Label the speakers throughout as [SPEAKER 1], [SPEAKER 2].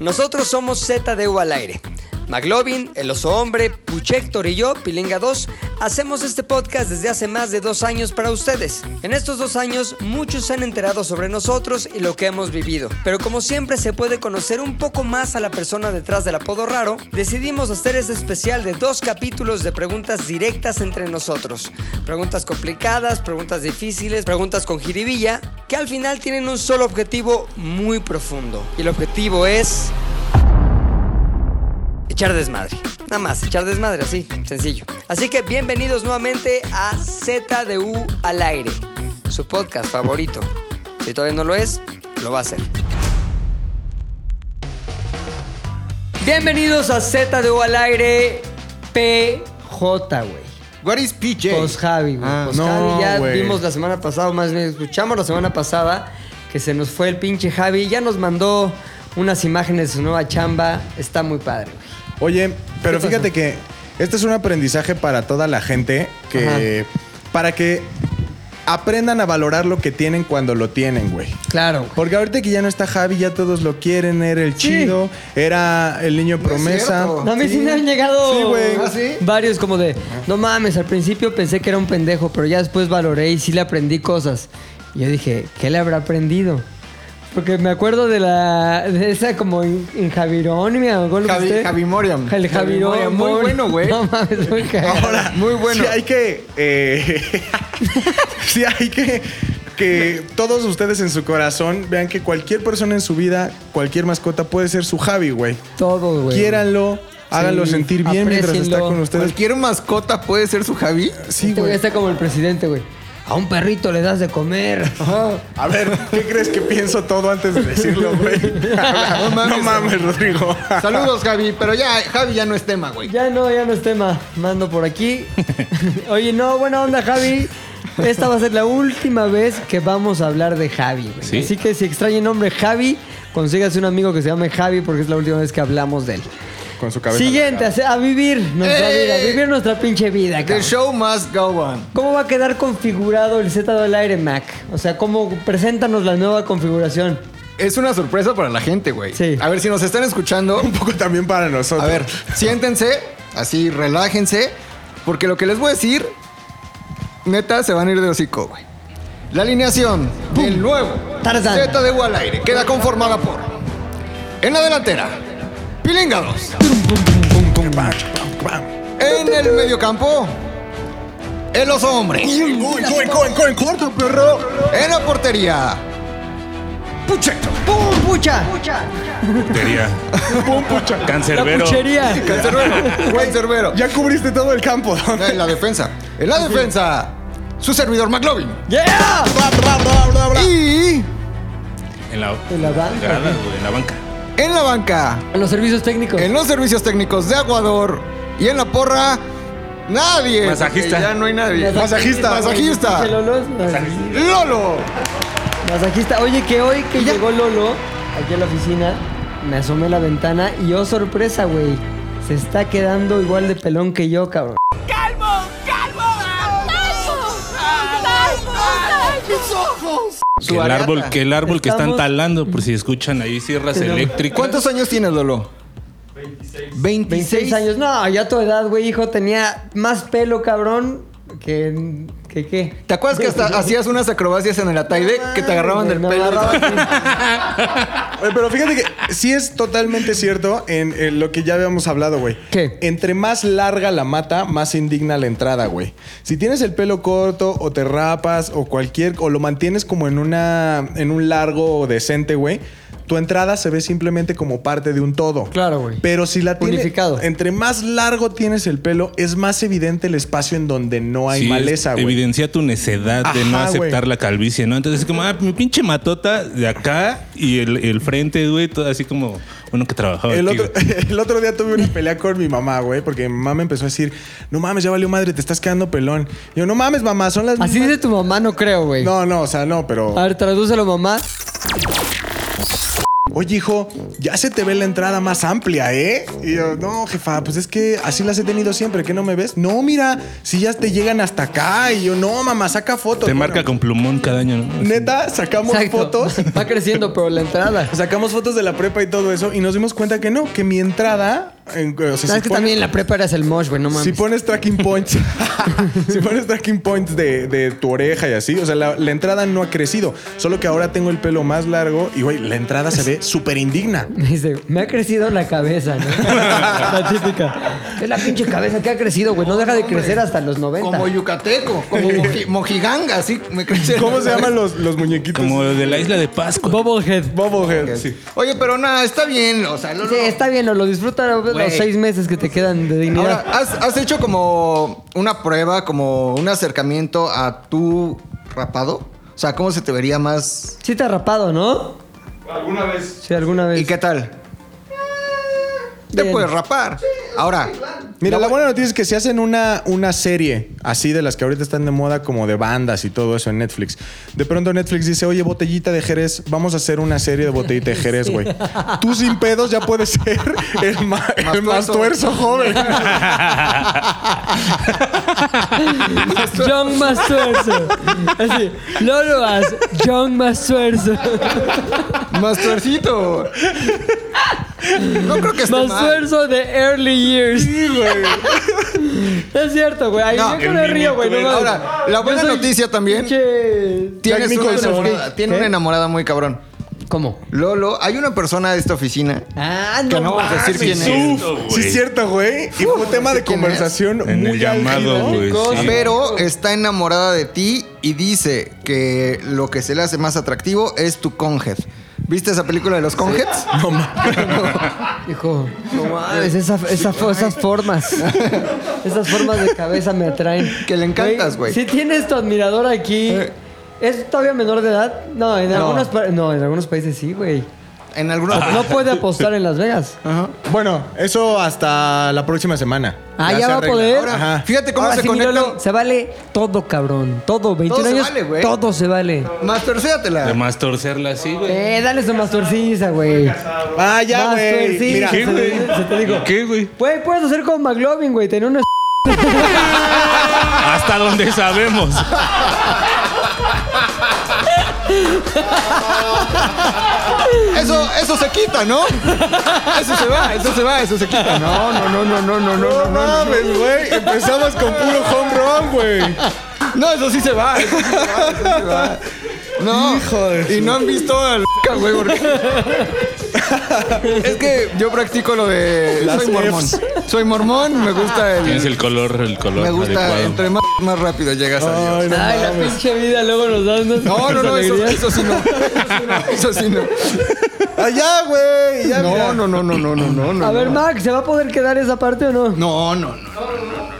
[SPEAKER 1] Nosotros somos ZDU al aire. McLovin, El Oso Hombre, Puchector y yo, Pilinga 2, hacemos este podcast desde hace más de dos años para ustedes. En estos dos años, muchos se han enterado sobre nosotros y lo que hemos vivido. Pero como siempre se puede conocer un poco más a la persona detrás del apodo raro, decidimos hacer este especial de dos capítulos de preguntas directas entre nosotros. Preguntas complicadas, preguntas difíciles, preguntas con jiribilla, que al final tienen un solo objetivo muy profundo. Y el objetivo es... Echar desmadre. Nada más, echar desmadre, así, sencillo. Así que bienvenidos nuevamente a ZDU al aire, su podcast favorito. Si todavía no lo es, lo va a ser. Bienvenidos a ZDU al aire PJ, güey.
[SPEAKER 2] What is PJ?
[SPEAKER 1] Post Javi, güey.
[SPEAKER 2] Ah,
[SPEAKER 1] Post
[SPEAKER 2] no,
[SPEAKER 1] Javi ya
[SPEAKER 2] güey.
[SPEAKER 1] vimos la semana pasada, más bien escuchamos la semana pasada que se nos fue el pinche Javi. Ya nos mandó unas imágenes de su nueva chamba. Está muy padre, güey.
[SPEAKER 2] Oye,
[SPEAKER 1] ¿Qué
[SPEAKER 2] pero
[SPEAKER 1] pasó?
[SPEAKER 2] fíjate que este es un aprendizaje para toda la gente que para que aprendan a valorar lo que tienen cuando lo tienen, güey.
[SPEAKER 1] Claro,
[SPEAKER 2] Porque ahorita que ya no está Javi, ya todos lo quieren, era el
[SPEAKER 1] Sí.
[SPEAKER 2] chido, era el niño promesa.
[SPEAKER 3] cierto.
[SPEAKER 1] A mí sí me han llegado
[SPEAKER 2] Sí, güey.
[SPEAKER 3] ¿Ah, sí?
[SPEAKER 1] varios como de, no mames, al principio pensé que era un pendejo, pero ya después valoré y sí le aprendí cosas. Y yo dije, ¿qué le habrá aprendido? Porque me acuerdo de la de esa como en, en Javironia o algo
[SPEAKER 3] Javi-
[SPEAKER 1] usted.
[SPEAKER 3] Javi Moriam.
[SPEAKER 1] El Javirón.
[SPEAKER 3] Javi Moriam, muy bueno, güey.
[SPEAKER 1] No mames, muy cagado.
[SPEAKER 2] Ahora,
[SPEAKER 3] Muy bueno.
[SPEAKER 2] Sí hay que. eh, sí hay que. Que todos ustedes en su corazón vean que cualquier persona en su vida, cualquier mascota puede ser su Javi, güey.
[SPEAKER 1] Todo, güey.
[SPEAKER 2] Quiéranlo, háganlo sentir bien mientras está
[SPEAKER 1] aprécienlo.
[SPEAKER 2] con ustedes.
[SPEAKER 3] Cualquier mascota puede ser su Javi.
[SPEAKER 2] Sí,
[SPEAKER 1] Este güey
[SPEAKER 2] güey.
[SPEAKER 1] está como el presidente, güey. A un perrito le das de comer.
[SPEAKER 2] A ver, ¿qué crees que pienso todo antes de decirlo, güey? No mames, Rodrigo.
[SPEAKER 3] Saludos, Javi, pero ya, Javi ya no es tema, güey.
[SPEAKER 1] Ya no, ya no es tema. Mando por aquí. Oye, no, buena onda, Javi. Esta va a ser la última vez que vamos a hablar de Javi. güey.
[SPEAKER 4] Sí.
[SPEAKER 1] Así que si extraña el nombre Javi, consígase un amigo que se llame Javi porque es la última vez que hablamos de él.
[SPEAKER 2] Con su cabeza.
[SPEAKER 1] Siguiente, a, a vivir nuestra
[SPEAKER 3] ¡Eh!
[SPEAKER 1] vida, a vivir nuestra pinche vida.
[SPEAKER 3] The
[SPEAKER 1] cabrón.
[SPEAKER 3] show must go on.
[SPEAKER 1] ¿Cómo va a quedar configurado el Z del aire, Mac? O sea, ¿cómo preséntanos la nueva configuración?
[SPEAKER 3] Es una sorpresa para la gente, güey.
[SPEAKER 1] Sí.
[SPEAKER 3] A ver si nos están escuchando.
[SPEAKER 2] Un poco también para nosotros.
[SPEAKER 3] A ver, siéntense, así, relájense, porque lo que les voy a decir, neta, se van a ir de hocico, güey. La alineación del nuevo
[SPEAKER 1] Tarzán.
[SPEAKER 3] Z de U al aire queda conformada por. En la delantera, Pilingados. En el mediocampo, el oso hombre.
[SPEAKER 2] Uy, coen, coen, coen, corto, perro.
[SPEAKER 3] En la portería, Pucheto.
[SPEAKER 1] ¡Pum, pucha!
[SPEAKER 4] Putería.
[SPEAKER 1] ¡La
[SPEAKER 4] Cancerbero.
[SPEAKER 1] puchería!
[SPEAKER 3] Cancerbero. Buen Cerbero.
[SPEAKER 2] Ya cubriste todo el campo. ¿no?
[SPEAKER 3] En la defensa, en la defensa, su servidor McLovin.
[SPEAKER 1] ¡Yeah!
[SPEAKER 2] Bla, bla, bla, bla, bla.
[SPEAKER 3] Y
[SPEAKER 4] En la,
[SPEAKER 1] En la banca,
[SPEAKER 4] grada, güey, en la banca.
[SPEAKER 3] en la banca,
[SPEAKER 1] En los servicios técnicos.
[SPEAKER 3] en los servicios técnicos de Aguador y en la porra, nadie.
[SPEAKER 4] Masajista.
[SPEAKER 3] Porque Ya no hay nadie. Masajista, masajista.
[SPEAKER 1] Pinche Lolo es-
[SPEAKER 3] Lolo.
[SPEAKER 1] Masajista, oye, que hoy que llegó Lolo aquí a la oficina, me asomé a la ventana y oh sorpresa, güey. Se está quedando igual de pelón que yo, cabrón.
[SPEAKER 4] Que el árbol, que el árbol que están
[SPEAKER 1] Estamos-
[SPEAKER 4] talando, por si escuchan ahí sierras
[SPEAKER 1] Pero-
[SPEAKER 4] eléctricas.
[SPEAKER 3] ¿Cuántos años tienes, Lolo? 26.
[SPEAKER 1] 26 años. No, ya a tu edad, güey, hijo, tenía más pelo, cabrón, que. que qué.
[SPEAKER 3] ¿Te acuerdas que hasta hacías unas acrobacias en el ataide que te agarraban del
[SPEAKER 1] Me
[SPEAKER 3] pelo?
[SPEAKER 1] agarraban
[SPEAKER 2] Oye, Pero fíjate que sí es totalmente cierto en, en lo que ya habíamos hablado, güey.
[SPEAKER 1] ¿Qué?
[SPEAKER 2] Entre más larga la mata, más indigna la entrada, güey. Si tienes el pelo corto o te rapas o cualquier o lo mantienes como en una en un largo decente, güey, tu entrada se ve simplemente como parte de un todo.
[SPEAKER 1] Claro, güey.
[SPEAKER 2] Pero si la tienes
[SPEAKER 1] Unificado.
[SPEAKER 2] entre más largo tienes el pelo, es más evidente el espacio en donde no hay
[SPEAKER 4] Sí,
[SPEAKER 2] maleza,
[SPEAKER 4] es-
[SPEAKER 2] güey.
[SPEAKER 4] Evidencia tu necedad de no
[SPEAKER 2] Ajá,
[SPEAKER 4] aceptar
[SPEAKER 2] güey.
[SPEAKER 4] la calvicie, ¿no? Entonces, es como, ah, mi pinche matota de acá y el, el frente, güey, todo así como uno que trabajaba.
[SPEAKER 2] El
[SPEAKER 4] aquí,
[SPEAKER 2] otro,
[SPEAKER 4] güey.
[SPEAKER 2] el otro día tuve una pelea con mi mamá, güey, porque mi mamá me empezó a decir, no mames, ya valió madre, te estás quedando pelón. Y yo, no mames, mamá, son las
[SPEAKER 1] Así
[SPEAKER 2] mismas-".
[SPEAKER 1] dice tu mamá, no creo, güey.
[SPEAKER 5] Ah.
[SPEAKER 2] No, no, o sea, no, pero...
[SPEAKER 1] A ver, tradúcelo, mamá.
[SPEAKER 2] oye hijo, ya se te ve la entrada más amplia, ¿eh? Y yo, no, jefa, pues es que así las he tenido siempre, ¿qué no me ves? No, mira, si ya te llegan hasta acá. Y yo, no, mamá, saca fotos.
[SPEAKER 4] Te
[SPEAKER 2] Bueno,
[SPEAKER 4] marca con plumón cada año, ¿no? Así.
[SPEAKER 2] Neta, sacamos
[SPEAKER 5] Exacto.
[SPEAKER 2] fotos.
[SPEAKER 5] Va creciendo, pero la entrada.
[SPEAKER 2] Sacamos fotos de la prepa y todo eso y nos dimos cuenta que no, que mi entrada... en- o sea, si
[SPEAKER 5] Sabes que
[SPEAKER 2] pones-
[SPEAKER 5] también la preparas el mosh, güey, no mames.
[SPEAKER 2] si pones tracking points, si pones tracking points de, de tu oreja y así, o sea, la, la entrada no ha crecido. Solo que ahora tengo el pelo más largo y, güey, la entrada se ve súper indigna.
[SPEAKER 5] Me dice, me ha crecido la cabeza, ¿no? la típica. Es la pinche cabeza que ha crecido, güey. No deja de crecer hasta los 90.
[SPEAKER 3] Como yucateco, como moji- mojiganga, así me crece.
[SPEAKER 2] ¿Cómo se llaman los, los muñequitos?
[SPEAKER 4] Como de la isla de Pascua.
[SPEAKER 6] Bubblehead.
[SPEAKER 2] Bobblehead. Sí.
[SPEAKER 3] Oye, pero nada, está bien, o sea, lo-
[SPEAKER 5] Sí, está bien, lo, lo disfruta
[SPEAKER 3] Güey.
[SPEAKER 5] los seis meses que te quedan de dignidad.
[SPEAKER 3] Ahora, ¿has, has hecho como una prueba, como un acercamiento a tu rapado? O sea, ¿cómo se te vería más?
[SPEAKER 5] Sí te ha rapado, ¿no? Alguna vez. Sí, alguna vez.
[SPEAKER 2] Pues,
[SPEAKER 3] ¿Y qué tal? Te
[SPEAKER 5] Bien.
[SPEAKER 3] puedes rapar. Ahora,
[SPEAKER 2] Mira, la buena noticia es que si hacen una, una serie así de las que ahorita están de moda, como de bandas y todo eso en Netflix, de pronto Netflix dice, oye, botellita de Jerez, vamos a hacer una serie de botellita de Jerez, güey. Tú sin pedos ya puedes ser el, ma- el
[SPEAKER 3] Más
[SPEAKER 2] más
[SPEAKER 3] tuerzo.
[SPEAKER 2] tuerzo joven.
[SPEAKER 6] John Mastuerzo. Así. Lolo As. John Mastuerzo.
[SPEAKER 3] Este más tuercito. No creo que esté mal.
[SPEAKER 6] Mastuerzo de Early Years. es cierto, güey. Ahí
[SPEAKER 3] No,
[SPEAKER 6] yo con el río, güey. No mames.
[SPEAKER 3] Ahora, la buena
[SPEAKER 6] Yo soy
[SPEAKER 3] noticia también.
[SPEAKER 6] pinche-
[SPEAKER 3] Tienes
[SPEAKER 2] Técnico
[SPEAKER 3] una
[SPEAKER 2] de
[SPEAKER 3] enamorada,
[SPEAKER 2] skate.
[SPEAKER 3] tiene una enamorada muy cabrón.
[SPEAKER 5] ¿Cómo?
[SPEAKER 3] Lolo, hay una persona de esta oficina
[SPEAKER 5] Ah,
[SPEAKER 3] que
[SPEAKER 5] no.
[SPEAKER 3] no vamos a decir quién es.
[SPEAKER 4] Uf, güey.
[SPEAKER 2] Sí, es cierto, güey. Y fue un tema de
[SPEAKER 3] ¿quién
[SPEAKER 2] conversación
[SPEAKER 4] En el
[SPEAKER 2] muy álgido.
[SPEAKER 4] llamado, güey. sí.
[SPEAKER 3] Pero está enamorada de ti y dice que lo que se le hace más atractivo es tu conjet. ¿Viste esa película de los conjets?
[SPEAKER 2] No mames.
[SPEAKER 5] Hijo, no mames, esa- esa fo- esas formas. esas formas de cabeza me atraen.
[SPEAKER 3] Que le encantas, güey. Eh.
[SPEAKER 5] Si tienes tu admirador aquí. ¿Es todavía menor de edad? No, en,
[SPEAKER 3] No.
[SPEAKER 5] Algunos, pa- no, en algunos países sí, güey.
[SPEAKER 3] En algunos.
[SPEAKER 5] No puede apostar en Las Vegas.
[SPEAKER 3] Ajá.
[SPEAKER 2] Bueno, eso hasta la próxima semana.
[SPEAKER 5] Ah, ya
[SPEAKER 2] se
[SPEAKER 5] va a
[SPEAKER 2] arregla.
[SPEAKER 5] poder.
[SPEAKER 3] Ahora,
[SPEAKER 2] Ajá.
[SPEAKER 3] fíjate cómo
[SPEAKER 5] Ahora
[SPEAKER 3] se
[SPEAKER 5] sí, mi
[SPEAKER 3] conecta.
[SPEAKER 5] Lolo, se vale todo, cabrón. Todo, 21
[SPEAKER 3] Todo se
[SPEAKER 5] años.
[SPEAKER 3] vale, güey.
[SPEAKER 5] todo se vale.
[SPEAKER 3] Más
[SPEAKER 4] De
[SPEAKER 3] torcéatela.
[SPEAKER 4] más torcerla así, güey.
[SPEAKER 5] Eh, dale su mastorciza, güey.
[SPEAKER 2] Ah, ya, güey.
[SPEAKER 5] Mastorciza,
[SPEAKER 2] Mira.
[SPEAKER 5] se-
[SPEAKER 4] ¿Qué, güey?
[SPEAKER 5] se te digo.
[SPEAKER 4] ¿Qué, güey?
[SPEAKER 5] Güey, puedes hacer con McLovin, güey. Tenía unos.
[SPEAKER 4] Hasta donde sabemos.
[SPEAKER 3] Eso, eso se quita, ¿no? Eso se va, eso se va, eso se quita. No, no, no, no, no, no, no, no,
[SPEAKER 2] No
[SPEAKER 3] no. No,
[SPEAKER 2] mames, güey. Empezamos con puro home run, güey.
[SPEAKER 3] No, eso sí se va, eso sí se va, eso sí se va. No,
[SPEAKER 2] Hijo de
[SPEAKER 3] y
[SPEAKER 2] su-
[SPEAKER 3] no han visto al güey, porque- Es que yo practico lo de.
[SPEAKER 2] Las
[SPEAKER 3] soy mormón.
[SPEAKER 2] Fs.
[SPEAKER 3] Soy mormón, me gusta el.
[SPEAKER 4] Tienes el color, el color
[SPEAKER 3] Me gusta,
[SPEAKER 4] adecuado.
[SPEAKER 3] entre más, más rápido llegas a Dios.
[SPEAKER 2] Ay, no
[SPEAKER 6] Ay, la
[SPEAKER 2] mames.
[SPEAKER 6] pinche vida luego nos da unas
[SPEAKER 3] No, no, no, eso,
[SPEAKER 6] alegrías.
[SPEAKER 3] eso sí no. Eso sí no.
[SPEAKER 2] Allá, güey. Ah, Ya,
[SPEAKER 3] No,
[SPEAKER 2] mira.
[SPEAKER 3] no, no, no, no, no, no, no.
[SPEAKER 5] A ver, Mac, ¿se va a poder quedar esa parte o no?
[SPEAKER 3] No, no, no.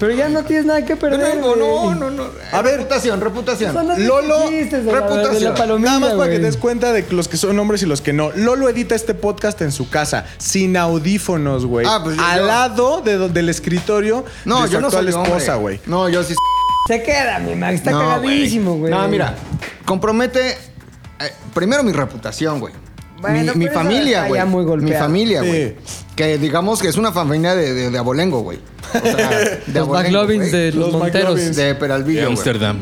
[SPEAKER 5] Pero ya no tienes nada que
[SPEAKER 3] No,
[SPEAKER 5] perder.
[SPEAKER 3] no, no,
[SPEAKER 5] güey.
[SPEAKER 3] no, no. A ver. Reputación,
[SPEAKER 5] Son los
[SPEAKER 3] reputación. Lolo,
[SPEAKER 5] chistes de la- de la
[SPEAKER 3] reputación.
[SPEAKER 5] palomilla,
[SPEAKER 2] Nada más para
[SPEAKER 5] güey.
[SPEAKER 2] que te des cuenta de los que son hombres y los que no. Lolo edita este podcast en su casa, sin audífonos, güey.
[SPEAKER 3] Ah, pues yo-
[SPEAKER 2] Al lado de do- del escritorio
[SPEAKER 3] No,
[SPEAKER 2] de su
[SPEAKER 3] yo no soy
[SPEAKER 2] actual
[SPEAKER 3] hombre.
[SPEAKER 2] esposa, güey.
[SPEAKER 3] No, yo sí.
[SPEAKER 5] Se queda, mi Mac. Está
[SPEAKER 3] No,
[SPEAKER 5] cagadísimo, güey.
[SPEAKER 3] No, mira, compromete eh, primero mi reputación, güey.
[SPEAKER 5] Bueno,
[SPEAKER 3] mi,
[SPEAKER 5] pero
[SPEAKER 3] mi
[SPEAKER 5] eso
[SPEAKER 3] familia,
[SPEAKER 5] está
[SPEAKER 3] güey.
[SPEAKER 5] ya muy
[SPEAKER 3] mi
[SPEAKER 5] golpeado.
[SPEAKER 3] familia,
[SPEAKER 2] Sí.
[SPEAKER 3] güey. Que digamos que es una familia de, de, de abolengo, güey. O sea, de
[SPEAKER 6] Los
[SPEAKER 3] abolengo,
[SPEAKER 6] McLovins
[SPEAKER 3] güey.
[SPEAKER 6] de los,
[SPEAKER 2] Los
[SPEAKER 6] Monteros.
[SPEAKER 2] McLovins.
[SPEAKER 3] de Peralvillo,
[SPEAKER 4] De
[SPEAKER 3] güey.
[SPEAKER 4] Amsterdam.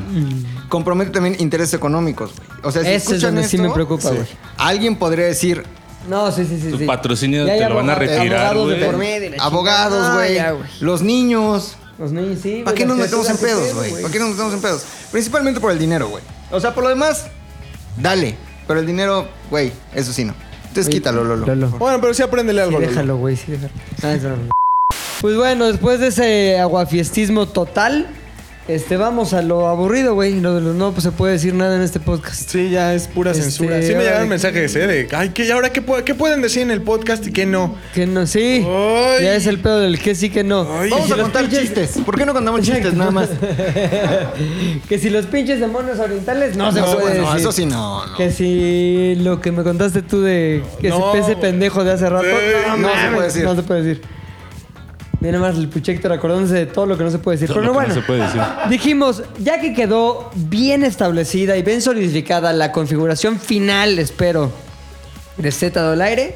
[SPEAKER 3] Compromete también intereses económicos, güey. O sea, si
[SPEAKER 5] Ese es
[SPEAKER 3] escuchan
[SPEAKER 5] donde sí
[SPEAKER 3] esto,
[SPEAKER 5] me preocupa, güey.
[SPEAKER 3] Alguien podría decir,
[SPEAKER 5] No, sí, sí, sí.
[SPEAKER 4] Tu
[SPEAKER 5] sí.
[SPEAKER 4] patrocinio
[SPEAKER 5] Ya hay
[SPEAKER 4] te lo van a
[SPEAKER 5] abogados-
[SPEAKER 4] retirar,
[SPEAKER 5] abogados de
[SPEAKER 4] güey.
[SPEAKER 5] por medio y la
[SPEAKER 3] abogados,
[SPEAKER 5] chingada.
[SPEAKER 3] güey,
[SPEAKER 5] Ah, ya, güey.
[SPEAKER 3] los niños.
[SPEAKER 5] Los niños sí. güey,
[SPEAKER 3] ¿Para qué
[SPEAKER 5] las
[SPEAKER 3] nos metemos en
[SPEAKER 5] criaturas,
[SPEAKER 3] pedos,
[SPEAKER 5] sí,
[SPEAKER 3] güey? ¿Para qué nos metemos en pedos? Principalmente por el dinero, güey. O sea, por lo demás, dale. Pero el dinero, güey, eso sí no. Entonces quítalo, Lolo.
[SPEAKER 5] Lolo.
[SPEAKER 2] Bueno, pero sí apréndele
[SPEAKER 5] Sí,
[SPEAKER 2] algo, Lolo.
[SPEAKER 5] déjalo, güey, sí, déjalo. Ah, es broma. Pues bueno, después de ese aguafiestismo total, este, vamos a lo aburrido, güey. Lo de los no pues, se puede decir nada en este podcast.
[SPEAKER 2] Sí, ya es pura
[SPEAKER 5] Este,
[SPEAKER 2] censura. Sí me
[SPEAKER 5] ahora
[SPEAKER 2] llegaron
[SPEAKER 5] de-
[SPEAKER 2] mensajes, ¿eh? De, ay, ¿qué, ¿y ahora qué, pu- qué pueden decir en el podcast y qué no?
[SPEAKER 5] Que no, sí.
[SPEAKER 2] Ay.
[SPEAKER 5] Ya es el pedo del que sí, que no.
[SPEAKER 2] Ay.
[SPEAKER 5] Y
[SPEAKER 3] Vamos
[SPEAKER 5] si
[SPEAKER 3] a
[SPEAKER 5] los
[SPEAKER 3] contar
[SPEAKER 5] pinches-
[SPEAKER 3] chistes. ¿Por qué no contamos chistes nada más?
[SPEAKER 5] que si los pinches demonios orientales no, se
[SPEAKER 3] No,
[SPEAKER 5] puede
[SPEAKER 3] no,
[SPEAKER 5] decir.
[SPEAKER 3] eso sí no, no.
[SPEAKER 5] Que si lo que me contaste tú de que
[SPEAKER 2] No,
[SPEAKER 5] ese ese
[SPEAKER 2] güey.
[SPEAKER 5] pendejo de hace rato.
[SPEAKER 2] Sí,
[SPEAKER 3] no se
[SPEAKER 5] mames,
[SPEAKER 3] puede decir.
[SPEAKER 5] No se puede decir. Mira más el Puchector acordándose de todo lo que no se puede decir.
[SPEAKER 4] Todo
[SPEAKER 5] Pero
[SPEAKER 4] lo que no
[SPEAKER 5] bueno,
[SPEAKER 4] se puede decir.
[SPEAKER 5] dijimos, ya que quedó bien establecida y bien solidificada la configuración final, espero, de Z del aire,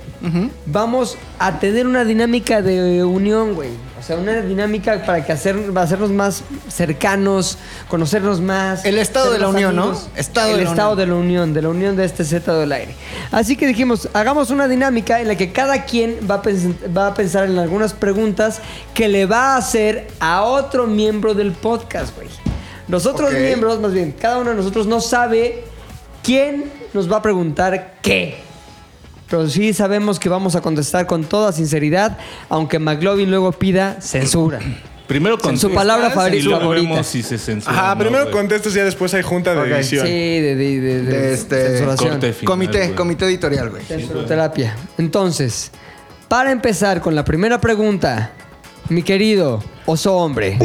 [SPEAKER 5] vamos a tener una dinámica de unión, güey. O sea, una dinámica para que hacer, para hacernos más cercanos, conocernos más.
[SPEAKER 3] El estado
[SPEAKER 5] ser
[SPEAKER 3] de la
[SPEAKER 5] más
[SPEAKER 3] unión, ¿no? Estado
[SPEAKER 5] el
[SPEAKER 3] de la
[SPEAKER 5] estado
[SPEAKER 3] unión.
[SPEAKER 5] de la unión, de la unión de este Z del aire. Así que dijimos, hagamos una dinámica en la que cada quien va a, pens- va a pensar en algunas preguntas que le va a hacer a otro miembro del podcast, güey. Los otros
[SPEAKER 3] Ok.
[SPEAKER 5] miembros, más bien, cada uno de nosotros no sabe quién nos va a preguntar qué. Pero sí sabemos que vamos a contestar con toda sinceridad, aunque McLovin luego pida censura.
[SPEAKER 4] Primero con
[SPEAKER 5] su palabra
[SPEAKER 4] y
[SPEAKER 5] favorita.
[SPEAKER 4] luego vemos si se censura.
[SPEAKER 2] Ajá,
[SPEAKER 4] o no,
[SPEAKER 2] primero
[SPEAKER 4] güey.
[SPEAKER 2] contestas y ya después hay junta de
[SPEAKER 3] Ok,
[SPEAKER 5] Sí,
[SPEAKER 2] edición.
[SPEAKER 5] de, de, de- de
[SPEAKER 3] De este,
[SPEAKER 5] censuración.
[SPEAKER 4] corte final,
[SPEAKER 3] comité,
[SPEAKER 4] güey.
[SPEAKER 3] comité editorial, güey.
[SPEAKER 5] Terapia. Entonces, para empezar con la primera pregunta, mi querido oso hombre,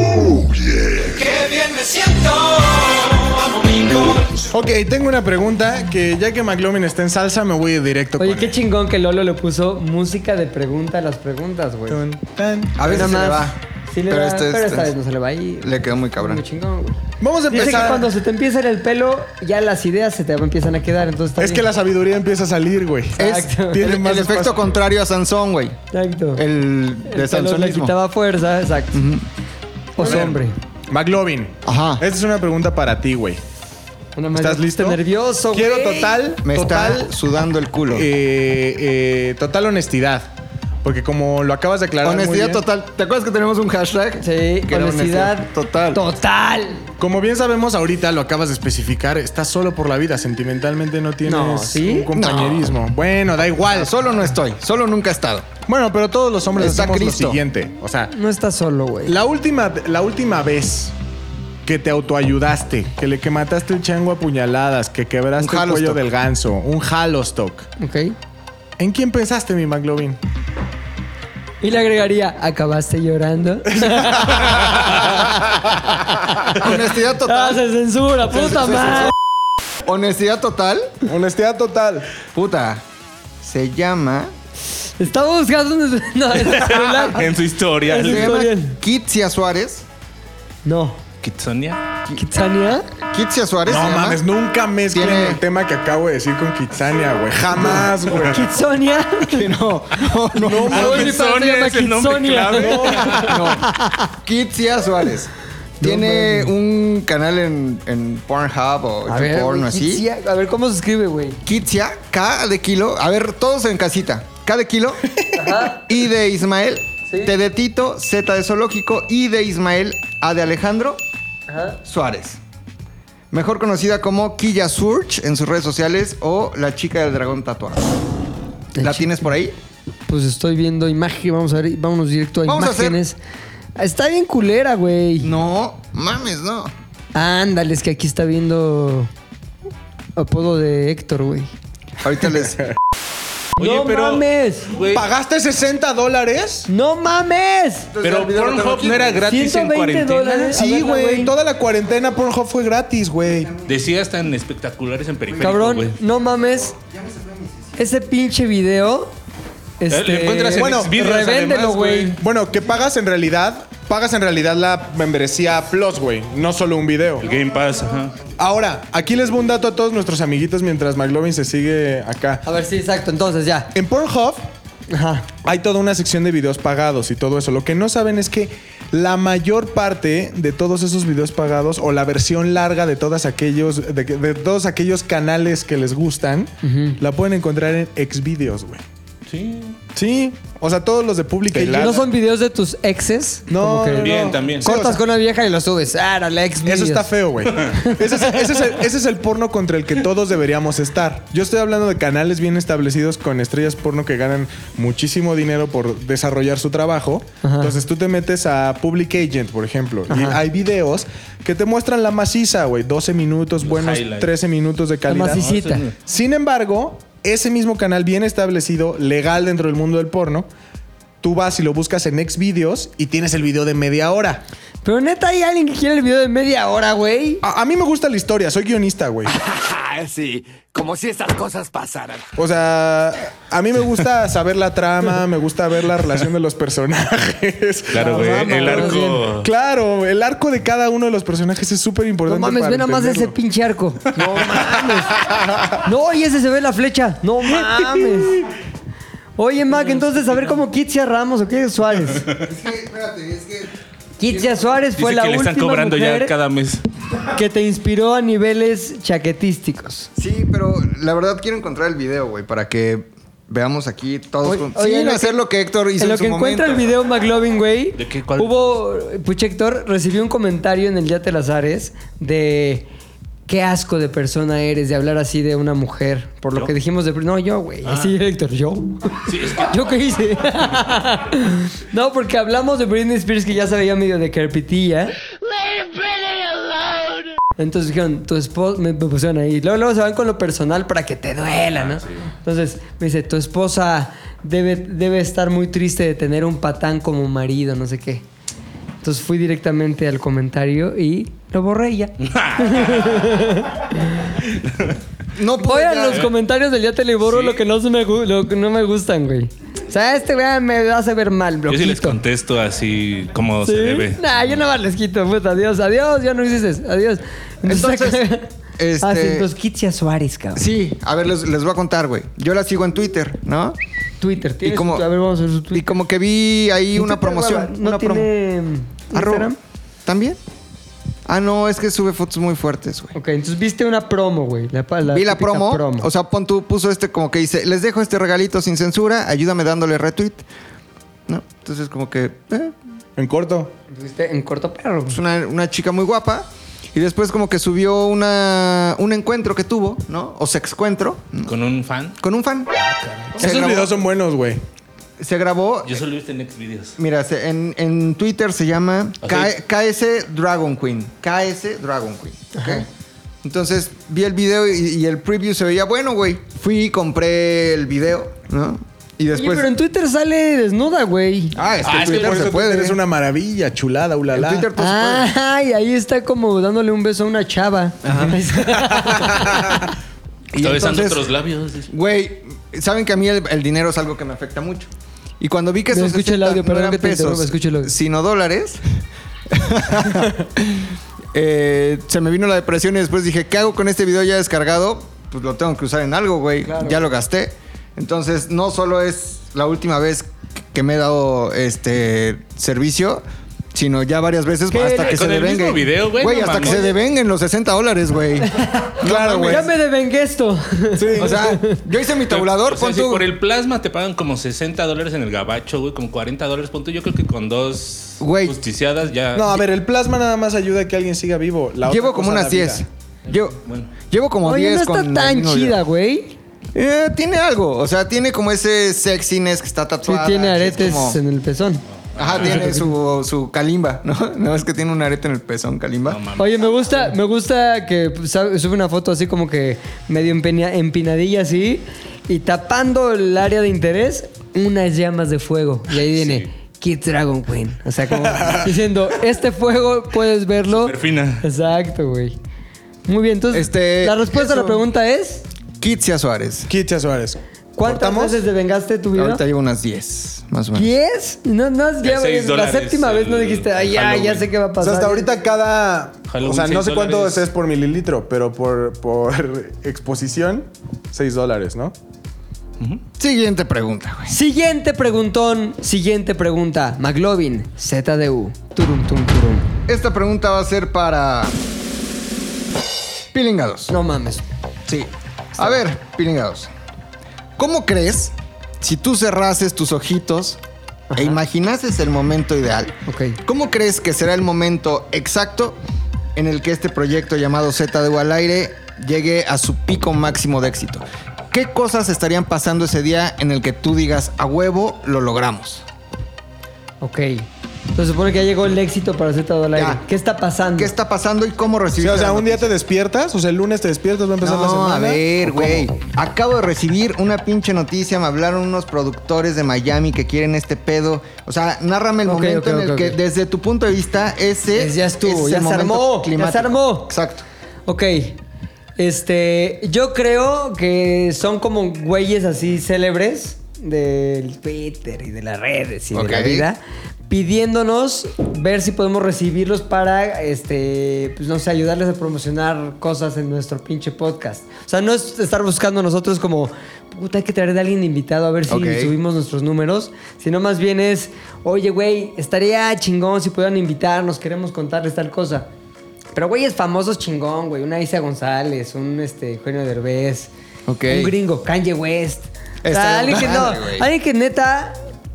[SPEAKER 2] Ok, tengo una pregunta que ya que McLovin está en salsa, me voy directo
[SPEAKER 5] oye,
[SPEAKER 2] con
[SPEAKER 5] qué
[SPEAKER 2] él.
[SPEAKER 5] chingón que Lolo le puso música de pregunta a las preguntas, güey.
[SPEAKER 2] Tun, tan.
[SPEAKER 3] A veces se le va.
[SPEAKER 5] Sí le
[SPEAKER 3] pero
[SPEAKER 5] va,
[SPEAKER 3] este es-
[SPEAKER 5] pero esta
[SPEAKER 3] es-
[SPEAKER 5] vez no se le va ahí.
[SPEAKER 3] Le quedó muy cabrón.
[SPEAKER 5] Muy chingón, güey.
[SPEAKER 2] Vamos a
[SPEAKER 5] Dice que
[SPEAKER 2] empezar.
[SPEAKER 5] cuando se te empieza a ir el pelo, ya las ideas se te empiezan a quedar, entonces está
[SPEAKER 2] Es que
[SPEAKER 5] bien.
[SPEAKER 2] la sabiduría empieza a salir, güey.
[SPEAKER 3] Es
[SPEAKER 5] Exacto.
[SPEAKER 2] Tiene
[SPEAKER 3] el,
[SPEAKER 2] más
[SPEAKER 3] el
[SPEAKER 2] espacio.
[SPEAKER 3] efecto contrario a Sansón, güey.
[SPEAKER 5] Exacto.
[SPEAKER 3] El de
[SPEAKER 5] pelo le
[SPEAKER 3] Sansonismo.
[SPEAKER 5] quitaba fuerza, exacto. Oso hombre.
[SPEAKER 2] McLovin.
[SPEAKER 3] Pues Ajá.
[SPEAKER 2] Esta es una pregunta para ti, güey.
[SPEAKER 5] Una más-
[SPEAKER 2] ¿Estás listo?
[SPEAKER 5] Nervioso,
[SPEAKER 2] Quiero
[SPEAKER 5] güey.
[SPEAKER 2] total,
[SPEAKER 3] Me
[SPEAKER 2] total,
[SPEAKER 3] está sudando el culo.
[SPEAKER 2] eh, eh, total honestidad. Porque como lo acabas de aclarar. muy
[SPEAKER 3] honestidad
[SPEAKER 2] bien,
[SPEAKER 3] total. ¿Te acuerdas que tenemos un hashtag?
[SPEAKER 5] Sí,
[SPEAKER 3] Que era
[SPEAKER 5] honestidad.
[SPEAKER 3] total.
[SPEAKER 5] Total.
[SPEAKER 2] Como bien sabemos, ahorita lo acabas de especificar, estás solo por la vida. Sentimentalmente no tienes
[SPEAKER 5] No, ¿sí?
[SPEAKER 2] un compañerismo. Bueno, da igual.
[SPEAKER 3] Solo no estoy, solo nunca he estado.
[SPEAKER 2] Bueno, pero todos los hombres
[SPEAKER 3] Está
[SPEAKER 2] hacemos
[SPEAKER 3] Cristo.
[SPEAKER 2] lo siguiente. O sea,
[SPEAKER 5] No estás solo, güey.
[SPEAKER 2] la última, la última vez que te autoayudaste, que le que mataste el chango a puñaladas, que quebraste
[SPEAKER 3] Un
[SPEAKER 2] el cuello
[SPEAKER 3] Halostock.
[SPEAKER 2] del ganso, un halostock.
[SPEAKER 5] Ok.
[SPEAKER 2] ¿En quién pensaste, mi McLovin?
[SPEAKER 5] Y le agregaría, ¿acabaste llorando?
[SPEAKER 3] honestidad
[SPEAKER 7] Ah,
[SPEAKER 3] total.
[SPEAKER 7] se censura, puta madre.
[SPEAKER 3] honestidad total.
[SPEAKER 2] Honestidad total.
[SPEAKER 3] Puta. Se llama.
[SPEAKER 5] Estaba buscando un... No, en el celular.
[SPEAKER 4] En su historia.
[SPEAKER 7] Sí.
[SPEAKER 3] Se
[SPEAKER 7] Está
[SPEAKER 3] llama
[SPEAKER 7] bien.
[SPEAKER 3] Kitsia Suárez.
[SPEAKER 5] No.
[SPEAKER 4] Kitsonia.
[SPEAKER 5] ¿Kitsania?
[SPEAKER 3] Kitsia Suárez.
[SPEAKER 2] No
[SPEAKER 3] se llama.
[SPEAKER 2] mames, nunca mezclen
[SPEAKER 3] Tiene-
[SPEAKER 2] el tema que acabo de decir con Kitsania, güey. Jamás, güey.
[SPEAKER 5] ¿Kitsonia?
[SPEAKER 3] No, no, no.
[SPEAKER 2] No
[SPEAKER 7] Ah,
[SPEAKER 2] mames.
[SPEAKER 7] mi padre se llama
[SPEAKER 4] es el nombre
[SPEAKER 7] Kitsonia.
[SPEAKER 4] clave.
[SPEAKER 3] Kitsia Suárez. Tiene un canal en, en Pornhub o
[SPEAKER 5] A
[SPEAKER 3] en
[SPEAKER 5] ver,
[SPEAKER 3] porno
[SPEAKER 5] güey,
[SPEAKER 3] así.
[SPEAKER 5] Kitsia. A ver, ¿cómo se escribe, güey?
[SPEAKER 3] Kitsia, K de kilo. A ver, todos en casita. K de kilo. I de Ismael.
[SPEAKER 5] Sí.
[SPEAKER 3] T de Tito. Z de zoológico. I de Ismael. A de Alejandro.
[SPEAKER 5] Ajá.
[SPEAKER 3] Suárez. Mejor conocida como Killa Surge en sus redes sociales o La Chica del Dragón Tatuado. ¿La tienes por ahí?
[SPEAKER 5] Pues estoy viendo imagen. Vamos a ver, vámonos directo a
[SPEAKER 3] Vamos a hacer-
[SPEAKER 5] imágenes. Está bien culera, güey.
[SPEAKER 3] No, mames, no.
[SPEAKER 5] Ándale, es que aquí está viendo apodo de Héctor, güey.
[SPEAKER 3] Ahorita les.
[SPEAKER 4] Oye,
[SPEAKER 5] ¡No
[SPEAKER 4] pero-
[SPEAKER 5] mames!
[SPEAKER 4] Güey,
[SPEAKER 2] ¿Pagaste 60 dólares?
[SPEAKER 5] ¡No mames!
[SPEAKER 4] Pero Pornhub no era gratis en
[SPEAKER 5] 120
[SPEAKER 4] cuarentena.
[SPEAKER 5] dólares. A
[SPEAKER 2] Sí,
[SPEAKER 5] verla,
[SPEAKER 2] güey.
[SPEAKER 5] güey.
[SPEAKER 2] Toda la cuarentena Pornhub fue gratis, güey.
[SPEAKER 4] Decías tan espectaculares en periférico,
[SPEAKER 5] Cabrón,
[SPEAKER 4] güey.
[SPEAKER 5] no mames. Ese pinche video. Este,
[SPEAKER 4] Eh, lo encuentras en
[SPEAKER 5] bueno,
[SPEAKER 4] Xvideos,
[SPEAKER 5] revéndelo,
[SPEAKER 4] además,
[SPEAKER 5] güey.
[SPEAKER 4] güey.
[SPEAKER 2] Bueno, que pagas en realidad, pagas en realidad la membresía Plus, güey. No solo un video.
[SPEAKER 4] El Game Pass, ajá.
[SPEAKER 2] Ahora, aquí les voy un dato a todos nuestros amiguitos mientras McLovin se sigue acá.
[SPEAKER 5] A ver, sí, exacto. Entonces ya.
[SPEAKER 2] En Pornhub
[SPEAKER 5] Ajá.
[SPEAKER 2] hay toda una sección de videos pagados y todo eso. Lo que no saben es que la mayor parte de todos esos videos pagados o la versión larga de todos aquellos, de, que- de todos aquellos canales que les gustan, la pueden encontrar en Xvideos, güey.
[SPEAKER 4] Sí.
[SPEAKER 2] Sí, o sea, todos los de Public
[SPEAKER 4] Pelada.
[SPEAKER 2] Age.
[SPEAKER 5] ¿No son videos de tus exes?
[SPEAKER 2] No,
[SPEAKER 5] Como que
[SPEAKER 2] no, no.
[SPEAKER 4] Bien, también.
[SPEAKER 2] Sí,
[SPEAKER 5] Cortas
[SPEAKER 2] o sea,
[SPEAKER 5] con una vieja y lo subes. Ah, era la ex.
[SPEAKER 2] Eso
[SPEAKER 5] videos.
[SPEAKER 2] está feo, güey. Ese es, ese es el, ese es el porno contra el que todos deberíamos estar. Yo estoy hablando de canales bien establecidos con estrellas porno que ganan muchísimo dinero por desarrollar su trabajo. Entonces tú te metes a Public Agent, por ejemplo, y hay videos que te muestran la maciza, güey. 12 minutos, buenos
[SPEAKER 4] highlights.
[SPEAKER 2] 13 minutos de
[SPEAKER 5] La
[SPEAKER 2] calidad.
[SPEAKER 5] macicita.
[SPEAKER 4] No, eso
[SPEAKER 2] Sin embargo, ese mismo canal bien establecido, legal dentro del mundo del porno, tú vas y lo buscas en Xvideos y tienes el video de media hora. Ah,
[SPEAKER 5] Pero neta, hay alguien que quiere el video de media hora, güey.
[SPEAKER 2] A, a mí me gusta la historia, soy guionista, güey.
[SPEAKER 8] así, Ah, como si estas cosas pasaran.
[SPEAKER 2] O sea, a mí me gusta saber la trama, me gusta ver la relación de los personajes.
[SPEAKER 4] Claro, güey. el arco.
[SPEAKER 2] Claro, el arco de cada uno de los personajes es súper
[SPEAKER 5] No
[SPEAKER 2] importante.
[SPEAKER 5] mames,
[SPEAKER 2] para
[SPEAKER 5] ve nada más ese
[SPEAKER 2] entenderlo.
[SPEAKER 5] pinche arco. No mames. No, y ese se ve la flecha. No mames. Oye, Mac, entonces a ver cómo Kitsia Ramos o qué Suárez.
[SPEAKER 3] Es que, espérate, es que.
[SPEAKER 5] Kitsia Suárez fue
[SPEAKER 4] Dice
[SPEAKER 5] la
[SPEAKER 4] que le
[SPEAKER 5] última
[SPEAKER 4] están cobrando
[SPEAKER 5] mujer
[SPEAKER 4] ya cada mes.
[SPEAKER 5] que te inspiró a niveles chaquetísticos.
[SPEAKER 3] Sí, pero la verdad quiero encontrar el video, güey, para que veamos aquí todos.
[SPEAKER 5] Oye,
[SPEAKER 3] con-
[SPEAKER 5] oye, en
[SPEAKER 3] sin
[SPEAKER 5] lo que-
[SPEAKER 3] hacer lo que Héctor hizo
[SPEAKER 5] en
[SPEAKER 3] en,
[SPEAKER 5] lo
[SPEAKER 3] su
[SPEAKER 5] que encuentra el
[SPEAKER 3] momento.
[SPEAKER 5] video McLovin, güey,
[SPEAKER 4] ¿De qué? ¿Cuál?
[SPEAKER 5] hubo Puche Héctor recibió un comentario en el Ya te las Ares de qué asco de persona eres de hablar así de una mujer, por lo que dijimos de no yo, güey,
[SPEAKER 4] Ah.
[SPEAKER 5] así Héctor, yo. ¿Yo qué hice? no, porque hablamos de Britney Spears que ya se veía medio de carpitilla. Entonces dijeron, tu esposa, me me pusieron ahí. Luego, luego se van con lo personal para que te
[SPEAKER 4] Ah,
[SPEAKER 5] duela, ¿no? Entonces me dice, tu esposa debe, debe estar muy triste de tener un patán como marido, no sé qué. Entonces fui directamente al comentario y lo borré y ya.
[SPEAKER 3] No
[SPEAKER 5] Voy
[SPEAKER 3] puedo
[SPEAKER 5] a
[SPEAKER 3] ya.
[SPEAKER 4] ¿eh?
[SPEAKER 5] los comentarios del ya eh. te le borro lo, que no se me, gu- lo que no me gustan, güey. O sea, este güey me hace ver mal,
[SPEAKER 4] Yo sí les
[SPEAKER 5] bloquito.
[SPEAKER 4] contesto así como se debe.
[SPEAKER 5] Nah, yo nada más les quito, puta. Adiós, adiós, ya no hiciste. Adiós.
[SPEAKER 3] Entonces, este-
[SPEAKER 5] Ah, sí, entonces, Kitsia Suárez, cabrón.
[SPEAKER 3] Sí, a ver, les, les voy a contar, güey. Yo la sigo en Twitter, ¿no?
[SPEAKER 5] Twitter, ¿tienes?
[SPEAKER 3] como-
[SPEAKER 5] A ver, vamos a ver su
[SPEAKER 3] Y
[SPEAKER 5] Twitter.
[SPEAKER 3] como que vi ahí una promoción.
[SPEAKER 5] No
[SPEAKER 3] una promo-
[SPEAKER 5] tiene
[SPEAKER 3] Arroba.
[SPEAKER 5] Instagram.
[SPEAKER 3] ¿También? Ah, no, es que sube fotos muy fuertes, güey.
[SPEAKER 5] Ok, entonces viste una promo, güey. La, pa-
[SPEAKER 3] Vi la
[SPEAKER 5] típica
[SPEAKER 3] promo, O sea, pon tú puso este como que dice, les dejo este regalito sin censura, ayúdame dándole retweet. ¿No? Entonces como que... eh,
[SPEAKER 2] En corto.
[SPEAKER 5] Viste en corto perro.
[SPEAKER 3] es una, una chica muy guapa. Y después como que subió una, un encuentro que tuvo, ¿no? O sexencuentro. ¿no?
[SPEAKER 4] Con un fan.
[SPEAKER 3] Con un fan. Se
[SPEAKER 2] Esos
[SPEAKER 3] grabó-
[SPEAKER 2] videos son buenos, güey.
[SPEAKER 3] Se grabó...
[SPEAKER 4] Yo solo he visto en Next Videos.
[SPEAKER 3] Mira, se- en, en Twitter se llama
[SPEAKER 4] Ok.
[SPEAKER 3] K- KS Dragon Queen. KS Dragon Queen. ¿ok? Entonces vi el video y, y el preview se veía bueno, güey. Fui y compré el video, ¿no? Y
[SPEAKER 5] Oye,
[SPEAKER 3] después...
[SPEAKER 5] pero en Twitter sale desnuda, güey.
[SPEAKER 3] Ah, es que
[SPEAKER 4] Ah,
[SPEAKER 3] en
[SPEAKER 4] es que
[SPEAKER 3] Twitter
[SPEAKER 2] Por eso
[SPEAKER 3] se puede. eh.
[SPEAKER 2] Es una maravilla, chulada,
[SPEAKER 3] En
[SPEAKER 2] ulala.
[SPEAKER 3] Twitter todo se
[SPEAKER 5] Ay, ahí está como dándole un beso a una chava.
[SPEAKER 3] puede. Y
[SPEAKER 4] Está besando
[SPEAKER 3] entonces,
[SPEAKER 4] otros labios. dice.
[SPEAKER 3] Güey, saben que a mí el, el dinero es algo que me afecta mucho. Y cuando vi que
[SPEAKER 5] No,
[SPEAKER 3] esos
[SPEAKER 5] escucha el
[SPEAKER 3] 60
[SPEAKER 5] audio,
[SPEAKER 3] no
[SPEAKER 5] perdón
[SPEAKER 3] eran
[SPEAKER 5] que te interrumpa, escucha el audio.
[SPEAKER 3] sino dólares, eh, se me vino la depresión y después dije, ¿qué hago con este video ya descargado? Pues lo tengo que usar en algo, güey. Ya lo gasté. Entonces, no solo es la última vez que me he dado este servicio, sino ya varias veces
[SPEAKER 5] ¿Qué?
[SPEAKER 3] hasta que
[SPEAKER 4] Con
[SPEAKER 3] se
[SPEAKER 4] el
[SPEAKER 3] devenguen.
[SPEAKER 4] mismo video, güey, no
[SPEAKER 3] hasta que
[SPEAKER 4] mames.
[SPEAKER 3] se devengan los 60 dólares, güey. claro, güey.
[SPEAKER 5] Ya me devengué esto.
[SPEAKER 3] O sea, yo hice mi tabulador,
[SPEAKER 4] O sea,
[SPEAKER 3] pon
[SPEAKER 4] si
[SPEAKER 3] tú-
[SPEAKER 4] por el plasma te pagan como 60 dólares en el gabacho, güey, como 40 dólares. Punto. Yo creo que con dos
[SPEAKER 3] Güey.
[SPEAKER 4] justiciadas ya.
[SPEAKER 2] No, a ver, el plasma nada más ayuda a que alguien siga vivo. La otra
[SPEAKER 3] Llevo como
[SPEAKER 2] cosa, la
[SPEAKER 3] unas
[SPEAKER 2] vida.
[SPEAKER 3] 10. Llevo,
[SPEAKER 4] Bueno.
[SPEAKER 3] llevo como
[SPEAKER 5] Oye,
[SPEAKER 3] 10
[SPEAKER 5] no está
[SPEAKER 3] con el
[SPEAKER 5] tan
[SPEAKER 3] mismo
[SPEAKER 5] chida,
[SPEAKER 3] video.
[SPEAKER 5] güey.
[SPEAKER 3] Eh, tiene algo. O sea, tiene como ese sexiness que está
[SPEAKER 5] Sí,
[SPEAKER 3] tatuada.
[SPEAKER 5] tiene
[SPEAKER 3] que es
[SPEAKER 5] aretes
[SPEAKER 3] como-
[SPEAKER 5] en el pezón.
[SPEAKER 3] Ajá, tiene su, su calimba, ¿no? No, es que tiene un arete en el pezón, calimba.
[SPEAKER 5] Oye, me gusta, me gusta que sa- sube una foto así como que medio empeña- empinadilla así y tapando el área de interés unas llamas de fuego. Y ahí viene Kid Dragon Queen. O sea, como diciendo, este fuego puedes verlo.
[SPEAKER 4] Superfina.
[SPEAKER 5] Exacto, güey. Muy bien, entonces
[SPEAKER 3] Este,
[SPEAKER 5] la respuesta a la
[SPEAKER 3] eso.
[SPEAKER 5] pregunta es
[SPEAKER 3] Kitsia Suárez.
[SPEAKER 2] Kitsia Suárez.
[SPEAKER 5] ¿cuántas
[SPEAKER 2] ¿Cortamos?
[SPEAKER 5] veces devengaste tu vida?
[SPEAKER 3] Ahorita llevo unas 10, más o menos.
[SPEAKER 5] ¿10? No, no, ya,
[SPEAKER 4] seis
[SPEAKER 5] la
[SPEAKER 4] dólares
[SPEAKER 5] séptima vez no
[SPEAKER 4] el
[SPEAKER 5] dijiste, ay, ya, ya
[SPEAKER 4] Halloween.
[SPEAKER 5] sé qué va a
[SPEAKER 2] O
[SPEAKER 5] pasar.
[SPEAKER 2] sea, hasta ahorita cada.
[SPEAKER 4] Halloween,
[SPEAKER 2] o sea, no
[SPEAKER 4] seis
[SPEAKER 2] sé cuánto
[SPEAKER 4] dólares.
[SPEAKER 2] es por mililitro, pero por, por exposición, 6 dólares, ¿no?
[SPEAKER 3] Siguiente pregunta, güey.
[SPEAKER 5] Siguiente preguntón, siguiente pregunta. McLovin, ZDU. Turum, tum, turum.
[SPEAKER 3] Esta pregunta va a ser para. Pilingados.
[SPEAKER 5] No mames.
[SPEAKER 3] Sí. A ver, pilingados. ¿Cómo crees si tú cerrases tus ojitos e imaginases el momento ideal?
[SPEAKER 5] Ok.
[SPEAKER 3] ¿Cómo crees que será el momento exacto en el que este proyecto llamado ZDU al aire llegue a su pico máximo de éxito? ¿Qué cosas estarían pasando ese día en el que tú digas a huevo lo logramos?
[SPEAKER 5] Ok. Se supone que ya llegó el éxito para ZDU al aire.
[SPEAKER 3] Ya.
[SPEAKER 5] ¿Qué está pasando?
[SPEAKER 3] ¿Qué está pasando y cómo
[SPEAKER 2] Mm. Sí,
[SPEAKER 3] recibiste?
[SPEAKER 2] o sea,
[SPEAKER 3] la
[SPEAKER 2] un día te despiertas, o sea, el lunes te despiertas, va a empezar la
[SPEAKER 3] No,
[SPEAKER 2] semana.
[SPEAKER 3] a ver, güey. Acabo de recibir una pinche noticia. Me hablaron unos productores de Miami que quieren este pedo. O sea, nárrame el
[SPEAKER 5] Ok,
[SPEAKER 3] momento
[SPEAKER 5] ok,
[SPEAKER 3] en el
[SPEAKER 5] ok,
[SPEAKER 3] que,
[SPEAKER 5] ok.
[SPEAKER 3] desde tu punto de vista, ese.
[SPEAKER 5] Pues ya estuvo,
[SPEAKER 3] es
[SPEAKER 5] ya
[SPEAKER 3] el
[SPEAKER 5] se
[SPEAKER 3] momento
[SPEAKER 5] armó, ya se
[SPEAKER 3] climático.
[SPEAKER 5] armó.
[SPEAKER 3] Exacto.
[SPEAKER 5] Ok. Este, yo creo que son como güeyes así célebres del Twitter y de las redes y de la
[SPEAKER 3] Ok.
[SPEAKER 5] vida pidiéndonos ver si podemos recibirlos para este pues no sé ayudarles a promocionar cosas en nuestro pinche podcast. O sea, no es estar buscando nosotros como puta hay que traer de alguien invitado a ver si
[SPEAKER 3] Ok.
[SPEAKER 5] subimos nuestros números, sino más bien es, "Oye, güey, estaría chingón si pudieran invitarnos, queremos contarles tal cosa." Pero güeyes famosos chingón, güey. Una Isa González, un este, Eugenio Derbez.
[SPEAKER 3] Ok.
[SPEAKER 5] Un gringo, Kanye West. O sea,
[SPEAKER 3] Está
[SPEAKER 5] alguien que no,
[SPEAKER 3] padre, güey.
[SPEAKER 5] alguien que neta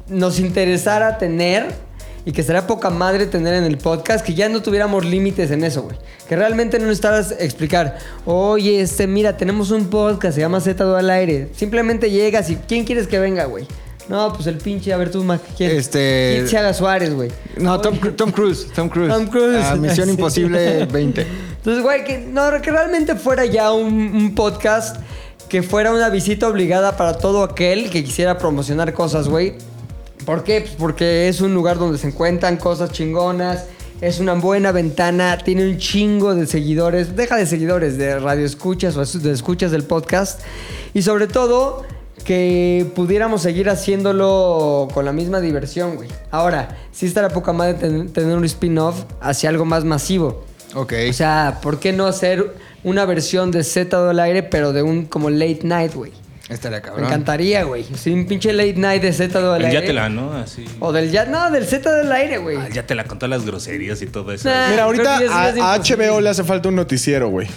[SPEAKER 5] nos interesara tener y que será poca madre tener en el podcast, que ya no tuviéramos límites en eso, güey. Que realmente no necesitaras explicar, oye, este, mira, tenemos un podcast, se llama Z2 al aire. Simplemente llegas y ¿quién quieres que venga, güey? No, pues el pinche, a ver tú, Mac, ¿quién?
[SPEAKER 3] Este-
[SPEAKER 5] ¿Quién se haga Suárez, güey?
[SPEAKER 3] No, Tom, Cru- Tom Cruise. Tom Cruise.
[SPEAKER 5] Tom Cruise.
[SPEAKER 3] Ah, Misión
[SPEAKER 5] Sí.
[SPEAKER 3] Imposible 20.
[SPEAKER 5] Entonces, güey, que, no, que realmente fuera ya un, un podcast que fuera una visita obligada para todo aquel que quisiera promocionar cosas, güey. ¿Por qué? Pues porque es un lugar donde se encuentran cosas chingonas. Es una buena ventana, tiene un chingo de seguidores, deja de seguidores, de radioescuchas o de escuchas del podcast. Y sobre todo, que pudiéramos seguir haciéndolo con la misma diversión, güey. Ahora, sí estará poca madre ten- tener un spin-off hacia algo más masivo.
[SPEAKER 3] Ok.
[SPEAKER 5] O sea, ¿por qué no hacer una versión de Z del aire, pero de un como late night, güey?
[SPEAKER 3] Estaría
[SPEAKER 5] Me
[SPEAKER 3] cabrón.
[SPEAKER 5] encantaría, güey. Sí, un pinche late night de Z del
[SPEAKER 4] El
[SPEAKER 5] aire.
[SPEAKER 4] Yatela, ¿no? Así.
[SPEAKER 5] O del ya, no, del Z del aire, güey.
[SPEAKER 4] Ah, Ya te la contó las groserías y todo eso.
[SPEAKER 5] Nah.
[SPEAKER 2] Mira, ahorita
[SPEAKER 5] Creo que ya se me hace
[SPEAKER 2] a, a
[SPEAKER 5] imposible.
[SPEAKER 2] HBO le hace falta un noticiero, güey.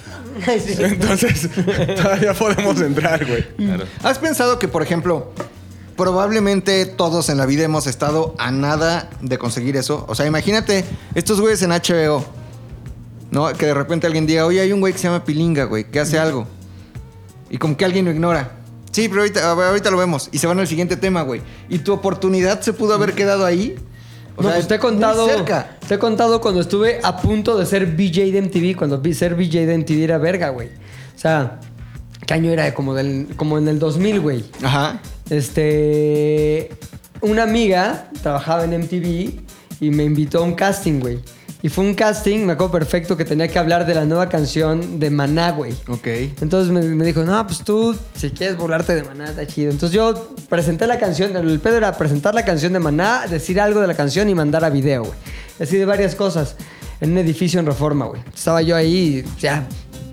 [SPEAKER 5] Ay, sí.
[SPEAKER 2] Entonces, todavía podemos entrar, güey.
[SPEAKER 3] ¿Has pensado que, por ejemplo, probablemente todos en la vida hemos estado a nada de conseguir eso? O sea, imagínate estos güeyes en HBO, ¿no? Que de repente alguien diga, oye, hay un güey que se llama Pilinga, güey, que hace algo. Y como que alguien lo ignora. Sí, pero ahorita, a ver, ahorita lo vemos. Y se van al siguiente tema, güey. Y tu oportunidad se pudo haber quedado ahí. O
[SPEAKER 5] no,
[SPEAKER 3] sea,
[SPEAKER 5] pues te he
[SPEAKER 3] muy
[SPEAKER 5] contado.
[SPEAKER 3] cerca.
[SPEAKER 5] Te he contado cuando estuve a punto de ser BJ de MTV, cuando vi- ser BJ de MTV era verga, güey. O sea, ¿qué año era? Como, del, como en el 2000, güey.
[SPEAKER 3] Ajá.
[SPEAKER 5] Este. Una amiga trabajaba en MTV y me invitó a un casting, güey. Y fue un casting, me acuerdo perfecto, que tenía que hablar de la nueva canción de Maná, güey.
[SPEAKER 3] Ok.
[SPEAKER 5] Entonces me, me dijo, no, pues tú, si quieres burlarte de Maná, está chido. Entonces yo presenté la canción, el pedo era presentar la canción de Maná, decir algo de la canción y mandar a video, güey. Así de varias cosas. En un edificio en Reforma, güey. Estaba yo ahí, y ya,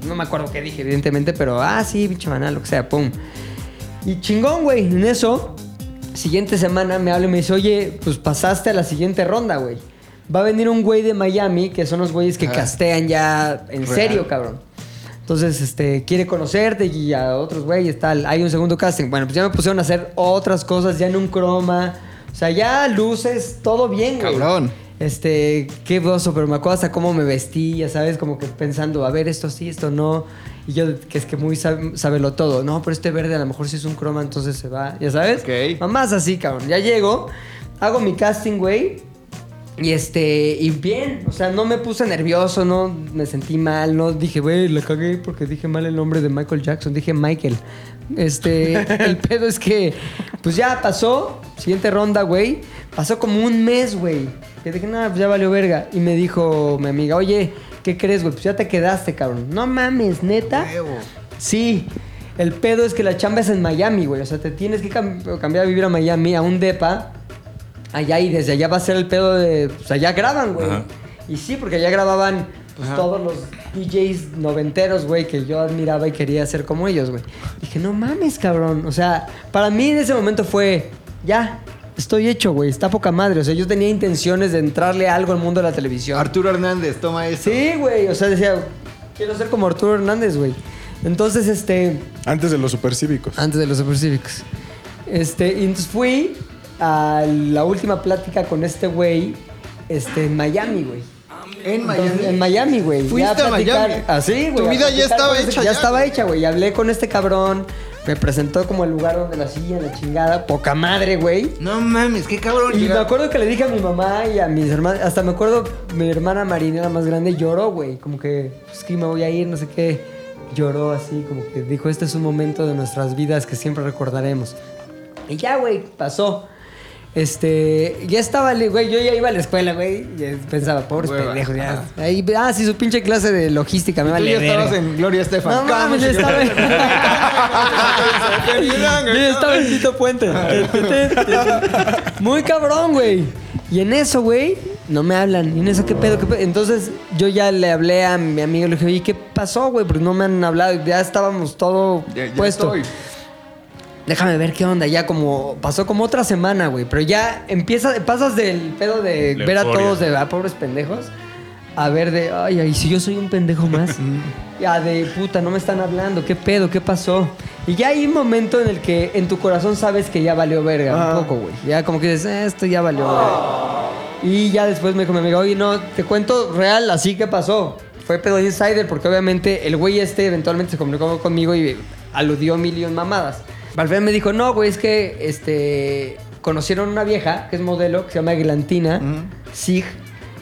[SPEAKER 5] no me acuerdo qué dije, evidentemente, pero, ah, sí, bicho Maná, lo que sea, pum. Y chingón, güey, en eso, siguiente semana me habla y me dice, oye, pues pasaste a la siguiente ronda, güey. Va a venir un güey de Miami, que son los güeyes que
[SPEAKER 3] Ah.
[SPEAKER 5] castean ya en
[SPEAKER 3] Real.
[SPEAKER 5] serio, cabrón. Entonces, este, quiere conocerte y a otros güeyes, tal. Hay un segundo casting. Bueno, pues ya me pusieron a hacer otras cosas, ya en un croma. O sea, ya luces, todo bien, güey.
[SPEAKER 3] Cabrón.
[SPEAKER 5] Este, qué gozo, pero me acuerdo hasta cómo me vestí, ya sabes, como que pensando, a ver, esto sí, esto no. Y yo, que es que muy sab- sabelo todo. No, pero este verde a lo mejor sí es un croma, entonces se va, ya sabes.
[SPEAKER 3] Ok.
[SPEAKER 5] Mamás así, cabrón. Ya llego, hago mi casting, güey. Y este, y bien, o sea, no me puse nervioso, no me sentí mal, no dije, güey, la cagué porque dije mal el nombre de Michael Jackson, dije Michael. Este, el pedo es que, pues ya pasó, siguiente ronda, güey. Pasó como un mes, güey. Que dije, nada, pues ya valió verga. Y me dijo mi amiga, oye, ¿qué crees, güey? Pues ya te quedaste, cabrón. No mames, neta. Sí. El pedo es que la chamba es en Miami, güey. O sea, te tienes que cam- cambiar a vivir a Miami, a un depa. Allá y desde allá va a ser el pedo de... Pues allá graban, güey.
[SPEAKER 4] Ajá.
[SPEAKER 5] Y sí, porque allá grababan pues, todos los DJs noventeros, güey, que yo admiraba y quería ser como ellos, güey. Dije, no mames, cabrón. O sea, para mí en ese momento fue... Ya, estoy hecho, güey. Está poca madre. O sea, yo tenía intenciones de entrarle algo al mundo de la televisión.
[SPEAKER 3] Arturo Hernández, toma eso.
[SPEAKER 5] Sí, güey. O sea, decía, quiero ser como Arturo Hernández, güey. Entonces, este,
[SPEAKER 2] Antes de los supercívicos.
[SPEAKER 5] antes de los supercívicos. Este, y entonces fui a la última plática con este güey, este, en Miami, güey.
[SPEAKER 3] En Miami.
[SPEAKER 5] Entonces, En Miami, güey. Ya
[SPEAKER 3] Fuiste a
[SPEAKER 5] platicar-
[SPEAKER 3] Miami.
[SPEAKER 5] Así, güey.
[SPEAKER 3] Tu
[SPEAKER 5] a
[SPEAKER 3] vida ya
[SPEAKER 5] platicar
[SPEAKER 3] estaba
[SPEAKER 5] con este-
[SPEAKER 3] hecha
[SPEAKER 5] Ya
[SPEAKER 3] ya,
[SPEAKER 5] estaba
[SPEAKER 3] güey.
[SPEAKER 5] hecha, güey. Y hablé con este cabrón. Me presentó como el lugar donde la silla, la chingada. Poca madre, güey.
[SPEAKER 3] No mames, qué cabrón.
[SPEAKER 5] Y me
[SPEAKER 3] llegar.
[SPEAKER 5] acuerdo que le dije a mi mamá y a mis hermanas, hasta me acuerdo, mi hermana Marinera más grande lloró, güey, como que, pues que me voy a ir, no sé qué, lloró así, como que dijo, este es un momento de nuestras vidas que siempre recordaremos. Y ya, güey, pasó. Este, ya estaba, le- güey, yo ya iba a la escuela, güey. y Pensaba, pobres
[SPEAKER 3] Hueva.
[SPEAKER 5] pendejos, ya. Ahí, ah, sí, su pinche clase de logística, me
[SPEAKER 3] Tú
[SPEAKER 5] vale
[SPEAKER 3] ya estabas
[SPEAKER 5] verga.
[SPEAKER 3] en Gloria Estefan.
[SPEAKER 5] No mames, ya estaba en... Yo ya estaba en Tito Puente. Muy cabrón, güey. Y en eso, güey, no me hablan. Y en eso, ¿qué pedo? ¿Qué pedo? Entonces yo ya le hablé a mi amigo, le dije, oye, ¿qué pasó, güey? Porque no me han hablado. Ya estábamos todo
[SPEAKER 3] Ya- ya
[SPEAKER 5] puesto.
[SPEAKER 3] estoy.
[SPEAKER 5] Déjame ver qué onda, ya como pasó como otra semana, güey, pero ya empieza, pasas del pedo de
[SPEAKER 4] La
[SPEAKER 5] ver a
[SPEAKER 4] euforia.
[SPEAKER 5] todos de ah, pobres pendejos a ver de, ay, ay, si yo soy un pendejo más, ya de puta, no me están hablando, qué pedo, qué pasó. Y ya hay un momento en el que en tu corazón sabes que ya valió verga un poco, güey. Ya como que dices, "Eh, esto ya valió
[SPEAKER 4] Ah.
[SPEAKER 5] verga. Y ya después me dijo mi amiga, oye, no, te cuento real, así que pasó. Fue pedo de insider porque obviamente el güey este eventualmente se comunicó conmigo y aludió mil y un mamadas. Valverde me dijo, no, güey, es que este, conocieron una vieja que es modelo, que se llama Eglantina, Sig,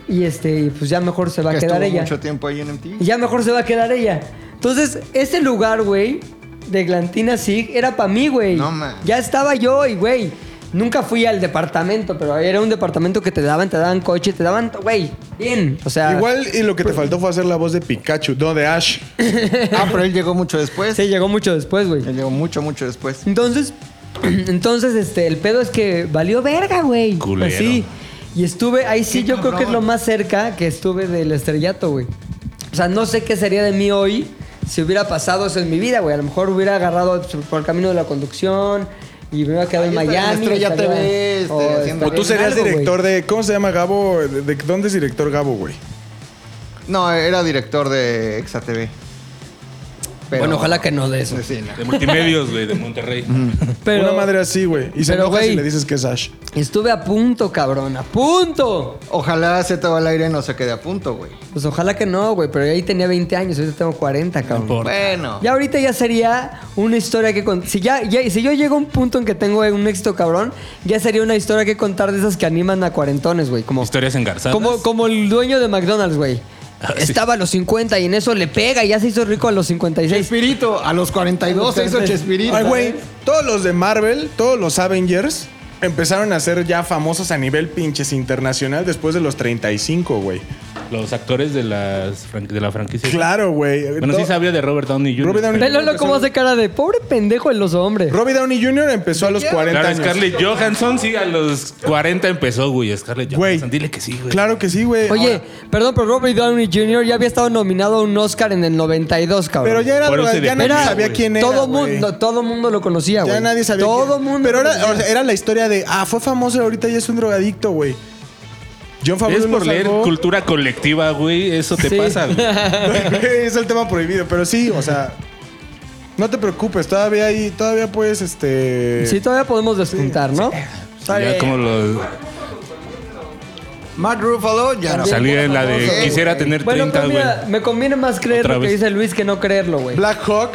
[SPEAKER 5] y este, y pues ya mejor se va a
[SPEAKER 3] que
[SPEAKER 5] quedar
[SPEAKER 3] estuvo
[SPEAKER 5] ella.
[SPEAKER 3] mucho tiempo ahí en MTV.
[SPEAKER 5] Y ya mejor se va a quedar ella. Entonces, ese lugar, güey, de Glantina Sig, era para mí, güey.
[SPEAKER 3] No, man.
[SPEAKER 5] Ya estaba yo y, güey, nunca fui al departamento, pero era un departamento que te daban, te daban coche, te daban, güey, bien. O sea,
[SPEAKER 2] Igual y lo que te faltó fue hacer la voz de Pikachu, no de Ash.
[SPEAKER 3] Ah, pero él llegó mucho después.
[SPEAKER 5] sí, llegó mucho después, güey.
[SPEAKER 3] Él llegó mucho, mucho después.
[SPEAKER 5] Entonces, entonces, este, el pedo es que valió verga, güey.
[SPEAKER 4] Culero.
[SPEAKER 5] Así. Y estuve, ahí sí
[SPEAKER 3] Qué
[SPEAKER 5] yo creo que es lo
[SPEAKER 3] cabrón.
[SPEAKER 5] más cerca que estuve del estrellato, güey. O sea, no sé qué sería de mí hoy si hubiera pasado eso en mi vida, güey. A lo mejor hubiera agarrado por el camino de la conducción y me hubiera quedado
[SPEAKER 3] Ahí
[SPEAKER 5] en
[SPEAKER 3] está, en
[SPEAKER 5] Miami.
[SPEAKER 3] Estrella
[SPEAKER 5] estaría-
[SPEAKER 3] TV, este,
[SPEAKER 5] o
[SPEAKER 3] haciendo-
[SPEAKER 2] O tú
[SPEAKER 5] estaría
[SPEAKER 2] serías
[SPEAKER 5] en algo,
[SPEAKER 2] director de. ¿Cómo se llama Gabo? ¿De, de- dónde es director Gabo, güey?
[SPEAKER 3] No, era director de ExaTV.
[SPEAKER 5] güey. Bueno, ojalá que no de eso.
[SPEAKER 3] Sí, no.
[SPEAKER 4] De multimedios, güey, de Monterrey.
[SPEAKER 5] Pero
[SPEAKER 2] Una madre así, güey. Y se
[SPEAKER 5] pero,
[SPEAKER 2] enojas
[SPEAKER 5] güey.
[SPEAKER 2] y le dices que es Ash.
[SPEAKER 5] estuve a punto, cabrón, a punto.
[SPEAKER 3] Ojalá Z va al aire no se quede a punto, güey.
[SPEAKER 5] Pues ojalá que no, güey, pero ahí tenía 20 años, ahorita tengo 40, cabrón.
[SPEAKER 4] importa.
[SPEAKER 3] Bueno.
[SPEAKER 5] Ya ahorita ya sería una historia que contar. Si, ya, ya- si yo llego a un punto en que tengo un éxito cabrón, ya sería una historia que contar de esas que animan a cuarentones, güey. Como,
[SPEAKER 4] Historias engarzadas.
[SPEAKER 5] como, como el dueño de McDonald's, güey.
[SPEAKER 4] Ah, sí.
[SPEAKER 5] Estaba a los 50 y en eso le pega y ya se hizo rico a los 56.
[SPEAKER 3] Chespirito, a los 42 se hizo Chespirito.
[SPEAKER 2] Ay, güey. Todos los de Marvel, todos los Avengers, empezaron a ser ya famosos a nivel pinches internacional después de los 35, güey.
[SPEAKER 4] Los actores de, las fran- de la franquicia.
[SPEAKER 2] Claro, güey.
[SPEAKER 4] Bueno, sí
[SPEAKER 2] To-
[SPEAKER 4] sabía de Robert Downey Jr.
[SPEAKER 2] Robert Downey
[SPEAKER 5] Ve, Lolo, cómo hace cara de pobre pendejo el oso hombre.
[SPEAKER 2] Robbie Downey Jr. empezó a los 40
[SPEAKER 4] Claro,
[SPEAKER 2] años.
[SPEAKER 4] Scarlett Johansson, sí, a los 40 empezó, güey. Scarlett
[SPEAKER 2] Güey.
[SPEAKER 4] Johansson, dile que sí, güey.
[SPEAKER 2] Claro que sí, güey.
[SPEAKER 5] Oye,
[SPEAKER 2] Ahora-
[SPEAKER 5] perdón, pero Robert Downey Jr. ya había estado nominado a un Oscar en el 92, cabrón.
[SPEAKER 2] Pero ya era
[SPEAKER 4] Por eso
[SPEAKER 2] droga- ya
[SPEAKER 4] se defendió,
[SPEAKER 2] nadie
[SPEAKER 5] Era-
[SPEAKER 2] sabía
[SPEAKER 4] güey.
[SPEAKER 2] quién era.
[SPEAKER 5] todo
[SPEAKER 2] güey.
[SPEAKER 5] mundo, todo mundo lo conocía, güey.
[SPEAKER 2] Ya nadie sabía
[SPEAKER 5] Todo
[SPEAKER 2] quién-
[SPEAKER 5] mundo.
[SPEAKER 2] Pero
[SPEAKER 5] lo
[SPEAKER 2] era, o
[SPEAKER 5] conocía.
[SPEAKER 2] sea, era la historia de, ah, fue famoso, ahorita ya es un drogadicto, güey. John
[SPEAKER 4] Es
[SPEAKER 2] Favreau lo
[SPEAKER 4] por leer
[SPEAKER 2] salvó.
[SPEAKER 4] cultura colectiva, güey. Eso te
[SPEAKER 5] Sí.
[SPEAKER 4] pasa, güey.
[SPEAKER 2] es el tema prohibido, pero sí, o sea, no te preocupes, todavía hay, todavía puedes, este...
[SPEAKER 5] Sí, todavía podemos despuntar, ¿no?
[SPEAKER 4] Ya como los.
[SPEAKER 3] Matt Ruffalo ya no.
[SPEAKER 4] Salía en la de
[SPEAKER 3] famoso,
[SPEAKER 4] quisiera
[SPEAKER 3] güey.
[SPEAKER 4] tener
[SPEAKER 5] Bueno,
[SPEAKER 4] 30,
[SPEAKER 5] pero
[SPEAKER 4] güey.
[SPEAKER 5] mira, me conviene más creer
[SPEAKER 4] Otra
[SPEAKER 5] lo que
[SPEAKER 4] vez.
[SPEAKER 5] dice Luis que no creerlo, güey.
[SPEAKER 2] Black Hawk,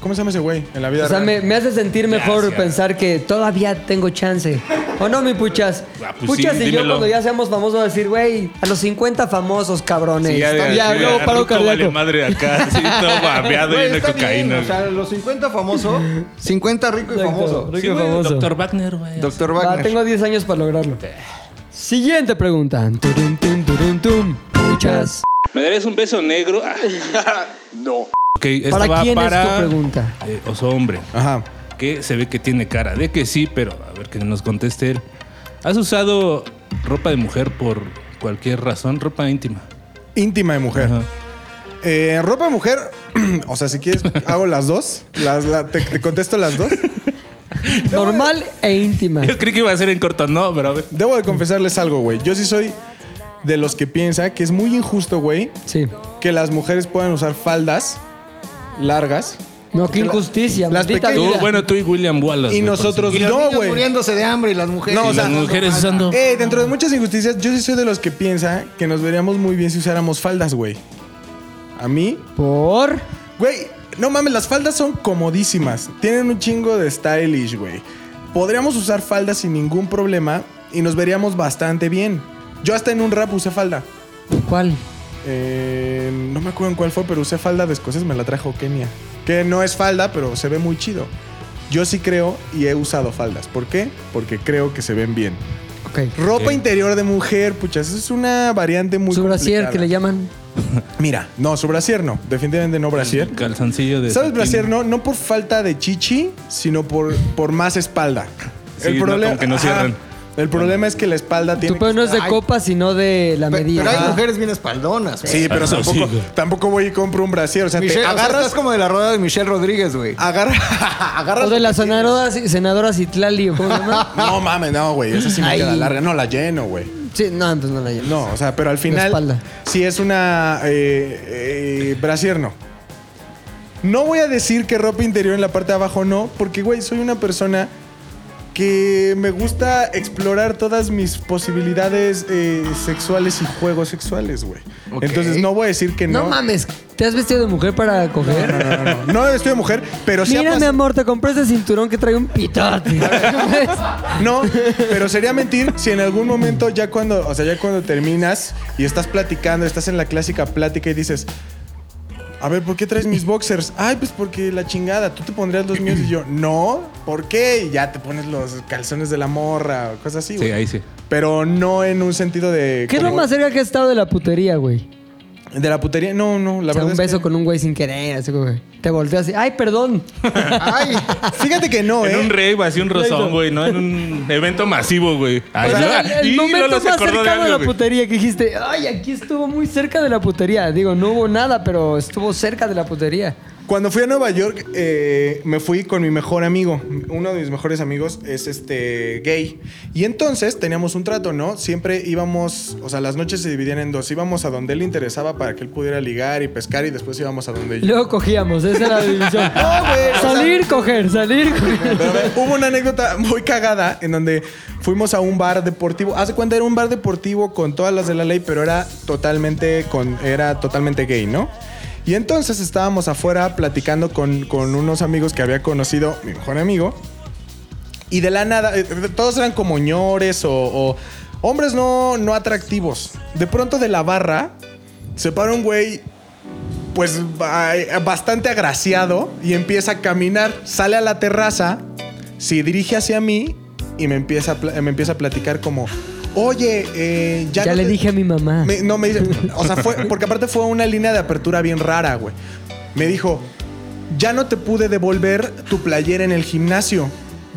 [SPEAKER 2] ¿cómo se llama ese güey en la vida
[SPEAKER 5] O sea,
[SPEAKER 2] real?
[SPEAKER 5] me, me hace sentir mejor
[SPEAKER 4] Gracias.
[SPEAKER 5] pensar que todavía tengo chance. ¿O no, mi puchas?
[SPEAKER 4] Ah, pues
[SPEAKER 5] puchas
[SPEAKER 4] sí,
[SPEAKER 5] y yo
[SPEAKER 4] dímelo.
[SPEAKER 5] cuando ya seamos famosos vamos a decir, güey, a los 50 famosos, cabrones.
[SPEAKER 4] Sí, ya, de-
[SPEAKER 5] Ya,
[SPEAKER 4] de-
[SPEAKER 5] luego
[SPEAKER 4] de-
[SPEAKER 5] paro
[SPEAKER 4] Ruco vale
[SPEAKER 5] cardíaco.
[SPEAKER 4] madre acá, sí, todo babeado
[SPEAKER 3] Güey,
[SPEAKER 4] y de
[SPEAKER 3] está bien,
[SPEAKER 4] cocaína.
[SPEAKER 3] O sea, los 50 famoso, 50 rico y
[SPEAKER 5] Exacto,
[SPEAKER 3] famoso.
[SPEAKER 5] rico y
[SPEAKER 4] Sí, güey,
[SPEAKER 5] famoso.
[SPEAKER 4] Dr. Wagner, güey.
[SPEAKER 3] Doctor
[SPEAKER 5] Va,
[SPEAKER 3] Wagner.
[SPEAKER 5] tengo 10 años para lograrlo. Siguiente pregunta. Turum, tum, turum, tum. Puchas.
[SPEAKER 4] ¿Me darías un beso negro? Ah,
[SPEAKER 9] No.
[SPEAKER 4] ok, esta
[SPEAKER 5] ¿Para
[SPEAKER 4] va
[SPEAKER 5] quién
[SPEAKER 4] para.
[SPEAKER 5] es tu pregunta?
[SPEAKER 4] eh, oso hombre,
[SPEAKER 2] Ajá.
[SPEAKER 4] que se ve que tiene cara de que sí, pero a ver que nos conteste él. ¿Has usado ropa de mujer por cualquier razón? Ropa íntima.
[SPEAKER 2] Íntima de mujer.
[SPEAKER 4] Ajá.
[SPEAKER 2] Eh, ropa de mujer, o sea, si quieres, hago las dos. Las, la- te, te contesto las dos.
[SPEAKER 5] Normal e íntima.
[SPEAKER 4] Yo creí que iba a ser en corto, no, pero a ver.
[SPEAKER 2] Debo de confesarles algo, güey. Yo sí soy de los que piensa que es muy injusto, güey,
[SPEAKER 5] Sí.
[SPEAKER 2] que las mujeres puedan usar faldas largas
[SPEAKER 5] No, qué injusticia.
[SPEAKER 2] las
[SPEAKER 5] maldita
[SPEAKER 2] pequeñas-
[SPEAKER 4] Tú,
[SPEAKER 5] vida.
[SPEAKER 4] bueno, tú y William Wallace.
[SPEAKER 2] y
[SPEAKER 4] güey,
[SPEAKER 2] nosotros
[SPEAKER 3] Y los
[SPEAKER 2] no,
[SPEAKER 3] niños
[SPEAKER 2] güey.
[SPEAKER 3] muriéndose de hambre y las mujeres.
[SPEAKER 2] No,
[SPEAKER 4] por
[SPEAKER 2] o
[SPEAKER 4] si-
[SPEAKER 2] sea,
[SPEAKER 4] las mujeres usando.
[SPEAKER 2] Eh, dentro de muchas injusticias, yo sí soy de los que piensa que nos veríamos muy bien si usáramos faldas, güey. A mí,
[SPEAKER 5] Por.
[SPEAKER 2] güey, no mames, las faldas son comodísimas. Tienen un chingo de stylish, güey. Podríamos usar faldas sin ningún problema y nos veríamos bastante bien. Yo hasta en un rap usé falda.
[SPEAKER 5] ¿Cuál?
[SPEAKER 2] Eh, no me acuerdo en cuál fue, pero usé falda de escocés, me la trajo Kenia. Que no es falda, pero se ve muy chido. Yo sí creo y he usado faldas. ¿Por qué? Porque creo que se ven bien.
[SPEAKER 5] Ok.
[SPEAKER 2] Ropa interior de mujer, puchas, es una variante muy
[SPEAKER 5] Su brasier,
[SPEAKER 2] complicada.
[SPEAKER 5] que le llaman.
[SPEAKER 2] Mira, no, su brasier no, definitivamente no brasier.
[SPEAKER 4] Calzoncillo de.
[SPEAKER 2] ¿Sabes
[SPEAKER 4] satín.
[SPEAKER 2] brasier no? No por falta de chichi, sino por, por más espalda.
[SPEAKER 4] Sí, no, como que no
[SPEAKER 2] Ajá.
[SPEAKER 4] cierran.
[SPEAKER 2] el problema es que la espalda tiene
[SPEAKER 5] Tu pedo no es de
[SPEAKER 3] Ay.
[SPEAKER 5] copa, sino de la
[SPEAKER 3] Pe- Pero,
[SPEAKER 5] medida.
[SPEAKER 3] hay
[SPEAKER 5] Ajá.
[SPEAKER 3] mujeres bien espaldonas, güey.
[SPEAKER 2] Sí, pero
[SPEAKER 4] Ah, no,
[SPEAKER 2] tampoco,
[SPEAKER 4] sí, güey.
[SPEAKER 2] tampoco voy y compro un brasier. O sea,
[SPEAKER 3] Michelle, o
[SPEAKER 2] te
[SPEAKER 3] sea,
[SPEAKER 2] agarras.
[SPEAKER 3] estás como de la rueda de Michelle Rodríguez, güey.
[SPEAKER 2] agarra- agarras
[SPEAKER 5] O de la senadora, senadora Citlali, ¿o cómo se llama?
[SPEAKER 2] No mames, no, güey. Esa sí me
[SPEAKER 5] Ay.
[SPEAKER 2] queda larga. No, la lleno, güey.
[SPEAKER 5] Sí, no, pues no la llamas.
[SPEAKER 2] No, o sea, pero al
[SPEAKER 5] La
[SPEAKER 2] final.
[SPEAKER 5] espalda.
[SPEAKER 2] Sí, es una. Eh, eh, brasier no. No voy a decir que ropa interior en la parte de abajo no, porque, güey, soy una persona que me gusta explorar todas mis posibilidades eh, sexuales y juegos sexuales, güey.
[SPEAKER 3] Ok.
[SPEAKER 2] Entonces no voy a decir que
[SPEAKER 5] No
[SPEAKER 2] no.
[SPEAKER 5] mames, ¿te has vestido de mujer para coger?
[SPEAKER 2] No, no, no, no. No estoy de mujer, pero sí ha
[SPEAKER 5] Mira,
[SPEAKER 2] pas-
[SPEAKER 5] mi amor, te compré ese cinturón que trae un pitote.
[SPEAKER 2] No, pero sería mentir si en algún momento ya cuando, o sea, ya cuando terminas y estás platicando, estás en la clásica plática y dices, a ver, ¿por qué traes mis boxers? Ay, pues porque la chingada, tú te pondrías los míos y yo, no, ¿por qué? Y ya te pones los calzones de la morra o cosas así,
[SPEAKER 4] Sí,
[SPEAKER 2] güey.
[SPEAKER 4] ahí sí.
[SPEAKER 2] Pero no en un sentido de...
[SPEAKER 5] ¿Qué es lo
[SPEAKER 2] como-
[SPEAKER 5] más cerca que has estado de la putería, güey?
[SPEAKER 2] De la putería, no, no, la
[SPEAKER 5] O sea,
[SPEAKER 2] verdad
[SPEAKER 5] un
[SPEAKER 2] es
[SPEAKER 5] beso
[SPEAKER 2] que-
[SPEAKER 5] con un güey sin querer, así como que te volteas y, ay, perdón.
[SPEAKER 3] Ay,
[SPEAKER 2] Fíjate que no,
[SPEAKER 4] En
[SPEAKER 2] ¿eh?
[SPEAKER 4] un rave, así un rozón, güey, ¿no? En un evento masivo, güey. Ay,
[SPEAKER 5] O sea,
[SPEAKER 4] ah,
[SPEAKER 5] el, el
[SPEAKER 4] y
[SPEAKER 5] momento
[SPEAKER 4] Lola se
[SPEAKER 5] más
[SPEAKER 4] acordó de
[SPEAKER 5] cercano a la
[SPEAKER 4] algo, güey.
[SPEAKER 5] putería que dijiste, ay, aquí estuvo muy cerca de la putería. Digo, no hubo nada, pero estuvo cerca de la putería.
[SPEAKER 2] Cuando fui a Nueva York, eh, me fui con mi mejor amigo. Uno de mis mejores amigos es este gay. Y entonces teníamos un trato, ¿no? Siempre íbamos, o sea, las noches se dividían en dos. Íbamos a donde él le interesaba para que él pudiera ligar y pescar y después íbamos a donde yo.
[SPEAKER 5] Luego cogíamos, esa era la división. salir, coger, salir, coger.
[SPEAKER 2] Pero, a ver, hubo una anécdota muy cagada en donde fuimos a un bar deportivo. Hace cuenta era un bar deportivo con todas las de la ley, pero era totalmente con era totalmente gay, ¿no? Y entonces estábamos afuera platicando con, con unos amigos que había conocido mi mejor amigo. Y de la nada, eh, todos eran como ñores o, o hombres no, no atractivos. De pronto de la barra se para un güey pues ba- bastante agraciado y empieza a caminar, sale a la terraza, se dirige hacia mí y me empieza a, pla- me empieza a platicar como, oye, eh, ya,
[SPEAKER 5] Ya,
[SPEAKER 2] no
[SPEAKER 5] le
[SPEAKER 2] te-
[SPEAKER 5] dije a mi mamá.
[SPEAKER 2] me- no, me dice, o sea, fue, porque aparte fue una línea de apertura bien rara, güey. Me dijo, ya no te pude devolver tu playera en el gimnasio.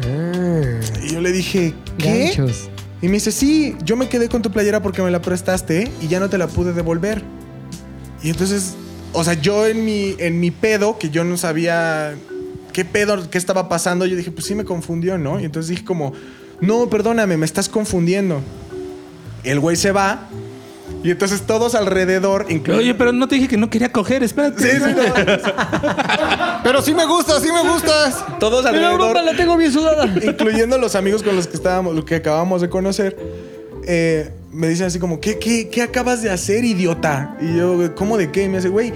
[SPEAKER 5] Ah,
[SPEAKER 2] Y yo le dije, ¿qué?
[SPEAKER 5] ganchos.
[SPEAKER 2] Y me dice, sí, yo me quedé con tu playera porque me la prestaste ¿eh? y ya no te la pude devolver. Y entonces, o sea, yo en mi, en mi pedo, que yo no sabía qué pedo, qué estaba pasando, yo dije, pues sí me confundió, ¿no? Y entonces dije como, no, perdóname, me estás confundiendo. El güey se va y entonces todos alrededor, incluido...
[SPEAKER 4] Oye, pero no te dije que no quería coger, espérate.
[SPEAKER 2] Sí, sí, no.
[SPEAKER 3] pero sí me gusta, sí me gustas.
[SPEAKER 2] todos
[SPEAKER 5] Pero
[SPEAKER 2] alrededor...
[SPEAKER 5] Europa la tengo bien sudada.
[SPEAKER 2] incluyendo los amigos con los que estábamos, los que acabamos de conocer, eh, me dicen así como, ¿Qué, qué, qué acabas de hacer, idiota? Y yo, ¿cómo de qué? Y me dice, güey,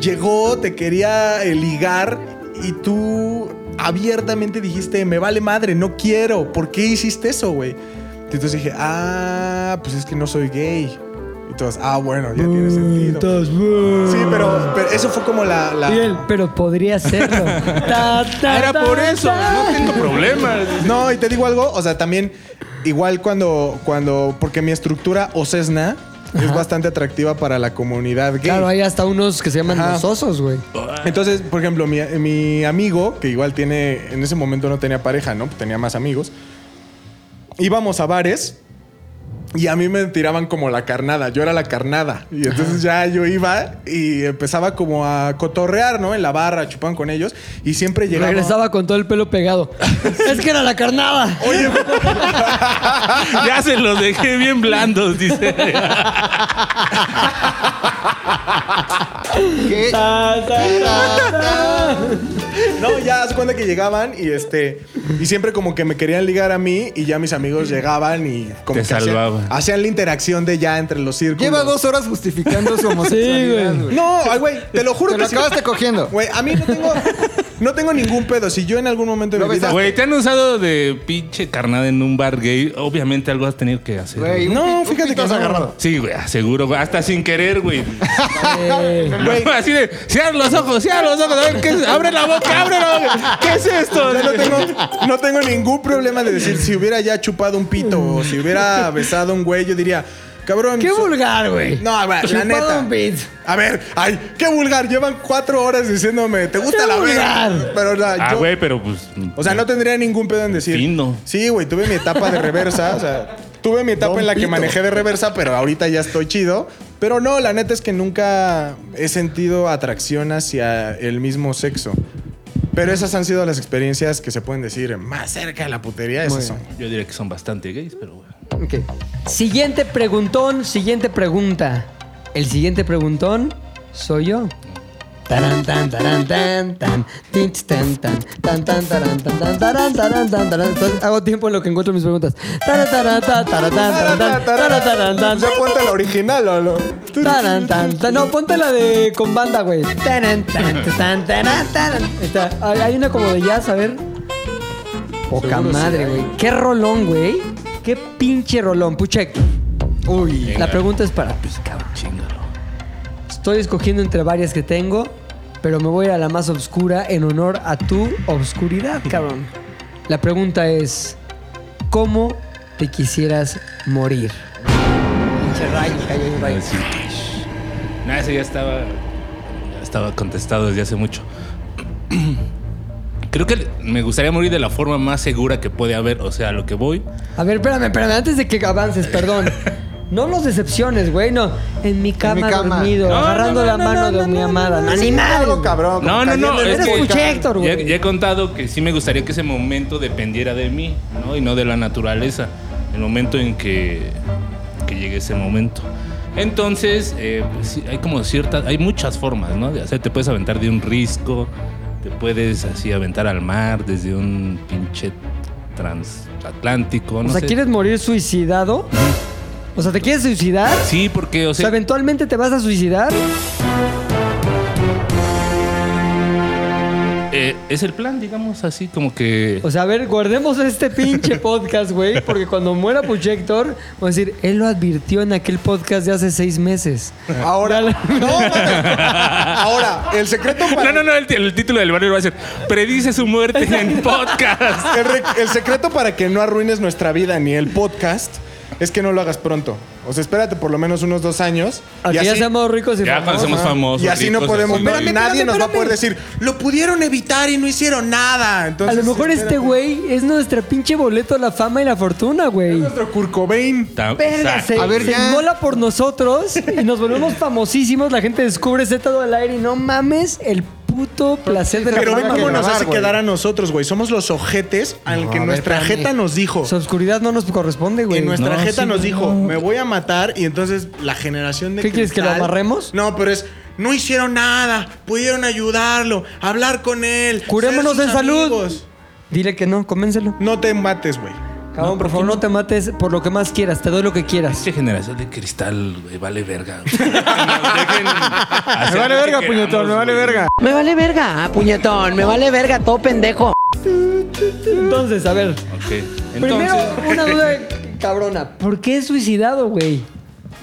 [SPEAKER 2] llegó, te quería eh, ligar y tú abiertamente dijiste, me vale madre, no quiero. ¿Por qué hiciste eso, güey? Y Entonces dije, ah, pues es que no soy gay. Y todos, ah, bueno, ya tiene sentido. Sí, pero, pero eso fue como la... la-
[SPEAKER 5] Y él, pero podría serlo. Ta, ta,
[SPEAKER 4] Era
[SPEAKER 5] ta,
[SPEAKER 4] por eso, no
[SPEAKER 5] ta.
[SPEAKER 4] tengo problemas.
[SPEAKER 2] No, y te digo algo, o sea, también igual cuando, cuando porque mi estructura Ocesna es bastante atractiva para la comunidad gay.
[SPEAKER 5] Claro, hay hasta unos que se llaman
[SPEAKER 2] Ajá.
[SPEAKER 5] los osos, güey.
[SPEAKER 2] Entonces, por ejemplo, mi, mi amigo, que igual tiene, en ese momento no tenía pareja, ¿no? Tenía más amigos. Íbamos a bares y a mí me tiraban como la carnada, yo era la carnada. Y entonces ya yo iba y empezaba como a cotorrear, ¿no? En la barra, chupaban con ellos y siempre llegaba...
[SPEAKER 5] Regresaba con todo el pelo pegado. es que era la carnada.
[SPEAKER 2] Oye,
[SPEAKER 4] Ya se los dejé bien blandos, dice.
[SPEAKER 3] ¿Qué?
[SPEAKER 5] Ta, ta, ta, ta.
[SPEAKER 2] No, ya se cuenta que llegaban y este. Y siempre como que me querían ligar a mí y ya mis amigos llegaban y como
[SPEAKER 4] Te
[SPEAKER 2] que hacían-
[SPEAKER 4] salvaban.
[SPEAKER 2] Hacían, la interacción de ya entre los círculos.
[SPEAKER 3] Lleva dos horas justificando su homosexualidad,
[SPEAKER 5] Sí, güey.
[SPEAKER 3] güey.
[SPEAKER 2] No, ay, güey, te lo juro
[SPEAKER 3] Te
[SPEAKER 2] que
[SPEAKER 3] lo
[SPEAKER 2] sí.
[SPEAKER 3] acabaste cogiendo.
[SPEAKER 2] Güey, a mí no tengo. No tengo ningún pedo. Si yo en algún momento de
[SPEAKER 3] No
[SPEAKER 2] mi vida.
[SPEAKER 4] Güey, te han usado de pinche carnada en un bar gay. Obviamente algo has tenido que hacer.
[SPEAKER 3] Güey, un
[SPEAKER 2] No,
[SPEAKER 3] pi- un
[SPEAKER 2] fíjate que
[SPEAKER 3] pito has
[SPEAKER 2] no.
[SPEAKER 3] agarrado.
[SPEAKER 4] Sí, güey, seguro, güey. Hasta sin querer, güey.
[SPEAKER 5] Eh,
[SPEAKER 4] Güey. Así de, cierra los ojos, cierra los ojos. A ver, ¿qué es? Abre la boca, abre la boca. ¿Qué es esto?
[SPEAKER 2] Yo no tengo, no tengo ningún problema de decir si hubiera ya chupado un pito o si hubiera besado a un güey, yo diría, cabrón.
[SPEAKER 5] qué
[SPEAKER 2] so-
[SPEAKER 5] vulgar, güey.
[SPEAKER 2] No, güey, la
[SPEAKER 5] Chupado
[SPEAKER 2] neta.
[SPEAKER 5] un pito.
[SPEAKER 2] A ver, ay, qué vulgar. Llevan cuatro horas diciéndome, ¿te gusta
[SPEAKER 5] Qué
[SPEAKER 2] la verga?
[SPEAKER 5] vulgar.
[SPEAKER 2] Pero la,
[SPEAKER 4] Ah,
[SPEAKER 2] yo-
[SPEAKER 4] güey, pero pues.
[SPEAKER 2] O sea, no tendría ningún pedo en decir.
[SPEAKER 4] Fino.
[SPEAKER 2] Sí, güey, tuve mi etapa de reversa. o sea, tuve mi etapa en la que manejé de reversa, pero ahorita ya estoy chido. Pero no, la neta es que nunca he sentido atracción hacia el mismo sexo. Pero esas han sido las experiencias que se pueden decir más cerca de la putería. Esas son.
[SPEAKER 4] Yo diría que son bastante gays, pero güey.
[SPEAKER 5] Ok. Siguiente preguntón, siguiente pregunta. El siguiente preguntón soy yo. Tarán, tan, tarán, tan, tan, tin, tz, tan, tan, tan, tan, tarán, tan, tan, tarán, tarán, tan, tarán. Entonces, Hago tiempo en lo que encuentro mis preguntas. Tarán, tarán, ta, tarán, tan, tarán, tarán, tarán, tan,
[SPEAKER 2] Ya ponte la original, Lolo.
[SPEAKER 5] tarán, tan, tan. No, ponte la de con banda, güey. Tarán, tan, tan, tarán, tarán. Ahí está. Hay hay una como de jazz, a ver. Poca madre, güey. Qué rolón, güey. Qué pinche rolón, Puchecto. Uy, la pregunta es para ti, cabrón. Estoy escogiendo entre varias que tengo, pero me voy a la más oscura en honor a tu obscuridad, cabrón. La pregunta es, ¿cómo te quisieras morir? Pinche rayo, cayó un rayo.
[SPEAKER 4] Nada, ese ya estaba. Ya estaba contestado desde hace mucho. Creo que me gustaría morir de la forma más segura que puede haber. O sea, a lo que voy.
[SPEAKER 5] A ver, espérame, espérame, antes de que avances, perdón. No los decepciones, güey, no. En mi cama,
[SPEAKER 3] cama.
[SPEAKER 5] dormido,
[SPEAKER 4] No,
[SPEAKER 5] agarrando
[SPEAKER 4] no,
[SPEAKER 5] la
[SPEAKER 4] no,
[SPEAKER 5] mano
[SPEAKER 4] no,
[SPEAKER 5] de
[SPEAKER 4] no,
[SPEAKER 5] mi
[SPEAKER 4] no,
[SPEAKER 5] amada. No, ni madre.
[SPEAKER 3] Algo cabrón.
[SPEAKER 4] No,
[SPEAKER 3] como
[SPEAKER 4] no, no.
[SPEAKER 3] cayendo en
[SPEAKER 4] es
[SPEAKER 5] Eres
[SPEAKER 4] que-
[SPEAKER 5] Puchector,
[SPEAKER 4] ya,
[SPEAKER 5] güey.
[SPEAKER 4] ya he contado que sí me gustaría que ese momento dependiera de mí, ¿no? Y no de la naturaleza. El momento en que, que llegue ese momento. Entonces, eh, pues, sí, hay como ciertas, hay muchas formas, ¿no? De hacer, te puedes aventar de un risco, te puedes así aventar al mar desde un pinche transatlántico, no
[SPEAKER 5] O sea,
[SPEAKER 4] sé.
[SPEAKER 5] ¿quieres morir suicidado? O sea, ¿te quieres suicidar?
[SPEAKER 4] Sí, porque, o
[SPEAKER 5] O sea,
[SPEAKER 4] sea,
[SPEAKER 5] eventualmente te vas a suicidar.
[SPEAKER 4] eh, es el plan, digamos así, como que...
[SPEAKER 5] O sea, a ver, guardemos este pinche podcast, güey, porque cuando muera Puchector, vamos a decir, él lo advirtió en aquel podcast de hace seis meses.
[SPEAKER 2] Ahora.
[SPEAKER 5] Dale.
[SPEAKER 2] No, mames. Ahora, el secreto para.
[SPEAKER 4] No, no, no, el, el título del barrio va a ser Predice su muerte en podcast.
[SPEAKER 2] El, re- el secreto para que no arruines nuestra vida ni el podcast es que no lo hagas pronto. O sea, espérate por lo menos unos dos años.
[SPEAKER 5] Aquí
[SPEAKER 2] Y
[SPEAKER 5] ya
[SPEAKER 2] así,
[SPEAKER 5] seamos ricos y
[SPEAKER 4] Ya
[SPEAKER 5] famosos.
[SPEAKER 4] cuando somos famosos.
[SPEAKER 2] y así no
[SPEAKER 4] ricos,
[SPEAKER 2] podemos.
[SPEAKER 4] así, ¿no?
[SPEAKER 2] nadie nos va a poder decir, lo pudieron evitar y no hicieron nada.
[SPEAKER 5] A
[SPEAKER 2] Entonces,
[SPEAKER 5] lo mejor este güey es nuestro pinche boleto a la fama y la fortuna, güey.
[SPEAKER 2] Nuestro Kurt Cobain.
[SPEAKER 4] Ta-
[SPEAKER 5] Verga, se,
[SPEAKER 4] exacto.
[SPEAKER 3] A ver,
[SPEAKER 5] se
[SPEAKER 3] ya.
[SPEAKER 5] inmola por nosotros y nos volvemos famosísimos. La gente descubre Z todo al aire y no mames el puto placer de la
[SPEAKER 2] Pero
[SPEAKER 5] fama.
[SPEAKER 2] ven
[SPEAKER 5] que
[SPEAKER 2] cómo
[SPEAKER 5] nos
[SPEAKER 2] nos
[SPEAKER 5] da.
[SPEAKER 2] hace
[SPEAKER 3] güey.
[SPEAKER 2] quedar a nosotros, güey. Somos los ojetes al que
[SPEAKER 3] a ver,
[SPEAKER 2] nuestra
[SPEAKER 3] espérame.
[SPEAKER 2] jeta nos dijo.
[SPEAKER 5] Su obscuridad no nos corresponde, güey.
[SPEAKER 2] Y nuestra
[SPEAKER 4] No,
[SPEAKER 2] jeta
[SPEAKER 4] sí,
[SPEAKER 2] nos
[SPEAKER 4] no.
[SPEAKER 2] dijo, me voy a matar. Y entonces la generación de
[SPEAKER 5] ¿Qué quieres, que lo
[SPEAKER 2] cristal-
[SPEAKER 5] amarremos?
[SPEAKER 2] No, pero es, no hicieron nada. Pudieron ayudarlo, hablar con él.
[SPEAKER 5] Curémonos
[SPEAKER 2] ser
[SPEAKER 5] en
[SPEAKER 2] sus
[SPEAKER 5] salud.
[SPEAKER 2] amigos".
[SPEAKER 5] Dile que no, convéncelo.
[SPEAKER 2] No te mates, güey.
[SPEAKER 5] Cabrón, por favor, no te mates por lo que más quieras. Te doy lo que quieras.
[SPEAKER 4] Pinche generación de cristal, güey, vale verga. güey. Nos dejen hacer
[SPEAKER 3] Me vale
[SPEAKER 4] lo que
[SPEAKER 3] verga,
[SPEAKER 4] queramos,
[SPEAKER 3] puñetón, me vale
[SPEAKER 4] güey.
[SPEAKER 3] verga.
[SPEAKER 10] Me vale verga, ah, puñetón. Me vale verga, todo pendejo.
[SPEAKER 5] Entonces, a ver.
[SPEAKER 4] Ok. Entonces,
[SPEAKER 5] Primero, una duda cabrona. ¿Por qué es suicidado, güey?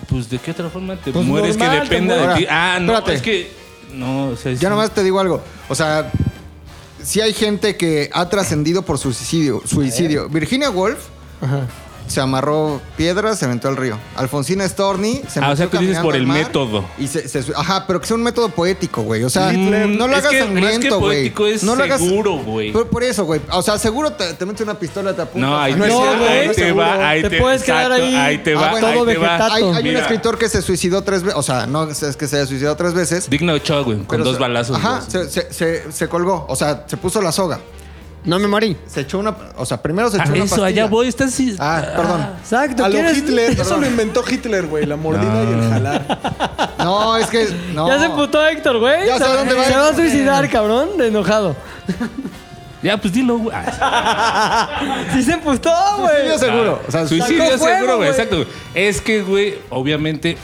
[SPEAKER 4] pues de qué otra forma te
[SPEAKER 5] Pues
[SPEAKER 4] mueres
[SPEAKER 5] normal,
[SPEAKER 4] que dependa
[SPEAKER 5] te
[SPEAKER 4] de
[SPEAKER 3] mueres.
[SPEAKER 4] ti. Ah, no,
[SPEAKER 3] Espérate.
[SPEAKER 4] es que. No, o sea,
[SPEAKER 3] Ya
[SPEAKER 4] sí.
[SPEAKER 3] nomás te digo algo. O sea, si hay gente que ha trascendido por suicidio.
[SPEAKER 5] Eh.
[SPEAKER 3] suicidio. Virginia Woolf se amarró piedras, se aventó al río. Alfonsina Storni se
[SPEAKER 4] Ah, o sea,
[SPEAKER 3] metió
[SPEAKER 4] tú dices
[SPEAKER 3] caminando
[SPEAKER 4] por
[SPEAKER 3] al
[SPEAKER 4] el
[SPEAKER 3] mar
[SPEAKER 4] método.
[SPEAKER 3] Y se- se- ajá, pero que sea un método poético, güey. O sea,
[SPEAKER 4] Hitler.
[SPEAKER 3] no lo
[SPEAKER 4] Es
[SPEAKER 3] hagas
[SPEAKER 4] que más que
[SPEAKER 3] sangriento, güey.
[SPEAKER 4] poético es
[SPEAKER 3] no lo
[SPEAKER 4] seguro, güey.
[SPEAKER 3] Por, por eso, güey. O sea, seguro te, te metes una pistola, te apuntas.
[SPEAKER 4] No, ahí
[SPEAKER 3] Ah,
[SPEAKER 4] te,
[SPEAKER 5] No,
[SPEAKER 4] va,
[SPEAKER 5] güey.
[SPEAKER 4] ahí te va, ahí
[SPEAKER 5] Te
[SPEAKER 4] te
[SPEAKER 5] puedes quedar ahí.
[SPEAKER 4] ahí te
[SPEAKER 3] Ah,
[SPEAKER 4] va,
[SPEAKER 3] bueno,
[SPEAKER 4] ahí
[SPEAKER 5] todo
[SPEAKER 4] te va.
[SPEAKER 5] vegetato.
[SPEAKER 3] Hay, hay un
[SPEAKER 4] Mira.
[SPEAKER 3] escritor que se suicidó tres veces. O sea, no es que se haya suicidado tres veces.
[SPEAKER 4] Digno Ochoa, güey, con
[SPEAKER 3] pero
[SPEAKER 4] dos
[SPEAKER 3] se-
[SPEAKER 4] balazos.
[SPEAKER 3] Ajá, se,
[SPEAKER 4] güey.
[SPEAKER 3] se- se- se colgó. O sea, se puso la soga.
[SPEAKER 5] No me morí.
[SPEAKER 3] Se echó una. O sea, primero se
[SPEAKER 4] Ah,
[SPEAKER 3] echó una
[SPEAKER 4] eso, allá
[SPEAKER 3] pastilla.
[SPEAKER 4] voy, estás. sí.
[SPEAKER 3] Ah, perdón.
[SPEAKER 5] Exacto.
[SPEAKER 2] A lo
[SPEAKER 5] ¿quieres-
[SPEAKER 2] Hitler. Eso lo inventó Hitler, güey. La mordida y el jalar.
[SPEAKER 3] No, es que. No.
[SPEAKER 5] Ya se emputó Héctor, güey.
[SPEAKER 3] Ya
[SPEAKER 5] Se-
[SPEAKER 3] sé dónde va
[SPEAKER 5] Se va a
[SPEAKER 3] Héctor.
[SPEAKER 5] suicidar, cabrón, de enojado.
[SPEAKER 4] Ya, pues dilo, güey. Ah,
[SPEAKER 5] Sí se emputó,
[SPEAKER 3] Sí, yo
[SPEAKER 5] güey.
[SPEAKER 3] seguro. O sea,
[SPEAKER 4] Suicidio
[SPEAKER 5] sacó fuego,
[SPEAKER 4] seguro,
[SPEAKER 5] güey.
[SPEAKER 4] güey. Exacto. güey. Es que, güey, obviamente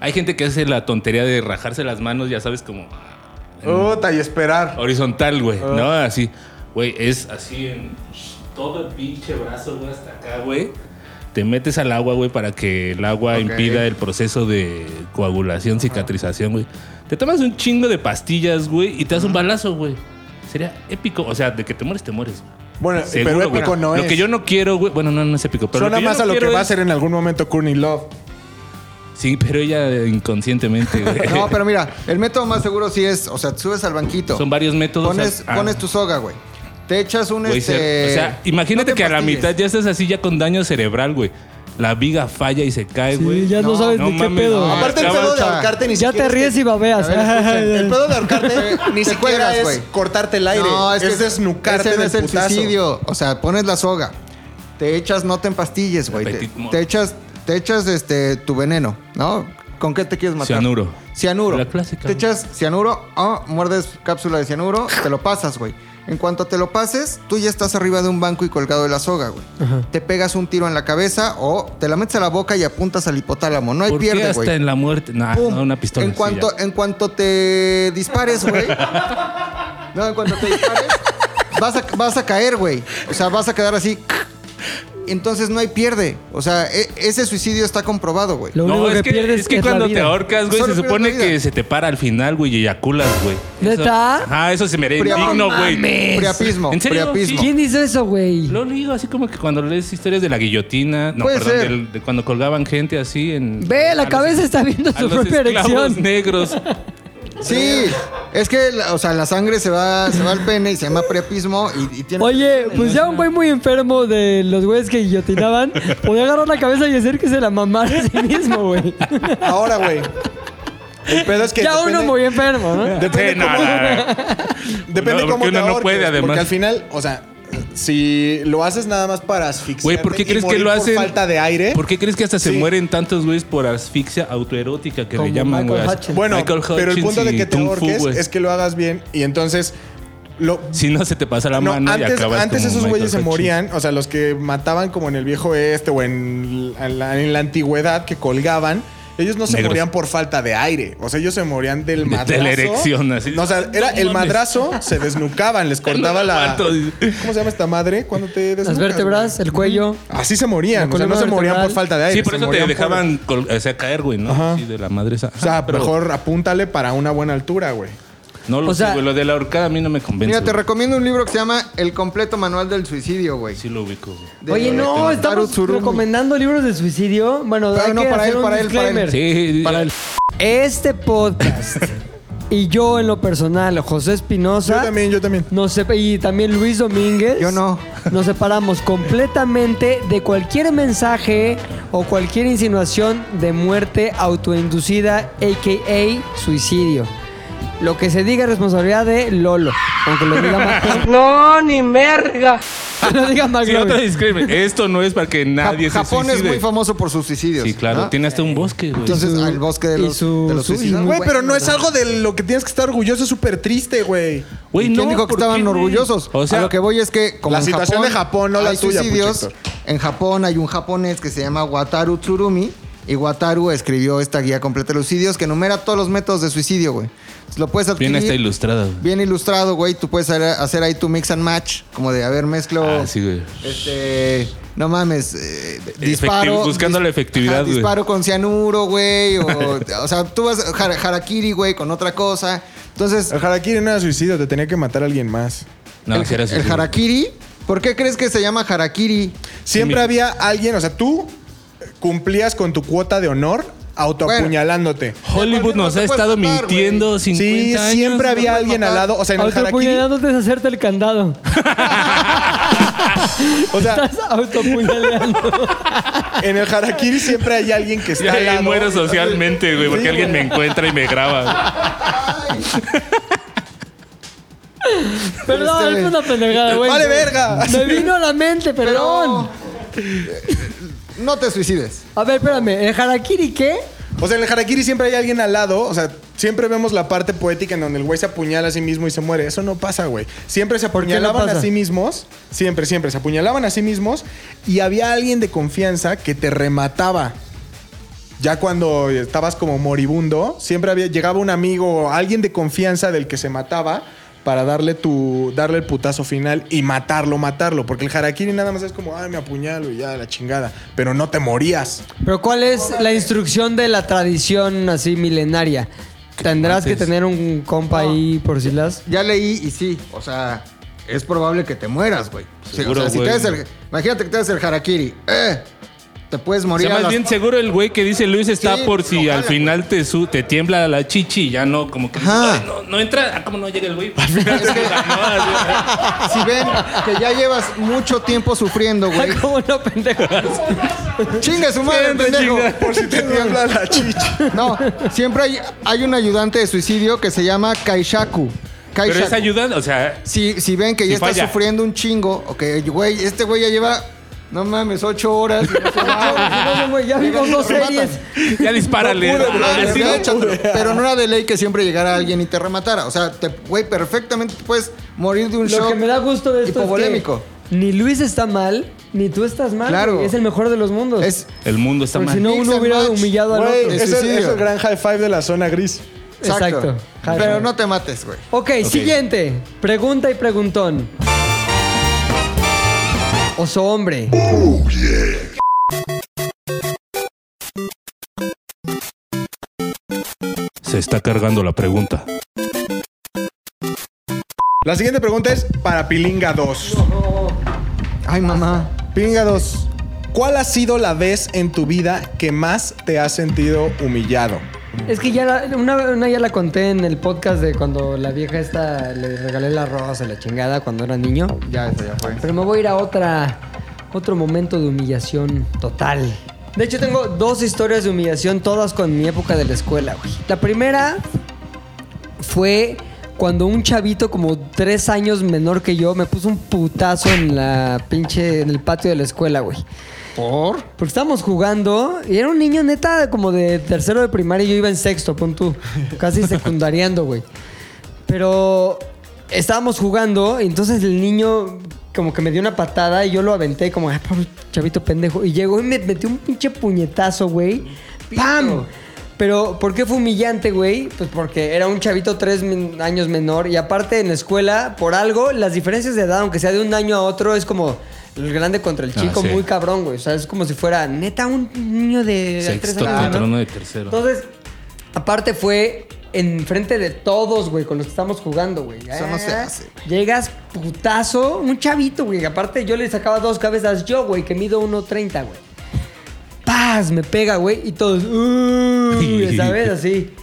[SPEAKER 4] hay gente que hace la tontería de rajarse las manos, ya sabes, como
[SPEAKER 2] Puta, y esperar.
[SPEAKER 4] horizontal, güey, ¿no? Así, güey, es así en todo el pinche brazo, güey, hasta acá, güey. Te metes al agua, güey, para que el agua impida el proceso de coagulación, cicatrización, güey. Te tomas un chingo de pastillas, güey, y te das un balazo, güey. Sería épico. O sea, de que te mueres, te mueres, güey.
[SPEAKER 2] Bueno,
[SPEAKER 4] Seguro,
[SPEAKER 2] pero épico
[SPEAKER 4] güey.
[SPEAKER 2] no
[SPEAKER 4] lo
[SPEAKER 2] es.
[SPEAKER 4] que yo no quiero, güey. Bueno, no, no es épico. Pero
[SPEAKER 2] Suena
[SPEAKER 4] que yo
[SPEAKER 2] más
[SPEAKER 4] no
[SPEAKER 2] a lo que
[SPEAKER 4] quiero
[SPEAKER 2] va a
[SPEAKER 4] es-
[SPEAKER 2] ser en algún momento Courtney Love.
[SPEAKER 4] Sí, pero ella eh, inconscientemente, güey.
[SPEAKER 3] No, pero mira, el método más seguro sí es, o sea, te subes al banquito.
[SPEAKER 4] Son varios métodos.
[SPEAKER 3] Pones,
[SPEAKER 4] Ah.
[SPEAKER 3] pones tu soga, güey. Te echas un
[SPEAKER 4] Güey,
[SPEAKER 3] este...
[SPEAKER 4] se- o sea, imagínate
[SPEAKER 3] no te
[SPEAKER 4] que a la
[SPEAKER 3] empastilles.
[SPEAKER 4] mitad ya estás así ya con daño cerebral, güey. La viga falla y se cae,
[SPEAKER 5] Sí,
[SPEAKER 4] güey.
[SPEAKER 5] ya no,
[SPEAKER 3] no,
[SPEAKER 5] sabes
[SPEAKER 4] no
[SPEAKER 5] ni qué
[SPEAKER 4] mames,
[SPEAKER 5] pedo.
[SPEAKER 4] no.
[SPEAKER 3] Ah,
[SPEAKER 5] güey.
[SPEAKER 2] Aparte, el
[SPEAKER 4] Acabas-
[SPEAKER 2] pedo de ahorcarte ni
[SPEAKER 5] Ya
[SPEAKER 2] siquiera.
[SPEAKER 5] te
[SPEAKER 2] es que-
[SPEAKER 5] ríes y babeas.
[SPEAKER 3] A ver, escuchen.
[SPEAKER 2] El pedo de ahorcarte ni
[SPEAKER 3] Te
[SPEAKER 2] siquiera
[SPEAKER 3] cuelgas,
[SPEAKER 2] es
[SPEAKER 3] güey.
[SPEAKER 2] cortarte el aire.
[SPEAKER 3] No, es, que
[SPEAKER 2] desnucarte
[SPEAKER 3] ese no
[SPEAKER 2] del
[SPEAKER 3] es el
[SPEAKER 2] putazo.
[SPEAKER 3] suicidio. O sea, pones la soga. Te echas, no te empastilles, güey. Te,
[SPEAKER 4] Petit mort.
[SPEAKER 3] te echas, te echas este, tu veneno, ¿no? ¿Con qué te quieres matar?
[SPEAKER 4] Cianuro.
[SPEAKER 3] Cianuro.
[SPEAKER 4] La clásica.
[SPEAKER 3] Te echas cianuro, ah, muerdes cápsula de cianuro, te lo pasas, güey. En cuanto te lo pases, tú ya estás arriba de un banco y colgado de la soga, güey. Te pegas un tiro en la cabeza o te la metes a la boca y apuntas al hipotálamo. No hay
[SPEAKER 4] ¿Por qué
[SPEAKER 3] pierde,
[SPEAKER 4] hasta
[SPEAKER 3] güey.
[SPEAKER 4] en la muerte? Nah,
[SPEAKER 3] ¡Pum!
[SPEAKER 4] Ah, no, una pistola.
[SPEAKER 3] En
[SPEAKER 4] sí,
[SPEAKER 3] cuanto,
[SPEAKER 4] ya.
[SPEAKER 3] en cuanto te dispares, güey. no, en cuanto te dispares, vas a, vas a caer, güey. O sea, vas a quedar así. Entonces no hay pierde. O sea, e- ese suicidio está comprobado, güey.
[SPEAKER 5] Lo único
[SPEAKER 4] No, es
[SPEAKER 5] que,
[SPEAKER 4] que,
[SPEAKER 5] pierdes
[SPEAKER 4] es que
[SPEAKER 5] es la
[SPEAKER 4] cuando
[SPEAKER 5] vida.
[SPEAKER 4] te ahorcas, güey,
[SPEAKER 3] Solo
[SPEAKER 4] se
[SPEAKER 3] pierdes
[SPEAKER 4] supone
[SPEAKER 3] la vida.
[SPEAKER 4] que se te para al final, güey, y eyaculas, güey. Eso-
[SPEAKER 5] ¿Neta?
[SPEAKER 4] Ajá, eso se me haría
[SPEAKER 3] Priapismo.
[SPEAKER 4] indigno, güey.
[SPEAKER 3] Mames. Priapismo,
[SPEAKER 4] ¿En serio?
[SPEAKER 3] priapismo.
[SPEAKER 4] Sí.
[SPEAKER 5] ¿Quién hizo eso, güey?
[SPEAKER 4] Lo digo así como que cuando lees historias de la guillotina, no,
[SPEAKER 3] Puede
[SPEAKER 4] perdón,
[SPEAKER 3] ser.
[SPEAKER 4] del- de cuando colgaban gente así en.
[SPEAKER 5] Ve,
[SPEAKER 4] a
[SPEAKER 5] la
[SPEAKER 4] los-
[SPEAKER 5] cabeza está viendo
[SPEAKER 4] a
[SPEAKER 5] su
[SPEAKER 4] los
[SPEAKER 5] propia
[SPEAKER 4] esclavos
[SPEAKER 5] erección.
[SPEAKER 4] negros.
[SPEAKER 3] Sí, es que, la- o sea, la sangre se va, se va al pene y se llama priapismo y, y tiene.
[SPEAKER 5] Oye, pues ya un güey muy enfermo de los güeyes que guillotinaban podía agarrar la cabeza y hacer que se la mamara a sí mismo, güey.
[SPEAKER 2] Ahora, güey. El pedo es que.
[SPEAKER 5] ya uno
[SPEAKER 2] depende-
[SPEAKER 5] muy enfermo, ¿no?
[SPEAKER 2] Depende
[SPEAKER 4] Sí, no,
[SPEAKER 2] cómo-
[SPEAKER 4] no, no.
[SPEAKER 2] Depende
[SPEAKER 4] No,
[SPEAKER 2] cómo
[SPEAKER 4] porque
[SPEAKER 2] te
[SPEAKER 4] uno no
[SPEAKER 2] ahorques,
[SPEAKER 4] puede, además.
[SPEAKER 2] Porque al final, o sea, si lo haces nada más para asfixiar.
[SPEAKER 4] Güey, ¿por qué crees que lo hacen?
[SPEAKER 2] Por falta de aire.
[SPEAKER 4] ¿Por qué crees que hasta se
[SPEAKER 2] Sí.
[SPEAKER 4] mueren tantos güeyes por asfixia autoerótica que
[SPEAKER 5] Como
[SPEAKER 4] le llaman,
[SPEAKER 5] Michael
[SPEAKER 4] güey?
[SPEAKER 5] Hutchins.
[SPEAKER 2] Bueno,
[SPEAKER 4] Michael
[SPEAKER 2] pero el
[SPEAKER 4] Hutchins
[SPEAKER 2] punto de
[SPEAKER 4] y
[SPEAKER 2] que te
[SPEAKER 4] Kung Fu,
[SPEAKER 2] ahorques
[SPEAKER 4] güey.
[SPEAKER 2] es que lo hagas bien y entonces lo
[SPEAKER 4] Si no, se te pasa la
[SPEAKER 2] No,
[SPEAKER 4] mano y
[SPEAKER 2] antes,
[SPEAKER 4] acabas
[SPEAKER 2] antes
[SPEAKER 4] como
[SPEAKER 2] esos
[SPEAKER 4] Michael
[SPEAKER 2] güeyes se
[SPEAKER 4] Hutchins.
[SPEAKER 2] morían, o sea, los que mataban como en el viejo este o en la, en la antigüedad que colgaban, ellos no se
[SPEAKER 4] Negros.
[SPEAKER 2] morían por falta de aire, o sea, ellos se morían del
[SPEAKER 4] de la
[SPEAKER 2] madrazo.
[SPEAKER 4] erección, así.
[SPEAKER 2] No, o sea, era
[SPEAKER 4] No
[SPEAKER 2] el
[SPEAKER 4] mames.
[SPEAKER 2] madrazo, se desnucaban, les cortaba
[SPEAKER 4] No
[SPEAKER 2] la
[SPEAKER 4] aguanto, dice.
[SPEAKER 2] ¿Cómo se llama esta madre? Cuando te desnucas,
[SPEAKER 5] Las vértebras,
[SPEAKER 2] güey?
[SPEAKER 5] el cuello.
[SPEAKER 2] Así se morían,
[SPEAKER 5] La
[SPEAKER 2] o sea, no
[SPEAKER 5] columna
[SPEAKER 2] se morían
[SPEAKER 5] vertebral.
[SPEAKER 2] por falta de aire.
[SPEAKER 4] Sí, por
[SPEAKER 2] se
[SPEAKER 4] eso te
[SPEAKER 2] morían por-
[SPEAKER 4] dejaban col- o sea, caer, güey, ¿no?
[SPEAKER 2] Ajá.
[SPEAKER 4] Sí, de la madre esa.
[SPEAKER 2] O sea,
[SPEAKER 4] Ajá, pero
[SPEAKER 2] mejor apúntale para una buena altura, güey.
[SPEAKER 4] No lo
[SPEAKER 5] O sea-
[SPEAKER 4] sé, güey. Lo de la horcada a mí no me convence.
[SPEAKER 3] Mira, te
[SPEAKER 4] güey.
[SPEAKER 3] recomiendo un libro que se llama El completo manual del suicidio, güey.
[SPEAKER 4] Sí lo ubico, güey.
[SPEAKER 3] De-
[SPEAKER 5] Oye, no,
[SPEAKER 3] de Maru
[SPEAKER 5] estamos
[SPEAKER 3] Tsurumi.
[SPEAKER 5] recomendando libros de suicidio. Bueno,
[SPEAKER 3] Pero
[SPEAKER 5] hay
[SPEAKER 3] Ah, no,
[SPEAKER 5] que
[SPEAKER 3] para
[SPEAKER 5] hacer
[SPEAKER 3] él,
[SPEAKER 5] un
[SPEAKER 3] para él, para él.
[SPEAKER 5] disclaimer.
[SPEAKER 4] Sí,
[SPEAKER 3] Para el-
[SPEAKER 5] Este podcast y yo en lo personal, José Espinosa.
[SPEAKER 2] Yo también, yo también.
[SPEAKER 5] Nos sepa- y también Luis Domínguez.
[SPEAKER 3] Yo no.
[SPEAKER 5] Nos separamos completamente de cualquier mensaje o cualquier insinuación de muerte autoinducida, a.k.a. suicidio. Lo que se diga es responsabilidad de Lolo. Aunque lo diga Mac-
[SPEAKER 10] No, ni verga.
[SPEAKER 5] lo diga Mac
[SPEAKER 4] Sí, otro
[SPEAKER 5] Lovin.
[SPEAKER 4] disclaimer. Esto no es para que
[SPEAKER 3] Ja-
[SPEAKER 4] nadie se
[SPEAKER 3] Japón es
[SPEAKER 4] suicide.
[SPEAKER 3] muy famoso por sus suicidios.
[SPEAKER 4] Sí, claro.
[SPEAKER 3] ¿no?
[SPEAKER 4] Tiene hasta un bosque, güey.
[SPEAKER 3] Entonces,
[SPEAKER 5] Y su-
[SPEAKER 3] al bosque de
[SPEAKER 5] y
[SPEAKER 3] los,
[SPEAKER 5] su-
[SPEAKER 3] de los
[SPEAKER 5] su- y-
[SPEAKER 3] suicidas.
[SPEAKER 2] Güey, pero no es algo de lo que tienes que estar orgulloso, es súper triste, güey.
[SPEAKER 4] Güey,
[SPEAKER 3] ¿Y quién
[SPEAKER 4] no,
[SPEAKER 3] dijo que
[SPEAKER 4] ¿por
[SPEAKER 3] estaban
[SPEAKER 4] qué, güey?
[SPEAKER 3] orgullosos?
[SPEAKER 4] O sea,
[SPEAKER 3] a lo que voy es que como
[SPEAKER 2] la
[SPEAKER 3] en
[SPEAKER 2] situación de Japón, no la
[SPEAKER 3] hay
[SPEAKER 2] tuya,
[SPEAKER 3] suicidios,
[SPEAKER 2] Pucho Héctor.
[SPEAKER 3] En Japón hay un japonés que se llama Wataru Tsurumi y Wataru escribió esta guía completa de los suicidios que enumera todos los métodos de suicidio, güey. Entonces, Lo puedes adquirir.
[SPEAKER 4] Bien está ilustrada, güey.
[SPEAKER 3] bien ilustrado, güey. Tú puedes hacer- hacer ahí tu mix and match, como de haber mezclo
[SPEAKER 4] Ah, sí, güey.
[SPEAKER 3] este no mames, eh, disparo.
[SPEAKER 4] Efectiv- buscando la efectividad,
[SPEAKER 3] Ajá,
[SPEAKER 4] güey.
[SPEAKER 3] Disparo con cianuro, güey. O, o sea, tú vas har- harakiri, güey, con otra cosa. Entonces,
[SPEAKER 2] El harakiri no era suicidio, te tenía que matar a alguien más.
[SPEAKER 4] No,
[SPEAKER 3] el,
[SPEAKER 4] sí era
[SPEAKER 3] el
[SPEAKER 4] suicidio.
[SPEAKER 3] harakiri. ¿Por qué crees que se llama harakiri?
[SPEAKER 2] Siempre
[SPEAKER 4] Sí, mi-
[SPEAKER 2] había alguien, o sea, tú cumplías con tu cuota de honor autoapuñalándote.
[SPEAKER 4] Hollywood
[SPEAKER 3] No
[SPEAKER 4] nos
[SPEAKER 3] te
[SPEAKER 4] ha
[SPEAKER 3] puedes
[SPEAKER 4] estado
[SPEAKER 3] matar,
[SPEAKER 4] mintiendo 50
[SPEAKER 2] sí,
[SPEAKER 4] años.
[SPEAKER 2] siempre había
[SPEAKER 3] puedes
[SPEAKER 2] alguien
[SPEAKER 3] matar.
[SPEAKER 2] al lado, o sea, en el harakiri,
[SPEAKER 5] Autopuñalándote es hacerte el candado.
[SPEAKER 2] o sea,
[SPEAKER 5] Estás autopuñaleando.
[SPEAKER 2] en el harakiri siempre hay alguien que está
[SPEAKER 4] Ya
[SPEAKER 2] al
[SPEAKER 4] ahí
[SPEAKER 2] lado.
[SPEAKER 4] muero socialmente, güey, porque
[SPEAKER 2] Sí,
[SPEAKER 4] alguien me encuentra y me graba.
[SPEAKER 5] Perdón,
[SPEAKER 3] Este-
[SPEAKER 5] es una pendejada, güey.
[SPEAKER 2] Vale verga.
[SPEAKER 5] Me vino a la mente, perdón.
[SPEAKER 3] No te suicides.
[SPEAKER 5] A ver, espérame, ¿el harakiri qué?
[SPEAKER 2] O sea, en el harakiri siempre hay alguien al lado, o sea, siempre vemos la parte poética en donde el güey se apuñala a sí mismo y se muere. Eso no pasa, güey. Siempre se
[SPEAKER 5] qué no
[SPEAKER 2] apuñalaban a
[SPEAKER 5] pasa?
[SPEAKER 2] sí mismos, siempre, siempre se apuñalaban a sí mismos y había alguien de confianza que te remataba. Ya cuando estabas como moribundo, siempre había, llegaba un amigo, alguien de confianza del que se mataba para darle tu darle el putazo final y matarlo, matarlo, porque el harakiri nada más es como, ay, me apuñalo y ya la chingada, pero no te morías.
[SPEAKER 5] Pero ¿cuál es la instrucción de la tradición así milenaria? Tendrás que
[SPEAKER 4] antes-
[SPEAKER 5] tener un compa ahí por si las.
[SPEAKER 3] Ya leí y sí, o sea, es probable que te mueras, güey. Sí,
[SPEAKER 4] Seguro,
[SPEAKER 3] o sea, si
[SPEAKER 4] güey.
[SPEAKER 3] te haces el- imagínate que te haces el harakiri. Eh, te puedes
[SPEAKER 4] O
[SPEAKER 3] morir.
[SPEAKER 4] sea,
[SPEAKER 3] a
[SPEAKER 4] más
[SPEAKER 3] las-
[SPEAKER 4] bien seguro el güey que dice Luis está
[SPEAKER 3] Sí,
[SPEAKER 4] por si
[SPEAKER 3] ojalá,
[SPEAKER 4] al final te, su- te tiembla la chichi y ya no, como que dices,
[SPEAKER 3] Ajá.
[SPEAKER 4] "Ay, no, no entra, ah, ¿cómo no llega el güey? Al final se ganó, así.
[SPEAKER 3] Si ven que ya llevas mucho tiempo sufriendo, güey.
[SPEAKER 5] ¿Cómo no, pendejo?
[SPEAKER 3] Chinga su madre,
[SPEAKER 4] Siempre
[SPEAKER 3] pendejo.
[SPEAKER 4] chinga.
[SPEAKER 2] Por si te tiembla la chicha.
[SPEAKER 3] No, siempre hay, hay un ayudante de suicidio que se llama Kaishaku.
[SPEAKER 4] Pero
[SPEAKER 3] Kaishaku.
[SPEAKER 4] es ayuda, o sea,
[SPEAKER 3] si, si ven que
[SPEAKER 4] Si
[SPEAKER 3] ya está
[SPEAKER 4] falla.
[SPEAKER 3] sufriendo un chingo, ok, güey, este güey ya lleva, no mames, ocho horas. y no se
[SPEAKER 4] Ah,
[SPEAKER 3] va.
[SPEAKER 5] No, güey, ya vimos dos
[SPEAKER 3] Rematan.
[SPEAKER 5] series.
[SPEAKER 4] ya dispárale. Ah,
[SPEAKER 3] Pero
[SPEAKER 4] sí,
[SPEAKER 3] ya
[SPEAKER 4] ¿no?
[SPEAKER 3] échatelo. Pero no era de ley que siempre llegara alguien y te rematara. O sea, te- güey, perfectamente te puedes morir de un
[SPEAKER 5] Lo
[SPEAKER 3] shock
[SPEAKER 5] que me da gusto de esto es
[SPEAKER 3] hipovolémico.
[SPEAKER 5] que ni Luis está mal, ni tú estás mal.
[SPEAKER 3] Claro.
[SPEAKER 5] güey. Es el mejor de los mundos.
[SPEAKER 3] Es,
[SPEAKER 4] El mundo está
[SPEAKER 5] Porque
[SPEAKER 4] mal.
[SPEAKER 5] si no,
[SPEAKER 3] Mix
[SPEAKER 5] uno
[SPEAKER 3] and
[SPEAKER 5] hubiera
[SPEAKER 3] match.
[SPEAKER 5] humillado al
[SPEAKER 2] Güey,
[SPEAKER 5] otro.
[SPEAKER 3] de
[SPEAKER 2] es el,
[SPEAKER 3] suicidio.
[SPEAKER 2] es el gran high five de la zona gris.
[SPEAKER 5] Exacto.
[SPEAKER 3] exacto.
[SPEAKER 5] High
[SPEAKER 3] Pero
[SPEAKER 5] five.
[SPEAKER 3] no te mates, güey.
[SPEAKER 5] ok, siguiente. Pregunta y preguntón. Oso hombre.
[SPEAKER 4] Se está cargando la pregunta.
[SPEAKER 2] La siguiente pregunta es para Pilinga 2.
[SPEAKER 3] Ay, mamá.
[SPEAKER 2] Pilinga 2, ¿cuál ha sido la vez en tu vida que más te has sentido humillado?
[SPEAKER 5] Es que ya la- una, una ya la conté en el podcast de cuando la vieja esta le regalé la rosa, la chingada cuando era niño.
[SPEAKER 3] Ya, eso ya fue.
[SPEAKER 5] Pero me voy a ir a otra, otro momento de humillación total. De hecho, tengo dos historias de humillación, todas con mi época de la escuela, güey. La primera fue cuando un chavito como tres años menor que yo me puso un putazo en la pinche, en el patio de la escuela, güey.
[SPEAKER 3] ¿Por?
[SPEAKER 5] Porque estábamos jugando y era un niño neta como de tercero de primaria y yo iba en sexto, pon tú. Casi secundariando, güey. Pero estábamos jugando y entonces el niño como que me dio una patada y yo lo aventé como, ah, pobre chavito pendejo. Y llegó y me metió un pinche puñetazo, güey. ¡Pam! Pero, ¿por qué fue humillante, güey? Pues porque era un chavito tres min- años menor y aparte en la escuela, por algo, las diferencias de edad, aunque sea de un año a otro, es como el grande contra el
[SPEAKER 4] Ah,
[SPEAKER 5] chico,
[SPEAKER 4] sí.
[SPEAKER 5] muy cabrón, güey. O sea, es como si fuera neta un niño de tres
[SPEAKER 4] Sexto
[SPEAKER 5] años.
[SPEAKER 4] contra
[SPEAKER 5] ¿no?
[SPEAKER 4] uno de tercero.
[SPEAKER 5] Entonces, aparte fue enfrente de todos, güey, con los que estamos jugando, güey.
[SPEAKER 3] Eso no se
[SPEAKER 5] Ah,
[SPEAKER 3] hace,
[SPEAKER 5] Llegas putazo, un chavito, güey. Aparte yo le sacaba dos cabezas yo, güey, que mido 1.30, güey. Paz, me pega, güey, y todos, "Uy", ¿sabes? Así.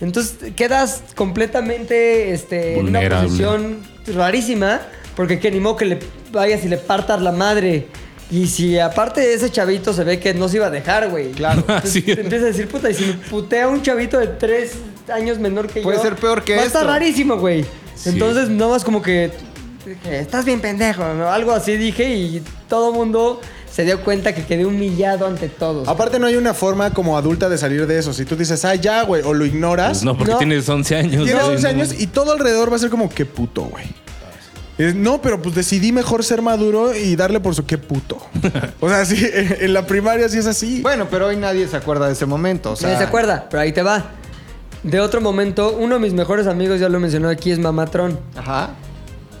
[SPEAKER 5] Entonces quedas completamente este, en una
[SPEAKER 4] Vulnerable.
[SPEAKER 5] posición rarísima, porque que ni modo que le vayas y le partas la madre. Y si aparte ese chavito se ve que no se iba a dejar, güey. Claro.
[SPEAKER 4] Sí.
[SPEAKER 5] Te empieza a decir, puta, y si me putea un chavito de tres años menor que
[SPEAKER 3] Puede
[SPEAKER 5] yo.
[SPEAKER 3] ser peor que
[SPEAKER 5] va a estar
[SPEAKER 3] esto.
[SPEAKER 5] rarísimo, güey.
[SPEAKER 4] Sí.
[SPEAKER 5] Entonces, nada más como que. dije, Estás bien pendejo, ¿no? Algo así dije y todo mundo se dio cuenta que quedé humillado ante
[SPEAKER 3] Pues-
[SPEAKER 5] todos.
[SPEAKER 3] Ah,
[SPEAKER 2] Aparte no hay una forma como adulta de salir de eso. Si tú dices, ah, ya, güey, o lo ignoras,
[SPEAKER 4] Pues no, porque
[SPEAKER 5] No.
[SPEAKER 4] tienes 11 años.
[SPEAKER 2] tienes
[SPEAKER 4] güey,
[SPEAKER 2] 11
[SPEAKER 4] no,
[SPEAKER 2] años y todo alrededor va a ser como, qué puto, güey. Es, No, pero pues decidí mejor ser maduro y darle por su qué puto. O sea, sí, en en la primaria sí es así.
[SPEAKER 3] Bueno, pero hoy nadie se acuerda de ese momento. O sea,
[SPEAKER 5] Nadie se acuerda, pero ahí te va. De otro momento, uno de mis mejores amigos, ya lo mencionó aquí, es Mamatrón.
[SPEAKER 3] Ajá.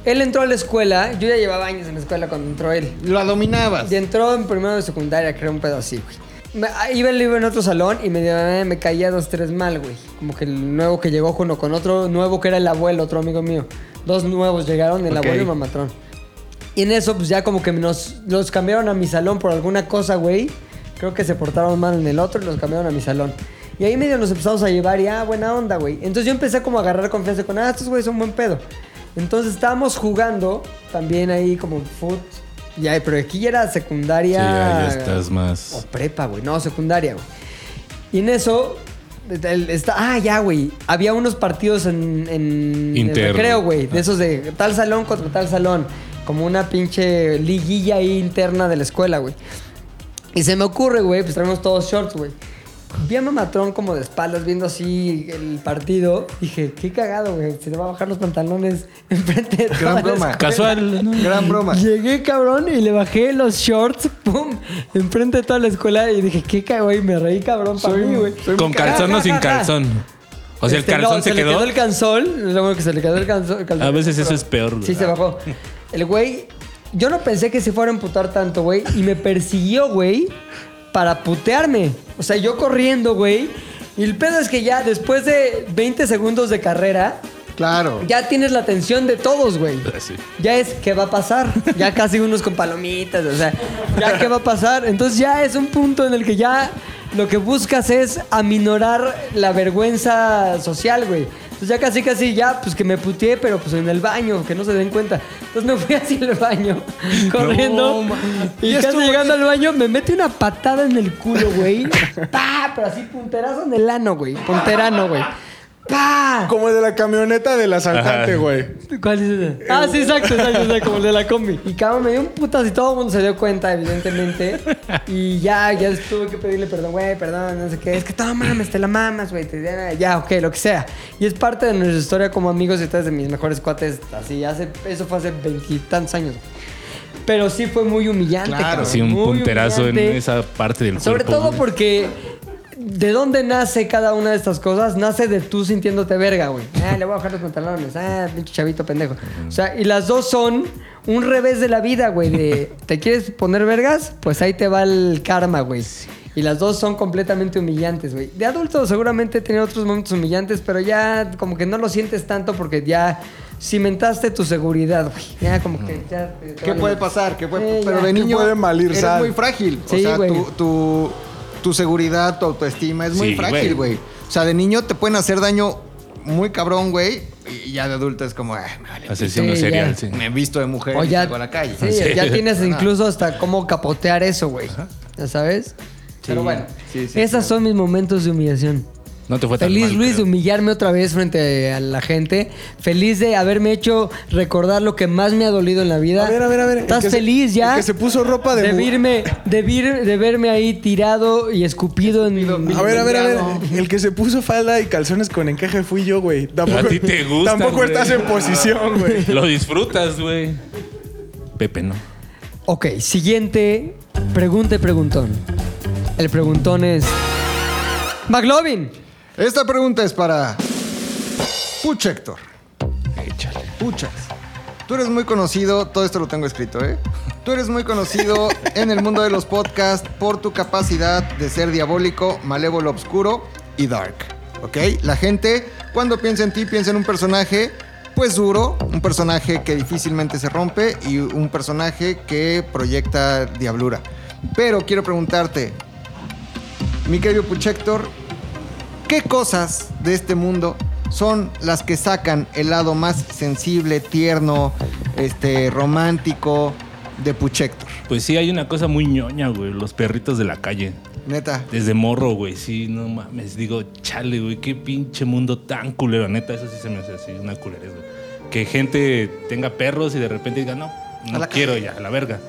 [SPEAKER 5] Él entró a la escuela, yo ya llevaba años en la escuela cuando entró él.
[SPEAKER 3] La dominabas.
[SPEAKER 5] Y entró en primero de secundaria, creo, un pedo así, güey. Me- ah, Iba el libro en otro salón y me, eh, me caía dos, tres mal, güey. Como que el nuevo que llegó junto con otro nuevo que era el abuelo, otro amigo mío. Dos nuevos llegaron, el
[SPEAKER 3] Ok.
[SPEAKER 5] abuelo y mamatrón. Y en eso, pues ya como que nos, los cambiaron a mi salón por alguna cosa, güey. Creo que se portaron mal en el otro y los cambiaron a mi salón. Y ahí medio nos empezamos a llevar y, ah, buena onda, güey. Entonces yo empecé como a agarrar confianza con, ah, estos güeyes son buen pedo. Entonces estábamos jugando también ahí como foot. Y ahí, pero aquí ya era secundaria.
[SPEAKER 4] Sí, ya- ya estás más-
[SPEAKER 5] O prepa, güey. No, secundaria, güey. Y en eso. el- está, ah, ya, güey. Había unos partidos en, en el
[SPEAKER 4] Interno. Ah.
[SPEAKER 5] recreo, güey. De esos de tal salón contra tal salón. Como una pinche liguilla ahí interna de la escuela, güey. Y se me ocurre, güey, pues traemos todos shorts, güey. Vi a Mamatrón como de espaldas viendo así el partido. Dije, qué cagado, güey. Se le va a bajar los pantalones enfrente de toda la
[SPEAKER 3] Gran broma.
[SPEAKER 5] escuela.
[SPEAKER 4] Casual, ¿no?
[SPEAKER 3] Gran broma.
[SPEAKER 5] Llegué, cabrón, y le bajé los shorts, pum, enfrente de toda la escuela. Y dije, qué cagado, y me reí, cabrón, para mí, güey.
[SPEAKER 4] ¿Con calzón o sin calzón? O sea, el
[SPEAKER 5] Este, no,
[SPEAKER 4] calzón se
[SPEAKER 5] le
[SPEAKER 4] quedó. Ah,
[SPEAKER 5] el calzón. Lo bueno que se le quedó el calzón. el calzón.
[SPEAKER 4] A veces eso es peor,
[SPEAKER 5] Sí,
[SPEAKER 4] güey.
[SPEAKER 5] se bajó. El güey, yo no pensé que se fuera a emputar tanto, güey. Y me persiguió, güey, para putearme. O sea, yo corriendo, güey. Y el pedo es que ya después de 20 segundos de carrera,
[SPEAKER 3] Claro.
[SPEAKER 5] ya tienes la atención de todos, güey.
[SPEAKER 4] Sí.
[SPEAKER 5] Ya es, ¿qué va a pasar? Ya casi unos con palomitas, o sea, ¿ya qué va a pasar? Entonces ya es un punto en el que ya lo que buscas es aminorar la vergüenza social, güey. Entonces ya casi, casi, ya, pues que me puteé, pero pues en el baño, que no se den cuenta. Entonces me fui hacia el baño, corriendo.
[SPEAKER 4] man.
[SPEAKER 5] y casi llegando al baño, me mete una patada en el culo, güey. ¡Pah! Pero así, punterazo en el ano, güey. Punterano, güey. ¡Pah!
[SPEAKER 2] Como el de la camioneta del asaltante,
[SPEAKER 4] Ajá.
[SPEAKER 2] güey.
[SPEAKER 5] ¿Cuál es ese? Ah, sí, exacto, exacto, exacto, como el de la combi. Y cabrón, me dio un putazo y todo el mundo se dio cuenta, evidentemente. Y ya, ya les tuve que pedirle perdón, güey, perdón, no sé qué. Es que todo mames, te la mamas, güey. te- Ya, ya, ok, lo que sea. Y es parte de nuestra historia como amigos y estás de mis mejores cuates. Así, hace, eso fue hace veintitantos años. Pero sí fue muy humillante. cabrón,
[SPEAKER 4] Así un
[SPEAKER 5] muy
[SPEAKER 4] punterazo en
[SPEAKER 5] humillante.
[SPEAKER 4] esa parte del
[SPEAKER 5] Sobre
[SPEAKER 4] cuerpo.
[SPEAKER 5] todo
[SPEAKER 4] güey.
[SPEAKER 5] porque de dónde nace cada una de estas cosas, nace de tú sintiéndote verga, güey. Ah, le voy a bajar los pantalones, ah, pinche chavito pendejo. O sea, y las dos son un revés de la vida, güey, de ¿te quieres poner vergas? Pues ahí te va el karma, güey. Y las dos son completamente humillantes, güey. De adulto seguramente he tenido otros momentos humillantes, pero ya como que no lo sientes tanto porque ya cimentaste tu seguridad, güey. Ya como que ya... te- te
[SPEAKER 3] ¿Qué
[SPEAKER 5] vale
[SPEAKER 3] puede
[SPEAKER 5] madre.
[SPEAKER 3] pasar? ¿Qué puede,
[SPEAKER 5] Sí,
[SPEAKER 3] pero
[SPEAKER 5] ya.
[SPEAKER 3] de
[SPEAKER 2] ¿Qué
[SPEAKER 3] niño
[SPEAKER 2] puede mal ir,
[SPEAKER 3] eres
[SPEAKER 2] Sal?
[SPEAKER 3] muy frágil.
[SPEAKER 5] Sí,
[SPEAKER 3] o sea,
[SPEAKER 5] güey.
[SPEAKER 3] tu, tu, tu seguridad, tu autoestima es muy
[SPEAKER 4] Sí,
[SPEAKER 3] frágil,
[SPEAKER 4] güey.
[SPEAKER 3] güey. O sea, de niño te pueden hacer daño muy cabrón, güey. Y ya de adulto es como, "Ah, me vale.
[SPEAKER 4] Asesino
[SPEAKER 5] Sí,
[SPEAKER 4] serial,
[SPEAKER 5] ya.
[SPEAKER 4] sí.
[SPEAKER 3] Me he visto de mujer
[SPEAKER 5] O
[SPEAKER 3] y
[SPEAKER 5] ya,
[SPEAKER 3] salgo a la calle.
[SPEAKER 5] sí, ya tienes incluso hasta cómo capotear eso, güey. ¿Ya sabes? Pero bueno,
[SPEAKER 3] sí, sí,
[SPEAKER 5] esos son mis momentos de humillación.
[SPEAKER 4] No te fue tan
[SPEAKER 5] Feliz
[SPEAKER 4] mal,
[SPEAKER 5] Luis de
[SPEAKER 4] creo.
[SPEAKER 5] humillarme otra vez frente a la gente. Feliz de haberme hecho recordar lo que más me ha dolido en la vida.
[SPEAKER 2] A ver, a ver, a ver. el
[SPEAKER 5] ¿Estás
[SPEAKER 2] que se-
[SPEAKER 5] feliz ya?
[SPEAKER 2] el que se puso ropa de...
[SPEAKER 5] de,
[SPEAKER 2] mu-
[SPEAKER 5] virme- de, vir- de verme ahí tirado y escupido en...
[SPEAKER 2] A ver, a ver, a ver. El que se puso falda y calzones con encaje fui yo, güey. Tampoco,
[SPEAKER 4] A ti te gusta,
[SPEAKER 2] Tampoco
[SPEAKER 4] güey. Ah.
[SPEAKER 2] estás en posición, güey.
[SPEAKER 4] Lo disfrutas, güey. Pepe, ¿no?
[SPEAKER 5] Ok, siguiente pregunta y preguntón. El preguntón es... McLovin.
[SPEAKER 3] Esta pregunta es para Puch Héctor. Puchas. Tú eres muy conocido, todo esto lo tengo escrito, ¿eh? Tú eres muy conocido en el mundo de los podcasts por tu capacidad de ser diabólico, malévolo oscuro y dark. ¿Ok? La gente, cuando piensa en ti, piensa en un personaje, pues duro, un personaje que difícilmente se rompe y un personaje que proyecta diablura. Pero quiero preguntarte, mi querido Puchector, ¿Qué cosas de este mundo son las que sacan el lado más sensible, tierno, este, romántico de Puchector?
[SPEAKER 4] Pues sí, hay una cosa muy ñoña, güey. Los perritos de la calle.
[SPEAKER 3] Neta.
[SPEAKER 4] Desde morro, güey. Sí, no mames. Digo, chale, güey. Qué pinche mundo tan culero. Neta, eso sí se me hace así. Una culerez, güey. Que gente tenga perros y de repente diga, no,
[SPEAKER 3] A
[SPEAKER 4] no
[SPEAKER 3] la
[SPEAKER 4] quiero ya, a la verga.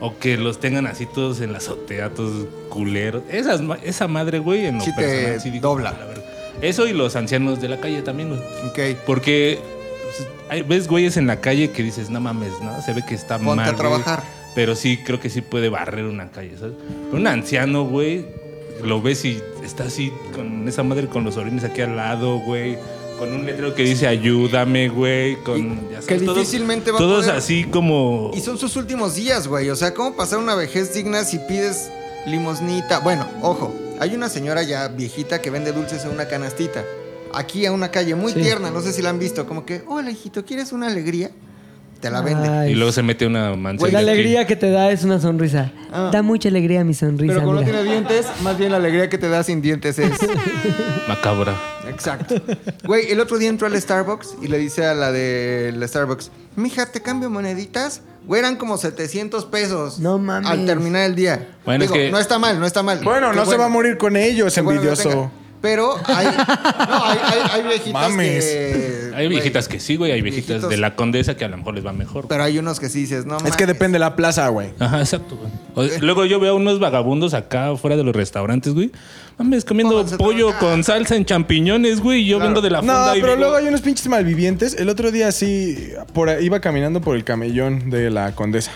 [SPEAKER 4] O que los tengan así todos en la azotea, todos culeros. Esas, ma- esa madre, güey, en lo
[SPEAKER 3] Sí te
[SPEAKER 4] personal, sí digo,
[SPEAKER 3] dobla.
[SPEAKER 4] a la verga. Eso y los ancianos de la calle también, güey.
[SPEAKER 3] Ok.
[SPEAKER 4] Porque pues, hay- ves güeyes en la calle que dices, no mames, ¿no? Se ve que está
[SPEAKER 3] Ponte
[SPEAKER 4] mal.
[SPEAKER 3] a
[SPEAKER 4] güey".
[SPEAKER 3] trabajar.
[SPEAKER 4] Pero sí, creo que sí puede barrer una calle, ¿sabes? Pero un anciano, güey, lo ves y está así con esa madre con los orines aquí al lado, güey. Con un letrero que dice ayúdame, güey. Con,
[SPEAKER 3] Y
[SPEAKER 4] ya sabes,
[SPEAKER 3] que
[SPEAKER 4] todos-
[SPEAKER 3] difícilmente va a
[SPEAKER 4] Todos
[SPEAKER 3] poder-
[SPEAKER 4] así como.
[SPEAKER 3] Y son sus últimos días, güey. O sea, ¿cómo pasar una vejez digna si pides limosnita? Bueno, ojo, hay una señora ya viejita que vende dulces en una canastita. Aquí a una calle muy tierna, no sé si la han visto. Como que, hola hijito, ¿quieres una alegría? Te la vende.
[SPEAKER 5] Ay,
[SPEAKER 4] Y luego se mete una
[SPEAKER 5] Güey,
[SPEAKER 4] mansión.
[SPEAKER 5] la alegría que te da es una sonrisa.
[SPEAKER 3] Ah.
[SPEAKER 5] Da mucha alegría mi sonrisa.
[SPEAKER 3] Pero como no
[SPEAKER 5] mira.
[SPEAKER 3] tiene dientes, más bien la alegría que te da sin dientes es...
[SPEAKER 4] Macabra.
[SPEAKER 3] Exacto. Güey, el otro día entró al Starbucks y le dice a la de la Starbucks, mija, te cambio moneditas. Güey, eran como 700 pesos.
[SPEAKER 5] No mames.
[SPEAKER 3] Al terminar el día.
[SPEAKER 4] Bueno,
[SPEAKER 3] Digo,
[SPEAKER 4] es que-
[SPEAKER 3] no está mal, no está mal.
[SPEAKER 2] Bueno,
[SPEAKER 3] Qué
[SPEAKER 2] no se va a morir con ellos,
[SPEAKER 3] Qué bueno que lo
[SPEAKER 2] envidioso.
[SPEAKER 3] tenga. Pero hay, no, hay, hay- hay viejitas
[SPEAKER 2] Mames.
[SPEAKER 3] que
[SPEAKER 4] Hay viejitas que sí, güey. Hay viejitas
[SPEAKER 3] Viejitos.
[SPEAKER 4] de la condesa que a lo mejor les va mejor.
[SPEAKER 3] Pero hay unos que sí dices, no
[SPEAKER 2] Es que
[SPEAKER 3] mames.
[SPEAKER 2] depende la plaza, güey.
[SPEAKER 4] Ajá, exacto, güey. O- Luego yo veo unos vagabundos acá afuera de los restaurantes, güey. Mames, comiendo
[SPEAKER 3] Pónganse
[SPEAKER 4] pollo
[SPEAKER 3] acá.
[SPEAKER 4] con salsa en champiñones, güey. y Yo vendo de la
[SPEAKER 2] No,
[SPEAKER 4] fonda y
[SPEAKER 2] pero
[SPEAKER 4] digo,
[SPEAKER 2] luego hay unos pinches malvivientes. El otro día sí, por, ahí- iba caminando por el camellón de la condesa.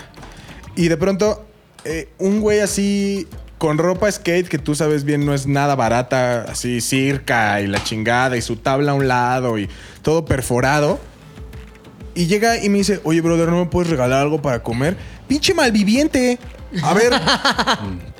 [SPEAKER 2] Y de pronto, eh, un güey así, con ropa skate, que tú sabes bien no es nada barata, así circa y la chingada, y su tabla a un lado y todo perforado. Y llega y me dice, oye, brother, ¿no me puedes regalar algo para comer? Pinche malviviente. A ver,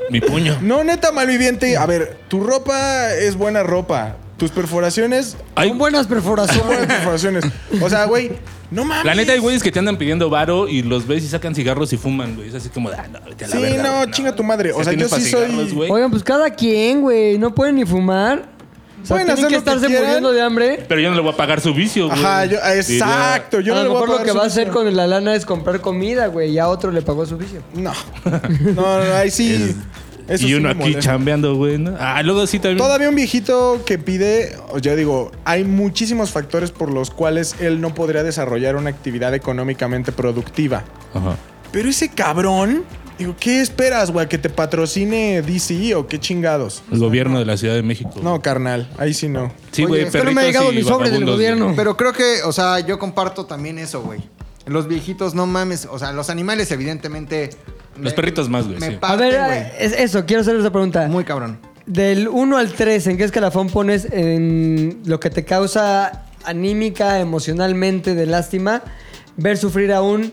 [SPEAKER 4] Mi puño.
[SPEAKER 2] no, neta, malviviente. A ver, tu ropa es buena ropa. Tus perforaciones
[SPEAKER 4] Hay,
[SPEAKER 5] Son buenas
[SPEAKER 2] Como
[SPEAKER 5] perforaciones.
[SPEAKER 2] de perforaciones. O sea, güey, no mames.
[SPEAKER 4] la neta hay güeyes que te andan pidiendo varo y los ves y sacan cigarros y fuman, güey. Es así como, ah, no, vete a la
[SPEAKER 2] Sí,
[SPEAKER 4] verga,
[SPEAKER 2] no,
[SPEAKER 4] güey,
[SPEAKER 2] chinga tu madre. O sea,
[SPEAKER 4] tienes
[SPEAKER 2] yo
[SPEAKER 4] pa'
[SPEAKER 2] sí soy-
[SPEAKER 4] cigarros, güey.
[SPEAKER 5] Oigan, pues cada quien, güey. No pueden ni fumar. O sea,
[SPEAKER 2] Pueden
[SPEAKER 5] tienen
[SPEAKER 2] hacer
[SPEAKER 5] que
[SPEAKER 2] lo que
[SPEAKER 5] estarse
[SPEAKER 2] quieran.
[SPEAKER 5] muriendo de hambre.
[SPEAKER 4] Pero yo no le voy a pagar su vicio, güey.
[SPEAKER 2] Ajá, yo,
[SPEAKER 4] Diría,
[SPEAKER 2] exacto. Yo
[SPEAKER 5] a
[SPEAKER 2] no le
[SPEAKER 5] lo
[SPEAKER 2] voy a
[SPEAKER 5] mejor lo
[SPEAKER 2] pagar
[SPEAKER 5] que
[SPEAKER 2] su
[SPEAKER 5] va a
[SPEAKER 2] vicio.
[SPEAKER 5] hacer con la lana es comprar comida, güey. Ya otro le pagó su vicio.
[SPEAKER 2] No. No, no, ahí sí. eso
[SPEAKER 4] y
[SPEAKER 2] sí
[SPEAKER 4] uno
[SPEAKER 2] me
[SPEAKER 4] aquí
[SPEAKER 2] molesta.
[SPEAKER 4] chambeando, güey. ¿no? Ah, luego sí también.
[SPEAKER 2] Todavía un viejito que pide, o yo digo, hay muchísimos factores por los cuales él no podría desarrollar una actividad económicamente productiva.
[SPEAKER 4] Ajá.
[SPEAKER 2] Pero ese cabrón, digo, ¿qué esperas, güey? ¿Que te patrocine DC o qué chingados?
[SPEAKER 4] El gobierno de la Ciudad de México.
[SPEAKER 2] No, carnal, ahí sí no.
[SPEAKER 4] Sí,
[SPEAKER 3] Oye,
[SPEAKER 4] güey,
[SPEAKER 3] es que
[SPEAKER 4] pero.
[SPEAKER 5] no me ha llegado mi sobre del gobierno.
[SPEAKER 3] Pero creo que, o sea, yo comparto también eso, güey. Los viejitos, no mames. O sea, los animales, evidentemente.
[SPEAKER 4] Los perritos más, güey,
[SPEAKER 3] Me
[SPEAKER 4] sí.
[SPEAKER 5] A
[SPEAKER 3] parten,
[SPEAKER 5] ver, eh,
[SPEAKER 3] güey.
[SPEAKER 5] es eso. Quiero hacer esa pregunta.
[SPEAKER 3] Muy cabrón.
[SPEAKER 5] Del 1 al 3, ¿en qué escalafón pones en lo que te causa anímica, emocionalmente, de lástima, ver sufrir a un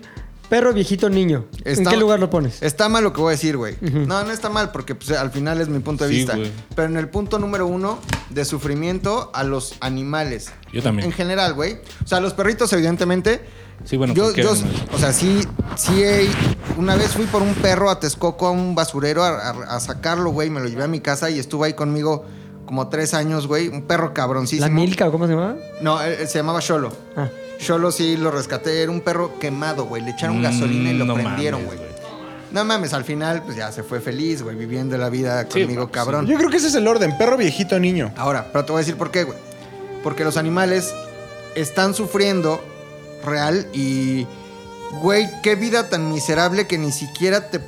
[SPEAKER 5] perro viejito niño? ¿En
[SPEAKER 3] Está-
[SPEAKER 5] qué lugar lo pones?
[SPEAKER 3] Está mal lo que voy a decir, güey. No, no está mal, porque pues, al final es mi punto de
[SPEAKER 4] Sí,
[SPEAKER 3] vista.
[SPEAKER 4] güey.
[SPEAKER 3] Pero en el punto número uno, de sufrimiento a los animales.
[SPEAKER 4] Yo también.
[SPEAKER 3] En general, güey. O sea, los perritos, evidentemente.
[SPEAKER 4] Sí, bueno,
[SPEAKER 3] yo,
[SPEAKER 4] cualquier
[SPEAKER 3] yo-
[SPEAKER 4] animal.
[SPEAKER 3] o sea, sí, sí, he- una vez fui por un perro a Texcoco, a un basurero, a, a- a sacarlo, güey. Me lo llevé a mi casa y estuvo ahí conmigo como tres años, güey. Un perro cabroncísimo.
[SPEAKER 5] ¿La Milka o cómo se llama?
[SPEAKER 3] No, eh, eh, se llamaba Sholo.
[SPEAKER 5] Ah.
[SPEAKER 3] Sholo sí lo rescaté. Era un perro quemado, güey. Le echaron gasolina y lo
[SPEAKER 4] Mm, no
[SPEAKER 3] prendieron,
[SPEAKER 4] mames,
[SPEAKER 3] güey. No mames, al final, pues ya se fue feliz, güey, viviendo la vida
[SPEAKER 4] Sí,
[SPEAKER 3] conmigo,
[SPEAKER 4] pues,
[SPEAKER 3] cabrón.
[SPEAKER 2] Yo creo que ese es el orden, perro viejito niño.
[SPEAKER 3] Ahora, pero te voy a decir por qué, güey. Porque los animales están sufriendo real y, güey, qué vida tan miserable que ni siquiera te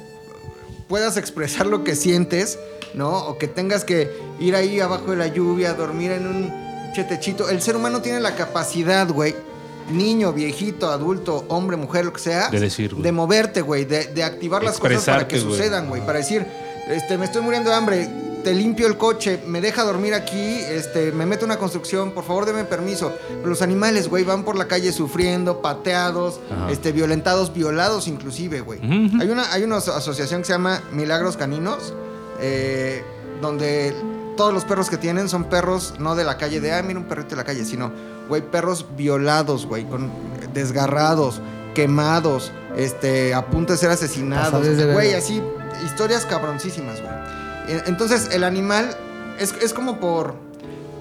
[SPEAKER 3] puedas expresar lo que sientes, ¿no? O que tengas que ir ahí abajo de la lluvia, dormir en un chetechito. El ser humano tiene la capacidad, güey. Niño, viejito, adulto, hombre, mujer, lo que sea.
[SPEAKER 4] De decir, güey.
[SPEAKER 3] De moverte, güey. De, de activar las cosas para que
[SPEAKER 4] Expresarte, güey.
[SPEAKER 3] sucedan, güey. Para decir, este, me estoy muriendo de hambre, te limpio el coche, me deja dormir aquí, este, me meto a una construcción, por favor, deme permiso. Pero los animales, güey, van por la calle sufriendo, pateados,
[SPEAKER 4] Ajá.
[SPEAKER 3] este, violentados, violados inclusive, güey.
[SPEAKER 4] Ujú.
[SPEAKER 3] Hay una, hay una aso- asociación que se llama Milagros Caninos, eh, donde todos los perros que tienen son perros no de la calle, de, ah, mira un perrito de la calle, sino, güey, perros violados, güey, con desgarrados, quemados, este, a punto de ser asesinados,
[SPEAKER 5] Pasados de verga.
[SPEAKER 3] güey, así, historias cabroncísimas, güey. Eh, Entonces, el animal es, es como por...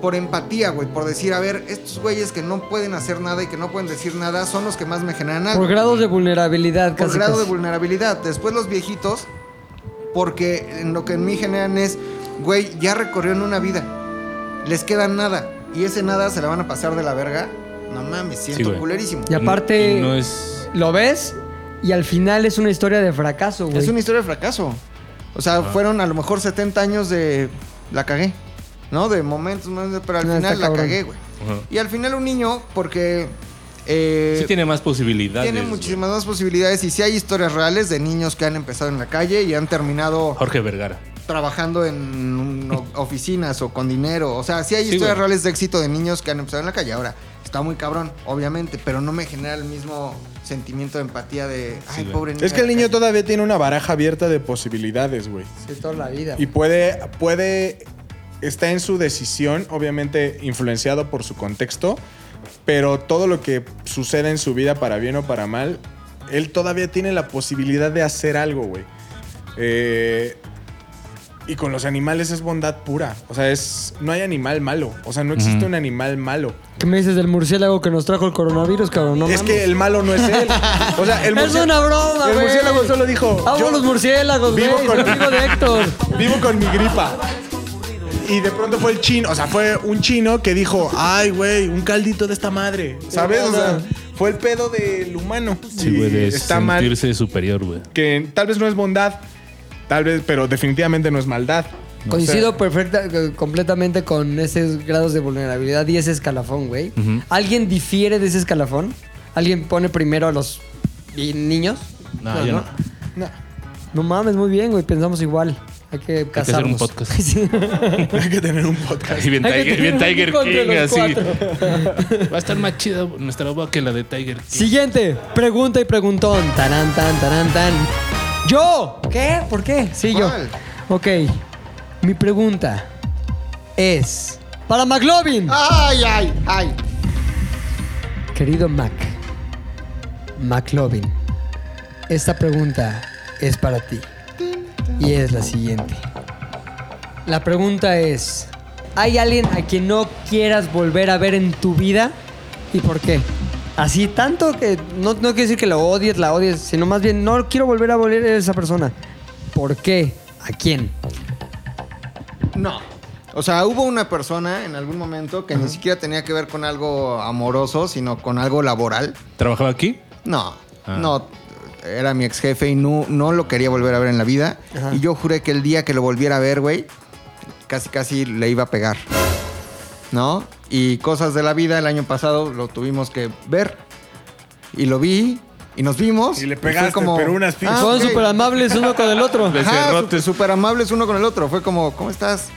[SPEAKER 3] Por empatía, güey, por decir, a ver, estos güeyes que no pueden hacer nada y que no pueden decir nada son los que más me
[SPEAKER 2] Ah,
[SPEAKER 3] generan algo
[SPEAKER 5] Por grados de vulnerabilidad,
[SPEAKER 3] por
[SPEAKER 5] casi.
[SPEAKER 3] grado
[SPEAKER 5] casi.
[SPEAKER 3] de vulnerabilidad. Después los viejitos, porque en lo que en mí generan es, güey, ya recorrieron una vida, les queda nada, y ese nada se la van a pasar de la verga. No mames, siento
[SPEAKER 4] güey.
[SPEAKER 3] culerísimo.
[SPEAKER 5] Y aparte,
[SPEAKER 4] Y No es.
[SPEAKER 5] lo ves y al final es una historia de fracaso, güey.
[SPEAKER 3] Es una historia de fracaso. O
[SPEAKER 4] Ah.
[SPEAKER 3] sea, fueron a lo mejor 70 años de la cagué, ¿no? De momentos, momentos, pero al
[SPEAKER 5] No, está
[SPEAKER 3] final la
[SPEAKER 5] cabrón.
[SPEAKER 3] cagué, güey.
[SPEAKER 4] Ajá.
[SPEAKER 3] Y al final un niño, porque... eh,
[SPEAKER 4] Sí tiene más posibilidades.
[SPEAKER 3] Tiene
[SPEAKER 4] güey.
[SPEAKER 3] muchísimas más posibilidades y si hay historias reales de niños que han empezado en la calle y han terminado
[SPEAKER 4] Jorge Vergara.
[SPEAKER 3] trabajando en un- o- oficinas o con dinero. O sea, sí hay
[SPEAKER 4] Sí,
[SPEAKER 3] historias
[SPEAKER 4] güey.
[SPEAKER 3] reales de éxito de niños que han empezado en la calle. Ahora, está muy cabrón, obviamente, pero no me genera el mismo sentimiento de empatía de, ay,
[SPEAKER 4] güey.
[SPEAKER 3] pobre niño.
[SPEAKER 2] Es que el
[SPEAKER 3] de
[SPEAKER 2] niño
[SPEAKER 3] calle".
[SPEAKER 2] todavía tiene una baraja abierta de posibilidades, güey.
[SPEAKER 5] Sí, toda la vida.
[SPEAKER 2] Y puede, puede, está en su decisión, obviamente influenciado por su contexto, pero todo lo que sucede en su vida, para bien o para mal, él todavía tiene la posibilidad de hacer algo, güey. Eh, y con los animales es bondad pura. O sea, es, no hay animal malo. O sea, no existe un animal malo.
[SPEAKER 5] ¿Qué me dices del murciélago que nos trajo el coronavirus, cabrón? No
[SPEAKER 2] es
[SPEAKER 5] mames.
[SPEAKER 2] que el malo no es él. O sea, el
[SPEAKER 5] Es
[SPEAKER 2] murci-
[SPEAKER 5] una broma,
[SPEAKER 2] El
[SPEAKER 5] güey.
[SPEAKER 2] murciélago solo dijo.
[SPEAKER 5] Amo
[SPEAKER 2] yo
[SPEAKER 5] los murciélagos, güey.
[SPEAKER 2] vivo
[SPEAKER 5] Soy
[SPEAKER 2] con-
[SPEAKER 5] amigo de Héctor.
[SPEAKER 2] Vivo con mi gripa. Y de pronto fue el chino, o sea, fue un chino que dijo, ay, güey, un caldito de esta madre. ¿Sabes? O sea, fue el pedo del humano.
[SPEAKER 4] Sí, güey,
[SPEAKER 2] Y
[SPEAKER 4] de
[SPEAKER 2] está mal.
[SPEAKER 4] sentirse superior, güey.
[SPEAKER 2] Que tal vez no es bondad, tal vez, pero definitivamente no es maldad.
[SPEAKER 5] Coincido perfecta, eh, completamente con esos grados de vulnerabilidad y ese escalafón, güey. ¿Alguien difiere de ese escalafón? ¿Alguien pone primero a los y- niños?
[SPEAKER 4] No, yo no.
[SPEAKER 5] No mames, muy bien, güey. Pensamos igual. Hay que
[SPEAKER 4] hacer
[SPEAKER 5] casarnos.
[SPEAKER 4] un podcast.
[SPEAKER 5] Sí.
[SPEAKER 2] Hay que tener un podcast.
[SPEAKER 4] Y bien
[SPEAKER 5] Hay que
[SPEAKER 4] Tiger, bien
[SPEAKER 5] tener
[SPEAKER 4] Tiger
[SPEAKER 5] un hijo
[SPEAKER 4] King,
[SPEAKER 5] entre los
[SPEAKER 4] así. Va a estar más chida nuestra boda que la de Tiger King.
[SPEAKER 5] Siguiente. Pregunta y preguntón. Tarán, tan, tarán, tan. ¡Yo! ¿Qué? ¿Por qué? Sí,
[SPEAKER 3] ¿Cuál?
[SPEAKER 5] yo. Ok. Mi pregunta es... Para McLovin.
[SPEAKER 3] ¡Ay, ay, ay!
[SPEAKER 5] Querido Mac, McLovin, esta pregunta es para ti. Y es la siguiente. La pregunta es, ¿hay alguien a quien no quieras volver a ver en tu vida? ¿Y por qué? Así tanto que no, no quiero decir que la odies, la odies, sino más bien no quiero volver a volver a esa persona. ¿Por qué? ¿A quién?
[SPEAKER 3] No. O sea, hubo una persona en algún momento que ni siquiera tenía que ver con algo amoroso, sino con algo laboral.
[SPEAKER 4] ¿Trabajaba aquí?
[SPEAKER 3] No,
[SPEAKER 4] Ah.
[SPEAKER 3] no. Era mi ex jefe y no, no lo quería volver a ver en la vida.
[SPEAKER 5] Ajá.
[SPEAKER 3] Y yo juré que el día que lo volviera a ver, güey, casi casi le iba a pegar. ¿No? Y cosas de la vida, el año pasado lo tuvimos que ver. Y lo vi, y nos vimos.
[SPEAKER 2] Y le
[SPEAKER 3] fue "Ah,
[SPEAKER 2] pegaste, pero unas pinches.
[SPEAKER 5] Son
[SPEAKER 3] ok.
[SPEAKER 5] súper amables uno con el otro.
[SPEAKER 3] Ajá,
[SPEAKER 4] Becerrotes.
[SPEAKER 3] su- súper amables uno con el otro. Fue como, ¿cómo estás?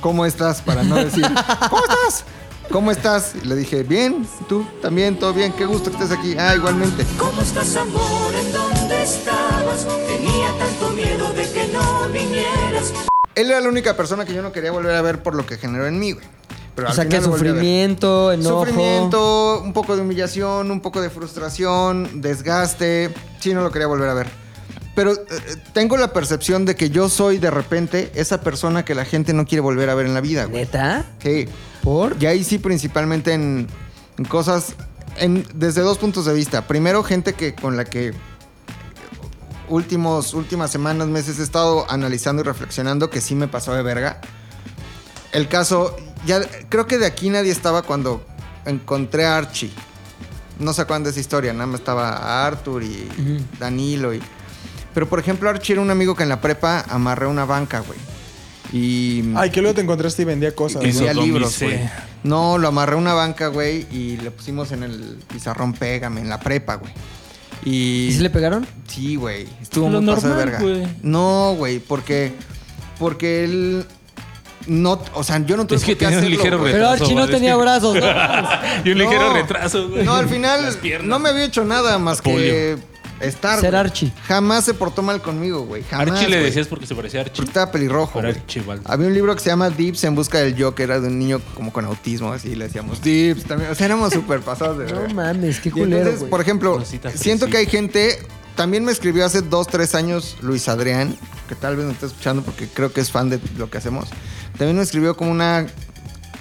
[SPEAKER 3] ¿Cómo estás? Para no decir, ¿cómo estás? ¿Cómo estás? Y le dije, bien, tú también, todo bien, qué gusto que estés aquí. Ah, igualmente.
[SPEAKER 11] ¿Cómo estás, amor? ¿En dónde estabas? Tenía tanto miedo de que no vinieras.
[SPEAKER 3] Él era la única persona que yo no quería volver a ver por lo que generó en mí, güey. Pero
[SPEAKER 5] O
[SPEAKER 3] al
[SPEAKER 5] sea, que
[SPEAKER 3] final lo volví a ver.
[SPEAKER 5] sufrimiento, enojo.
[SPEAKER 3] Sufrimiento, un poco de humillación, un poco de frustración, desgaste. Sí, no lo quería volver a ver. Pero eh, tengo la percepción de que yo soy de repente esa persona que la gente no quiere volver a ver en la vida, güey.
[SPEAKER 5] ¿Neta?
[SPEAKER 3] Sí.
[SPEAKER 5] ¿Por?
[SPEAKER 3] Y ahí sí, principalmente en, en cosas. en- desde dos puntos de vista. Primero, gente que con la que últimos, últimas semanas, meses he estado analizando y reflexionando que sí me pasó de verga. El caso, ya creo que de aquí nadie estaba cuando encontré a Archie. No se acuerdan de esa historia, nada más estaba Arthur y Danilo y. Pero por ejemplo, Archie era un amigo que en la prepa amarré una banca, güey. Y.
[SPEAKER 2] Ay, que luego te encontraste y vendía cosas.
[SPEAKER 4] Y
[SPEAKER 2] ¿no?
[SPEAKER 3] Vendía
[SPEAKER 4] Hizo
[SPEAKER 3] libros,
[SPEAKER 4] cómics,
[SPEAKER 3] güey.
[SPEAKER 4] eh.
[SPEAKER 3] No, lo amarré a una banca, güey, y le pusimos en el pizarrón pégame, en la prepa, güey. Y.
[SPEAKER 5] ¿Y si le pegaron?
[SPEAKER 3] Sí, güey. Estuvo
[SPEAKER 4] Lo
[SPEAKER 3] muy pasado de
[SPEAKER 4] normal,
[SPEAKER 3] verga.
[SPEAKER 4] güey.
[SPEAKER 3] No, güey, porque. Porque él. No, o sea, yo no tuve
[SPEAKER 4] Es que
[SPEAKER 3] por qué
[SPEAKER 4] tenía un
[SPEAKER 3] hacerlo,
[SPEAKER 4] ligero
[SPEAKER 3] güey.
[SPEAKER 5] Pero
[SPEAKER 4] Retraso,
[SPEAKER 5] Archie no
[SPEAKER 4] ¿vale?
[SPEAKER 5] tenía brazos, ¿no?
[SPEAKER 4] y un ligero
[SPEAKER 3] No.
[SPEAKER 4] retraso, güey.
[SPEAKER 3] No, al
[SPEAKER 4] Las
[SPEAKER 3] final
[SPEAKER 4] piernas.
[SPEAKER 3] no me había hecho nada más que estar.
[SPEAKER 5] Ser
[SPEAKER 3] güey.
[SPEAKER 5] Archie.
[SPEAKER 3] Jamás se portó mal conmigo, güey. Jamás.
[SPEAKER 4] Archie le
[SPEAKER 3] güey.
[SPEAKER 4] decías porque se parecía a Archie.
[SPEAKER 3] Porque estaba pelirrojo.
[SPEAKER 4] Era
[SPEAKER 3] güey.
[SPEAKER 4] Archibaldo.
[SPEAKER 3] Había un libro que se llama Dips en busca del yo, que era de un niño como con autismo, así le decíamos Dips también. O sea, éramos súper pasados de
[SPEAKER 5] No
[SPEAKER 3] verga.
[SPEAKER 5] mames, qué
[SPEAKER 3] Y
[SPEAKER 5] culero,
[SPEAKER 3] entonces,
[SPEAKER 5] güey.
[SPEAKER 3] por ejemplo,
[SPEAKER 4] Cosita
[SPEAKER 3] siento
[SPEAKER 4] fresita.
[SPEAKER 3] que hay gente. También me escribió hace dos, tres años Luis Adrián, que tal vez no está escuchando porque creo que es fan de lo que hacemos. También me escribió como una,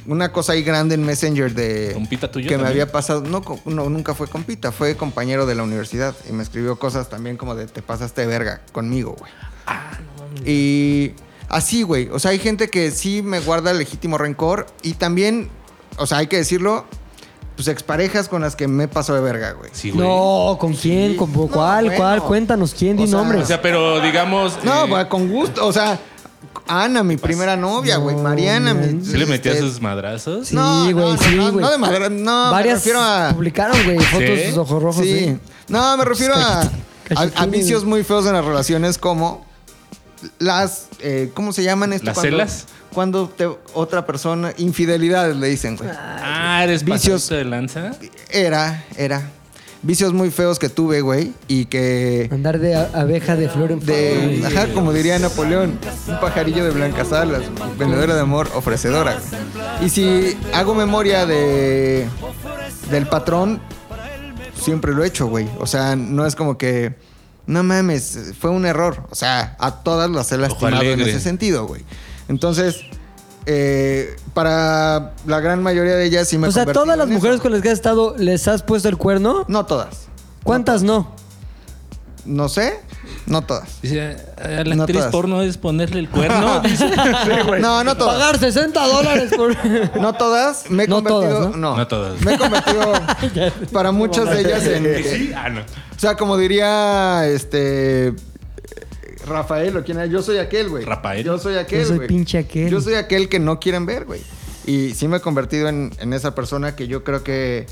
[SPEAKER 3] una cosa ahí grande en Messenger de.
[SPEAKER 4] ¿Compita tuyo
[SPEAKER 3] Que me
[SPEAKER 4] también?
[SPEAKER 3] había pasado. No, co- no, nunca fue compita, fue compañero de la universidad. Y me escribió cosas también como de te pasaste de verga conmigo, güey.
[SPEAKER 4] Ah,
[SPEAKER 3] Y así, güey. O sea, hay gente que sí me guarda legítimo rencor. Y también, o sea, hay que decirlo, pues exparejas con las que me paso de verga, güey.
[SPEAKER 4] Sí, güey.
[SPEAKER 5] No, ¿con quién?
[SPEAKER 3] Sí.
[SPEAKER 5] ¿Con
[SPEAKER 3] No,
[SPEAKER 5] cuál?
[SPEAKER 3] bueno.
[SPEAKER 5] ¿Cuál? Cuéntanos, ¿quién? Di
[SPEAKER 3] O sea,
[SPEAKER 5] nombres.
[SPEAKER 4] O sea, pero digamos.
[SPEAKER 3] No,
[SPEAKER 4] eh,
[SPEAKER 3] güey, con gusto. O sea, Ana, mi
[SPEAKER 4] Pues,
[SPEAKER 3] primera novia, güey. Mariana, mi.
[SPEAKER 4] ¿Sí le metía
[SPEAKER 3] este,
[SPEAKER 4] sus madrazos?
[SPEAKER 5] sí,
[SPEAKER 3] no,
[SPEAKER 5] güey,
[SPEAKER 3] no,
[SPEAKER 5] sí,
[SPEAKER 3] no,
[SPEAKER 5] güey.
[SPEAKER 3] no de madre- no, me
[SPEAKER 5] Varias
[SPEAKER 3] refiero a-
[SPEAKER 5] publicaron, güey, fotos de
[SPEAKER 4] ¿Sí?
[SPEAKER 5] sus ojos rojos,
[SPEAKER 3] sí.
[SPEAKER 5] sí.
[SPEAKER 3] No, me refiero a,
[SPEAKER 5] Cachete-
[SPEAKER 3] a, a
[SPEAKER 5] cachetines.
[SPEAKER 3] vicios muy feos en las relaciones como las. eh, ¿Cómo se llaman esto?
[SPEAKER 4] ¿Las
[SPEAKER 3] cuando,
[SPEAKER 4] celas?
[SPEAKER 3] Cuando te- otra persona. Infidelidades le dicen, güey.
[SPEAKER 4] Ah, eres
[SPEAKER 3] Vicios.
[SPEAKER 4] vicios de lanza.
[SPEAKER 3] Era, era. Vicios muy feos que tuve, güey. Y que.
[SPEAKER 5] Andar de a- abeja de flor en flor.
[SPEAKER 3] De,
[SPEAKER 5] güey.
[SPEAKER 3] ajá, como diría Napoleón, un pajarillo de blancas alas, vendedora de amor, ofrecedora. güey. Y si hago memoria de del patrón, siempre lo he hecho, güey. O sea, no es como que no mames, fue un error. O sea, a todas las he lastimado en
[SPEAKER 4] alegre.
[SPEAKER 3] ese sentido, güey. Entonces, eh, para la gran mayoría de ellas sí me
[SPEAKER 5] O sea,
[SPEAKER 3] convertí
[SPEAKER 5] todas
[SPEAKER 3] en
[SPEAKER 5] las
[SPEAKER 3] eso.
[SPEAKER 5] mujeres con las que has estado, ¿les has puesto el cuerno?
[SPEAKER 3] no todas.
[SPEAKER 5] ¿Cuántas no?
[SPEAKER 3] No sé. No todas.
[SPEAKER 4] Dice, a la
[SPEAKER 3] No
[SPEAKER 4] actriz
[SPEAKER 3] todas.
[SPEAKER 4] porno es ponerle el cuerno. dice.
[SPEAKER 3] No, no todas.
[SPEAKER 5] Pagar 60 dólares por.
[SPEAKER 3] No todas. Me he
[SPEAKER 5] No
[SPEAKER 3] convertido.
[SPEAKER 5] todas,
[SPEAKER 3] ¿no?
[SPEAKER 4] No todas.
[SPEAKER 3] Me he convertido para muchas de ellas en.
[SPEAKER 4] Que sí, ah, no.
[SPEAKER 3] O sea, como diría este. Rafael o quien era, yo soy aquel, güey.
[SPEAKER 4] Rafael.
[SPEAKER 3] Yo soy aquel.
[SPEAKER 5] Yo soy
[SPEAKER 3] güey.
[SPEAKER 5] pinche aquel.
[SPEAKER 3] Yo soy aquel que no quieren ver, güey. Y sí me he convertido en, en esa persona que yo creo que.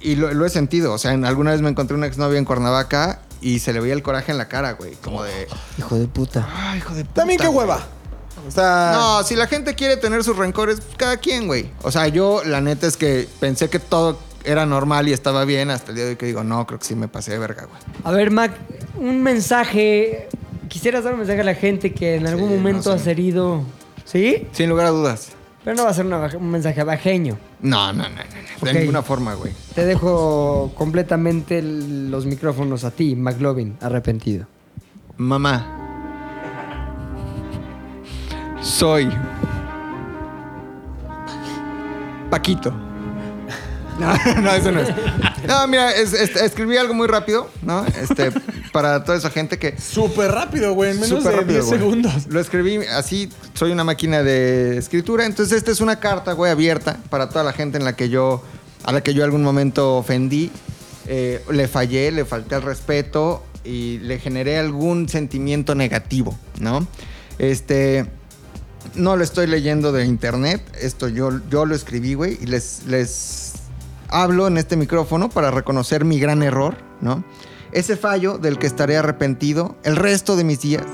[SPEAKER 3] Y lo, lo he sentido. O sea, en- alguna vez me encontré una exnovia en Cuernavaca y se le veía el coraje en la cara, güey.
[SPEAKER 4] Oh.
[SPEAKER 3] Como de.
[SPEAKER 5] Hijo de puta.
[SPEAKER 3] Ay, Ah, hijo de puta.
[SPEAKER 2] También qué
[SPEAKER 3] güey".
[SPEAKER 2] hueva. O sea,
[SPEAKER 3] No, si la gente quiere tener sus rencores, pues, cada quien, güey. O sea, yo la neta es que pensé que todo era normal y estaba bien hasta el día de hoy que digo, no, creo que sí me pasé de verga, güey.
[SPEAKER 5] A ver, Mac, un mensaje. Quisieras dar un mensaje a la gente que en algún
[SPEAKER 3] no
[SPEAKER 5] momento
[SPEAKER 3] sé.
[SPEAKER 5] has herido. ¿Sí?
[SPEAKER 3] Sin lugar a dudas.
[SPEAKER 5] Pero no va a ser una baje- un mensaje abajeño.
[SPEAKER 3] No, no, no, no, no.
[SPEAKER 5] Ok.
[SPEAKER 3] De ninguna forma, güey.
[SPEAKER 5] Te dejo completamente el- los micrófonos a ti, McLovin, arrepentido.
[SPEAKER 3] Mamá. Soy. Paquito. No, no, eso no es. No, mira, es- es- escribí algo muy rápido, ¿no? Este, para toda esa gente que
[SPEAKER 2] súper rápido, güey. En menos
[SPEAKER 3] Súper
[SPEAKER 2] de
[SPEAKER 3] rápido,
[SPEAKER 2] 10
[SPEAKER 3] güey.
[SPEAKER 2] segundos.
[SPEAKER 3] Lo escribí así, soy una máquina de escritura. Entonces, esta es una carta, güey, abierta para toda la gente en la que yo, a la que yo algún momento ofendí, eh, le fallé, le falté al respeto y le generé algún sentimiento negativo, ¿no? Este. No lo estoy leyendo de internet, esto yo, yo lo escribí, güey, y les, les hablo en este micrófono para reconocer mi gran error, ¿no? Ese fallo del que estaré arrepentido el resto de mis días,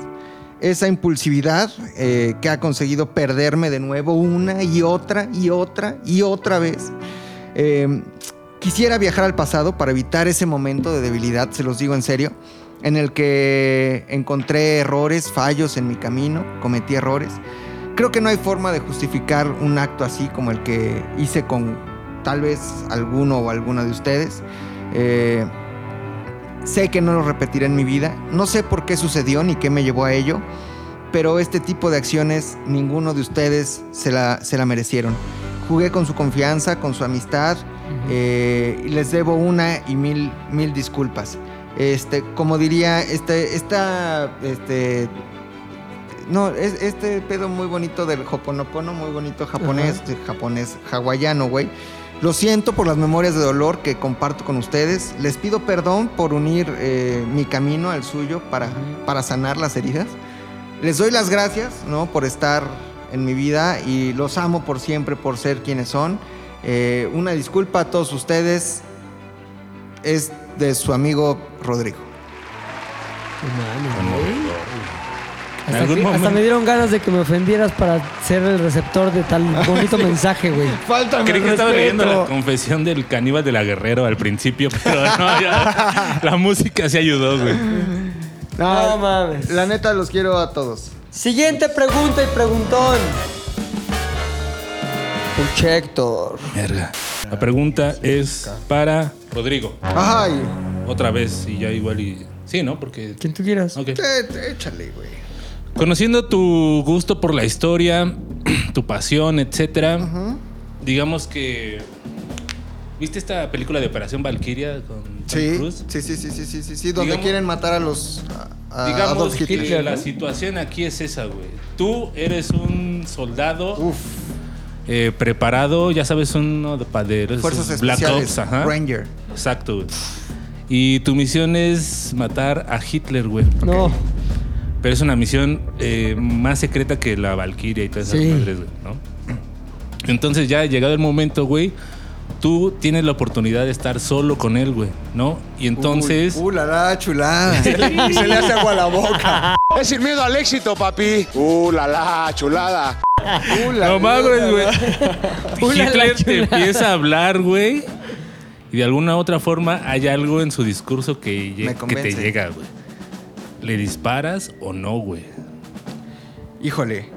[SPEAKER 3] esa impulsividad eh, que ha conseguido perderme de nuevo una y otra y otra y otra vez. Eh, quisiera viajar al pasado para evitar ese momento de debilidad, se los digo en serio, en el que encontré errores, fallos en mi camino, cometí errores. Creo que no hay forma de justificar un acto así como el que hice con tal vez alguno o alguna de ustedes. Eh, Sé que no lo repetiré en mi vida. No sé por qué sucedió ni qué me llevó a ello. Pero este tipo de acciones ninguno de ustedes se la, se la merecieron. Jugué con su confianza, con su amistad. eh, y les debo una y mil, mil disculpas. Este, como diría, este, esta, este, no, es, este pedo muy bonito del Hoponopono, muy bonito japonés, de japonés, hawaiano, güey. Lo siento por las memorias de dolor que comparto con ustedes. Les pido perdón por unir eh, mi camino al suyo para, para sanar las heridas. Les doy las gracias, ¿no? Por estar en mi vida y los amo por siempre, por ser quienes son. Eh, una disculpa a todos ustedes. Es de su amigo Rodrigo.
[SPEAKER 5] Hasta,
[SPEAKER 4] algún
[SPEAKER 5] que- hasta
[SPEAKER 4] momento-
[SPEAKER 5] me dieron ganas de que me ofendieras para ser el receptor de tal bonito mensaje, güey.
[SPEAKER 3] Falta
[SPEAKER 4] Creí que estaba leyendo la confesión del caníbal de la Guerrero al principio, pero no, ya, la música se ayudó, güey.
[SPEAKER 5] No mames.
[SPEAKER 3] La neta los quiero a todos.
[SPEAKER 5] Siguiente pregunta y preguntón.
[SPEAKER 1] Puchector.
[SPEAKER 4] Verga. La pregunta es para Rodrigo.
[SPEAKER 3] Ay,
[SPEAKER 4] Otra vez, y ya igual y. Sí, ¿no? Porque.
[SPEAKER 5] Quien tú quieras.
[SPEAKER 4] Ok.
[SPEAKER 3] eh, échale, güey.
[SPEAKER 4] Conociendo tu gusto por la historia, tu pasión, etcétera,
[SPEAKER 3] ¿Mm?
[SPEAKER 4] digamos que. ¿Viste esta película de Operación Valkyria con Tom
[SPEAKER 3] Sí,
[SPEAKER 4] Cruise?
[SPEAKER 3] sí, sí, sí, sí, sí, sí, sí, donde
[SPEAKER 4] Digamos-
[SPEAKER 3] quieren matar a los a, a
[SPEAKER 4] Digamos
[SPEAKER 3] Adolf
[SPEAKER 4] que
[SPEAKER 3] Hitler.
[SPEAKER 4] la situación aquí es esa, güey. Tú eres un soldado
[SPEAKER 3] Uf,
[SPEAKER 4] eh, preparado, ya sabes, uno de paderos.
[SPEAKER 3] fuerzas
[SPEAKER 4] esos
[SPEAKER 3] especiales,
[SPEAKER 4] ajá.
[SPEAKER 3] Ranger.
[SPEAKER 4] Exacto, güey. Y tu misión es matar a Hitler, güey.
[SPEAKER 5] No.
[SPEAKER 4] Pero es una misión eh, más secreta que la Valkyria y todas esas
[SPEAKER 5] Sí.
[SPEAKER 4] madres, güey, ¿no? Entonces ya llegado el momento, güey, tú tienes la oportunidad de estar solo con él, güey, ¿no? Y entonces...
[SPEAKER 3] Uy, uh, la, la chulada.
[SPEAKER 2] Se le hace agua a la boca.
[SPEAKER 12] Es sin miedo al éxito, papi. Uh, la la, chulada.
[SPEAKER 3] Uh, la-
[SPEAKER 4] no mames, güey.
[SPEAKER 5] Una
[SPEAKER 4] Hitler te
[SPEAKER 5] lachonada.
[SPEAKER 4] empieza a hablar, güey. Y de alguna otra forma hay algo en su discurso que,
[SPEAKER 3] Me
[SPEAKER 4] lle- que te
[SPEAKER 3] convence.
[SPEAKER 4] llega, güey. ¿Le disparas o no, güey?
[SPEAKER 3] Híjole.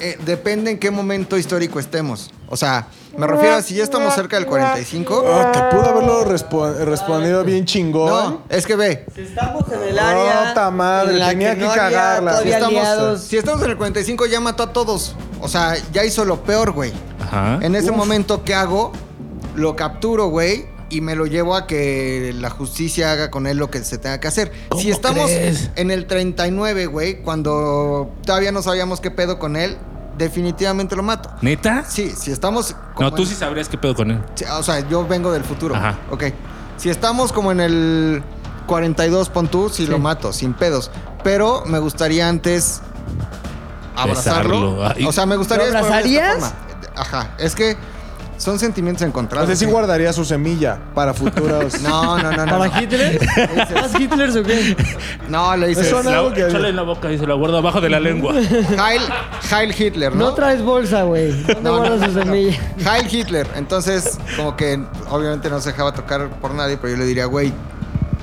[SPEAKER 3] Eh, depende en qué momento histórico estemos. O sea, me refiero a si ya estamos cerca del 45.
[SPEAKER 2] Oh, te pudo haberlo respo- respondido bien chingón.
[SPEAKER 3] No, es que ve,
[SPEAKER 5] Estamos en el
[SPEAKER 2] área Rota madre, en la tenía que que no había cagarla. todavía
[SPEAKER 5] estamos,
[SPEAKER 2] aliados.
[SPEAKER 3] si estamos en el 45 ya mató a todos. O sea, ya hizo lo peor, güey.
[SPEAKER 4] Ajá.
[SPEAKER 3] En ese momento, ¿qué hago? Lo capturo, güey. y me lo llevo a que la justicia haga con él lo que se tenga que hacer.
[SPEAKER 4] ¿Cómo
[SPEAKER 3] Si estamos
[SPEAKER 4] crees?
[SPEAKER 3] en el 39, güey, cuando todavía no sabíamos qué pedo con él, definitivamente lo mato.
[SPEAKER 4] ¿Neta?
[SPEAKER 3] Sí, si estamos... como
[SPEAKER 4] No, tú
[SPEAKER 3] en-
[SPEAKER 4] sí sabrías qué pedo con él.
[SPEAKER 3] Sí, O sea, yo vengo del futuro.
[SPEAKER 4] Ajá.
[SPEAKER 3] Ok. Si estamos como en el 42, pon tú, si lo mato, sin pedos. Pero me gustaría antes abrazarlo.
[SPEAKER 4] Besarlo. ah, Ay.
[SPEAKER 3] O sea, me gustaría...
[SPEAKER 5] ¿Lo
[SPEAKER 3] explorarlo de esta
[SPEAKER 5] abrazarías?
[SPEAKER 3] forma. Ajá. Es que son sentimientos encontrados.
[SPEAKER 2] O sea, sí
[SPEAKER 3] güey.
[SPEAKER 2] guardaría su semilla para futuros.
[SPEAKER 3] Pues No, no, no, no.
[SPEAKER 5] ¿Para
[SPEAKER 3] no.
[SPEAKER 5] Hitler? ¿Más Hitler o qué?
[SPEAKER 3] No, le dices...
[SPEAKER 2] Eso no.
[SPEAKER 4] La-
[SPEAKER 2] algo que-
[SPEAKER 4] échale en la boca y se la guardo abajo de la lengua.
[SPEAKER 3] Heil, Heil Hitler,
[SPEAKER 5] No
[SPEAKER 3] ¿no?
[SPEAKER 5] traes bolsa, güey. ¿Dónde
[SPEAKER 3] No, no,
[SPEAKER 5] guardas su
[SPEAKER 3] no.
[SPEAKER 5] semilla?
[SPEAKER 3] Heil Hitler. Entonces, como que obviamente no se dejaba tocar por nadie, pero yo le diría, güey,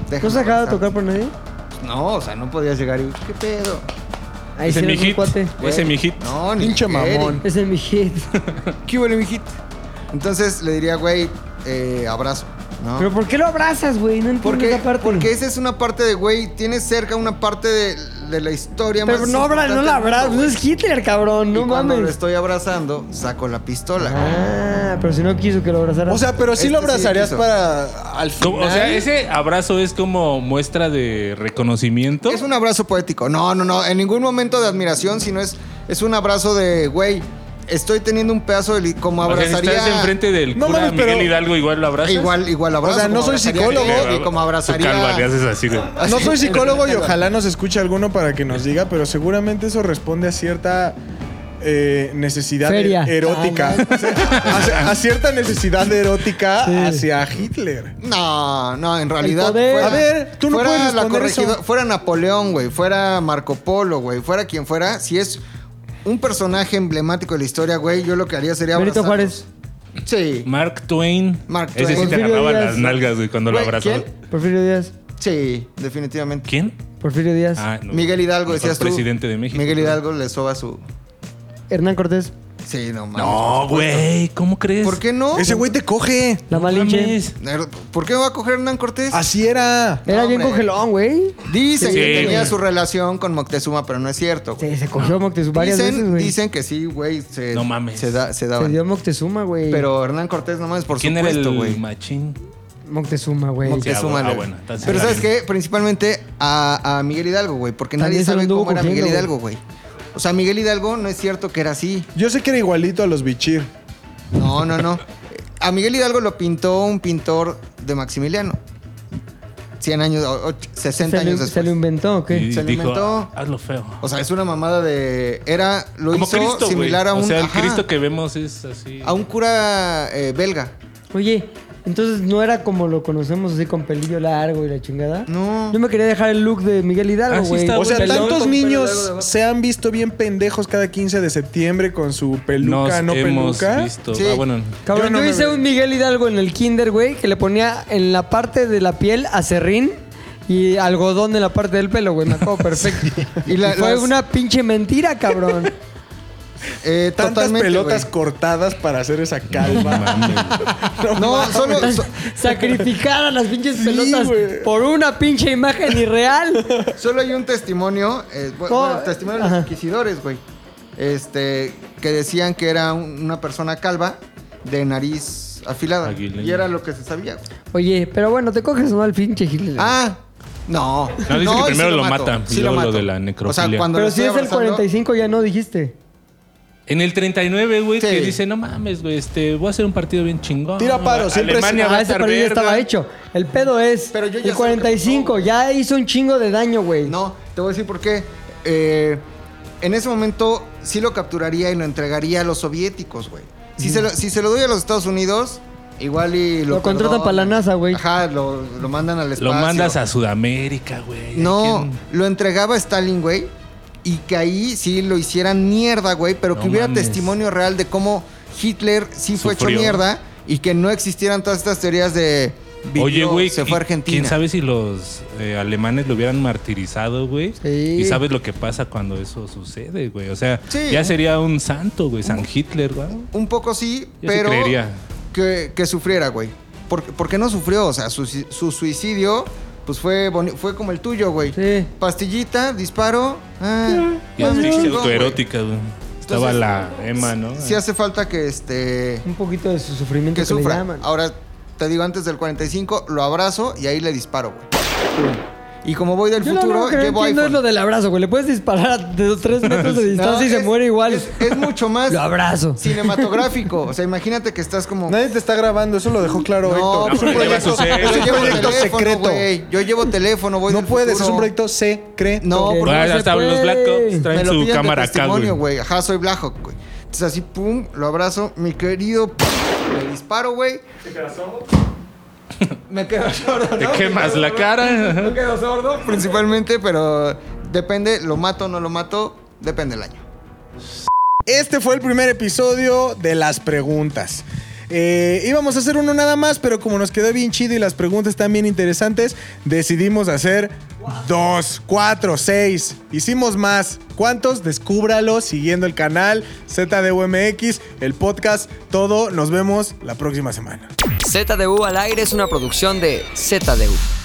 [SPEAKER 3] déjame
[SPEAKER 5] ¿No se acaba de
[SPEAKER 3] abrazar.
[SPEAKER 5] tocar por nadie?
[SPEAKER 3] No, o sea, no podías llegar y, ¿qué pedo?
[SPEAKER 5] Ahí
[SPEAKER 4] Ese es
[SPEAKER 5] sí
[SPEAKER 4] mi
[SPEAKER 5] eres un
[SPEAKER 4] hit.
[SPEAKER 5] cuate.
[SPEAKER 4] Ese es mi hit.
[SPEAKER 3] No, ni
[SPEAKER 2] Pinche
[SPEAKER 3] quiere.
[SPEAKER 2] mamón.
[SPEAKER 5] Ese es mi hit.
[SPEAKER 3] ¿Qué huele, mijito? Entonces le diría, güey, eh, abrazo, ¿no?
[SPEAKER 5] ¿Pero por qué lo abrazas, güey? No entiendo
[SPEAKER 3] porque,
[SPEAKER 5] esa parte.
[SPEAKER 3] porque esa es una parte de, güey, tienes cerca una parte de, de la historia
[SPEAKER 5] Pero
[SPEAKER 3] más
[SPEAKER 5] no, abra, no
[SPEAKER 3] importante
[SPEAKER 5] la
[SPEAKER 3] del mundo,
[SPEAKER 5] abrazas. No
[SPEAKER 3] güey.
[SPEAKER 5] es Hitler, cabrón. No
[SPEAKER 3] y cuando lo
[SPEAKER 5] mames.
[SPEAKER 3] estoy abrazando, saco la pistola.
[SPEAKER 5] Ah, pero si no quiso que lo abrazara.
[SPEAKER 2] O sea, pero sí lo
[SPEAKER 3] Este sí
[SPEAKER 2] abrazarías
[SPEAKER 3] quiso.
[SPEAKER 2] para al final.
[SPEAKER 4] Como- O sea, ese abrazo es como muestra de reconocimiento.
[SPEAKER 3] Es un abrazo poético. No, no, no. En ningún momento de admiración, sino es, es un abrazo de, güey, estoy teniendo un pedazo de... li- Como
[SPEAKER 4] O sea, si
[SPEAKER 3] abrazaría...
[SPEAKER 4] estás enfrente del
[SPEAKER 2] No
[SPEAKER 4] cura
[SPEAKER 2] mames, pero-
[SPEAKER 4] Miguel Hidalgo, igual lo abrazas.
[SPEAKER 3] Igual, igual abrazo.
[SPEAKER 2] O sea, no
[SPEAKER 3] como
[SPEAKER 2] soy
[SPEAKER 3] abrazaría-
[SPEAKER 2] psicólogo.
[SPEAKER 3] Y como abrazaría...
[SPEAKER 4] Tu calva, le haces así de-
[SPEAKER 2] No soy psicólogo y ojalá nos escuche alguno para que nos diga, pero seguramente eso responde a cierta eh, necesidad
[SPEAKER 5] Feria.
[SPEAKER 2] erótica. a, a cierta necesidad erótica
[SPEAKER 5] Sí.
[SPEAKER 2] hacia Hitler.
[SPEAKER 3] No, no, en realidad.
[SPEAKER 5] poder.
[SPEAKER 2] A ver, tú no
[SPEAKER 3] fuera
[SPEAKER 2] puedes responder eso.
[SPEAKER 3] Fuera Napoleón, güey. Fuera Marco Polo, güey. Fuera quien fuera. Si es un personaje emblemático de la historia, güey, yo lo que haría sería.
[SPEAKER 5] Benito
[SPEAKER 3] abrazarlos.
[SPEAKER 5] Juárez.
[SPEAKER 3] Sí.
[SPEAKER 4] Mark Twain.
[SPEAKER 3] Mark
[SPEAKER 4] Ese sí
[SPEAKER 3] Twain.
[SPEAKER 4] te
[SPEAKER 5] Porfirio
[SPEAKER 4] agarraba
[SPEAKER 5] Díaz.
[SPEAKER 4] las nalgas, güey, cuando lo
[SPEAKER 3] Güey,
[SPEAKER 4] abrazaba.
[SPEAKER 3] ¿quién?
[SPEAKER 5] Porfirio Díaz.
[SPEAKER 3] Sí, definitivamente.
[SPEAKER 4] ¿Quién?
[SPEAKER 5] Porfirio Díaz.
[SPEAKER 4] Ah, no.
[SPEAKER 3] Miguel Hidalgo,
[SPEAKER 4] Mejor
[SPEAKER 3] decías tú.
[SPEAKER 4] presidente de México.
[SPEAKER 3] Miguel Hidalgo le soba su.
[SPEAKER 5] Hernán Cortés.
[SPEAKER 3] Sí, no mames.
[SPEAKER 4] No, güey. ¿Cómo crees?
[SPEAKER 3] ¿Por qué no?
[SPEAKER 2] Ese güey te coge.
[SPEAKER 5] La
[SPEAKER 4] No
[SPEAKER 5] Malinche.
[SPEAKER 4] mames.
[SPEAKER 3] ¿Por qué va a coger Hernán Cortés?
[SPEAKER 2] Así era.
[SPEAKER 5] Era
[SPEAKER 3] No,
[SPEAKER 5] bien
[SPEAKER 3] hombre.
[SPEAKER 5] congelón, güey.
[SPEAKER 3] Dicen
[SPEAKER 4] Ah, Sí,
[SPEAKER 3] que tenía
[SPEAKER 4] güey.
[SPEAKER 3] su relación con Moctezuma, pero no es cierto. güey.
[SPEAKER 5] Sí, se cogió Moctezuma varias
[SPEAKER 3] Dicen,
[SPEAKER 5] veces, güey.
[SPEAKER 3] dicen que sí, güey. se-
[SPEAKER 4] No mames.
[SPEAKER 3] Se, da, se daban.
[SPEAKER 5] Se dio Moctezuma, güey.
[SPEAKER 3] Pero Hernán Cortés, no mames, por
[SPEAKER 4] ¿Quién era
[SPEAKER 3] supuesto,
[SPEAKER 4] el
[SPEAKER 3] güey.
[SPEAKER 4] machín?
[SPEAKER 5] Moctezuma, güey.
[SPEAKER 4] Moctezuma.
[SPEAKER 3] Moctezuma,
[SPEAKER 4] Ah,
[SPEAKER 3] güey.
[SPEAKER 4] bueno, entonces
[SPEAKER 3] Pero
[SPEAKER 4] era
[SPEAKER 3] ¿sabes
[SPEAKER 4] bien.
[SPEAKER 3] qué? Principalmente a, a Miguel Hidalgo, güey. Porque
[SPEAKER 5] También
[SPEAKER 3] nadie
[SPEAKER 5] se lo
[SPEAKER 3] sabe
[SPEAKER 5] anduvo
[SPEAKER 3] cómo era
[SPEAKER 5] cogiendo,
[SPEAKER 3] Miguel
[SPEAKER 5] güey.
[SPEAKER 3] Hidalgo, güey. O sea, Miguel Hidalgo no es cierto que era así.
[SPEAKER 2] Yo sé que era igualito a los bichir.
[SPEAKER 3] No, no, no. A Miguel Hidalgo lo pintó un pintor de Maximiliano. 100 años, o- o- 60
[SPEAKER 5] se, lo,
[SPEAKER 3] años
[SPEAKER 5] se lo
[SPEAKER 3] después.
[SPEAKER 5] inventó, ¿o
[SPEAKER 4] Y
[SPEAKER 5] qué?
[SPEAKER 3] Se
[SPEAKER 4] dijo, "Ah,
[SPEAKER 3] alimentó.
[SPEAKER 4] hazlo feo.
[SPEAKER 3] O sea, es una mamada de... Era... Lo
[SPEAKER 4] Como
[SPEAKER 3] hizo
[SPEAKER 4] Cristo, güey.
[SPEAKER 3] similar a un...
[SPEAKER 4] O sea, el
[SPEAKER 3] ajá,
[SPEAKER 4] Cristo que vemos es así.
[SPEAKER 3] A un cura eh, belga.
[SPEAKER 5] Oye, entonces no era como lo conocemos así con pelillo largo y la chingada.
[SPEAKER 3] No.
[SPEAKER 5] Yo me quería dejar el look de Miguel Hidalgo,
[SPEAKER 4] Así
[SPEAKER 5] güey.
[SPEAKER 4] está,
[SPEAKER 2] O sea,
[SPEAKER 4] Pelón
[SPEAKER 2] tantos
[SPEAKER 4] Ah, con
[SPEAKER 5] pelo largo
[SPEAKER 2] niños
[SPEAKER 5] de
[SPEAKER 2] se han visto bien pendejos cada 15 de septiembre con su peluca,
[SPEAKER 4] Nos
[SPEAKER 2] no
[SPEAKER 4] hemos
[SPEAKER 2] peluca.
[SPEAKER 4] visto.
[SPEAKER 3] Sí.
[SPEAKER 4] Ah, bueno.
[SPEAKER 5] Cabrón,
[SPEAKER 2] Yo
[SPEAKER 5] yo,
[SPEAKER 2] no me
[SPEAKER 5] hice
[SPEAKER 2] veo.
[SPEAKER 5] un Miguel Hidalgo en el kinder, güey, que le ponía en la parte de la piel acerrín y algodón en la parte del pelo, güey. Me acuerdo perfecto.
[SPEAKER 3] Y
[SPEAKER 5] y
[SPEAKER 3] la-
[SPEAKER 5] fue
[SPEAKER 3] las-
[SPEAKER 5] una pinche mentira, cabrón.
[SPEAKER 3] Eh,
[SPEAKER 2] Tantas
[SPEAKER 3] totalmente,
[SPEAKER 2] pelotas
[SPEAKER 3] güey.
[SPEAKER 2] cortadas para hacer esa calva.
[SPEAKER 3] No, solo... so-
[SPEAKER 5] Sacrificaron las pinches pelotas
[SPEAKER 2] güey.
[SPEAKER 5] por una pinche imagen irreal.
[SPEAKER 3] Solo hay un testimonio, eh, bu-
[SPEAKER 5] No,
[SPEAKER 3] bueno, testimonio de
[SPEAKER 5] ajá.
[SPEAKER 3] los inquisidores, güey. Este, que decían que era un- una persona calva de nariz afilada.
[SPEAKER 4] Aguileña.
[SPEAKER 3] Y era lo que se sabía. güey.
[SPEAKER 5] Oye, pero bueno, te coges no al pinche Hitler.
[SPEAKER 3] Ah, no.
[SPEAKER 4] No, dice que
[SPEAKER 3] y
[SPEAKER 4] primero lo
[SPEAKER 3] mato,
[SPEAKER 4] mata, y
[SPEAKER 3] sí
[SPEAKER 4] luego lo
[SPEAKER 3] mato.
[SPEAKER 4] de la necrofilia.
[SPEAKER 5] pero si
[SPEAKER 3] lo
[SPEAKER 5] es
[SPEAKER 3] estoy
[SPEAKER 5] el
[SPEAKER 3] abrazando,
[SPEAKER 5] 45 ya no dijiste.
[SPEAKER 4] En el 39, güey,
[SPEAKER 3] Sí.
[SPEAKER 4] que dice, no mames, güey, este, voy a hacer un partido bien chingón.
[SPEAKER 2] Tira paro, siempre es-
[SPEAKER 4] Alemania
[SPEAKER 5] Ah,
[SPEAKER 4] va a
[SPEAKER 5] ese
[SPEAKER 4] estar
[SPEAKER 5] partido ya
[SPEAKER 4] verga.
[SPEAKER 5] estaba hecho. El pedo es
[SPEAKER 3] Pero yo ya sé
[SPEAKER 5] el
[SPEAKER 3] lo
[SPEAKER 5] 45
[SPEAKER 3] que
[SPEAKER 5] ya hizo un chingo de daño, güey.
[SPEAKER 3] No, te voy a decir por qué. Eh, en ese momento sí lo capturaría y lo entregaría a los soviéticos, güey. Si, se lo, si se lo doy a los Estados Unidos, igual y lo.
[SPEAKER 5] Mm. Lo contratan
[SPEAKER 3] perdonan.
[SPEAKER 5] pa' la NASA, güey.
[SPEAKER 3] Ajá, lo, lo mandan al espacio.
[SPEAKER 4] Lo mandas a Sudamérica, güey.
[SPEAKER 3] No,
[SPEAKER 4] ¿Quién?
[SPEAKER 3] lo entregaba a Stalin, güey. Y que ahí sí lo hicieran mierda, güey. Pero
[SPEAKER 4] No
[SPEAKER 3] que hubiera
[SPEAKER 4] mames.
[SPEAKER 3] testimonio real de cómo Hitler sí fue hecho
[SPEAKER 4] Sufrió.
[SPEAKER 3] mierda. Y que no existieran todas estas teorías de. vivió,
[SPEAKER 4] Oye, güey,
[SPEAKER 3] Se fue a
[SPEAKER 4] ¿y
[SPEAKER 3] Argentina.
[SPEAKER 4] ¿quién sabe si los eh, alemanes lo hubieran martirizado, güey?
[SPEAKER 5] Sí.
[SPEAKER 4] Y sabes lo que pasa cuando eso sucede, güey. O sea,
[SPEAKER 3] Sí.
[SPEAKER 4] ya sería un santo, güey, San Hitler, güey.
[SPEAKER 3] Un poco sí,
[SPEAKER 4] sí
[SPEAKER 3] pero.
[SPEAKER 4] creería.
[SPEAKER 3] que, que sufriera, güey. Porque, porque no sufrió, o sea, su, su suicidio. Pues fue, boni- fue como el tuyo, güey.
[SPEAKER 5] Sí.
[SPEAKER 3] Pastillita, disparo. Ah,
[SPEAKER 4] Y
[SPEAKER 3] más
[SPEAKER 4] asfixia
[SPEAKER 3] chingón, güey.
[SPEAKER 4] autoerótica, güey. Estaba
[SPEAKER 3] Entonces,
[SPEAKER 4] la Emma, ¿no?
[SPEAKER 3] Sí hace falta que este.
[SPEAKER 5] Un poquito de su sufrimiento
[SPEAKER 3] que
[SPEAKER 5] que, le
[SPEAKER 3] sufra.
[SPEAKER 5] llaman.
[SPEAKER 3] Ahora, te digo, antes del 45, lo abrazo y ahí le disparo, güey. Y como voy del
[SPEAKER 5] Yo lo
[SPEAKER 3] futuro,
[SPEAKER 5] único que no
[SPEAKER 3] llevo
[SPEAKER 5] entiendo es
[SPEAKER 3] iPhone.
[SPEAKER 5] lo del abrazo, güey. Le puedes disparar a de tres metros de
[SPEAKER 3] No,
[SPEAKER 5] distancia y se
[SPEAKER 3] es-
[SPEAKER 5] muere igual.
[SPEAKER 3] Es, es mucho más
[SPEAKER 5] Lo abrazo.
[SPEAKER 3] cinematográfico. O sea, imagínate que estás como.
[SPEAKER 2] Nadie te está grabando, eso lo dejó claro Héctor.
[SPEAKER 4] No,
[SPEAKER 2] Es un
[SPEAKER 4] porque lleva
[SPEAKER 2] proyecto,
[SPEAKER 4] su cel.
[SPEAKER 2] es un
[SPEAKER 3] yo llevo
[SPEAKER 2] proyecto
[SPEAKER 3] teléfono,
[SPEAKER 2] secreto.
[SPEAKER 3] güey. Yo llevo teléfono, voy
[SPEAKER 2] No
[SPEAKER 3] del
[SPEAKER 2] puedes, es
[SPEAKER 3] futuro.
[SPEAKER 2] un proyecto secreto.
[SPEAKER 3] No, porque
[SPEAKER 4] Ah,
[SPEAKER 3] no se
[SPEAKER 4] hasta
[SPEAKER 3] puede.
[SPEAKER 4] los Black Ops
[SPEAKER 3] Me
[SPEAKER 4] traen
[SPEAKER 3] lo
[SPEAKER 4] su
[SPEAKER 3] piden
[SPEAKER 4] cámara
[SPEAKER 3] de
[SPEAKER 4] acá, güey.
[SPEAKER 3] testimonio, güey. Ajá, soy Black Hawk, güey. Entonces así, pum, lo abrazo, mi querido, pum, le disparo, güey. Me quedo sordo, ¿no?
[SPEAKER 4] Te
[SPEAKER 3] Me
[SPEAKER 4] quemas
[SPEAKER 3] quedo
[SPEAKER 4] la
[SPEAKER 3] sordo.
[SPEAKER 4] cara.
[SPEAKER 3] Me quedo sordo, principalmente, pero depende, lo mato o no lo mato, depende del año.
[SPEAKER 2] Este fue el primer episodio de las preguntas. Eh, íbamos a hacer uno nada más, pero como nos quedó bien chido y las preguntas están bien interesantes, decidimos hacer dos, cuatro, seis. Hicimos más. ¿Cuántos? Descúbralo siguiendo el canal ZDUMX, el podcast, todo. Nos vemos la próxima semana.
[SPEAKER 1] ZDU al aire es una producción de ZDU.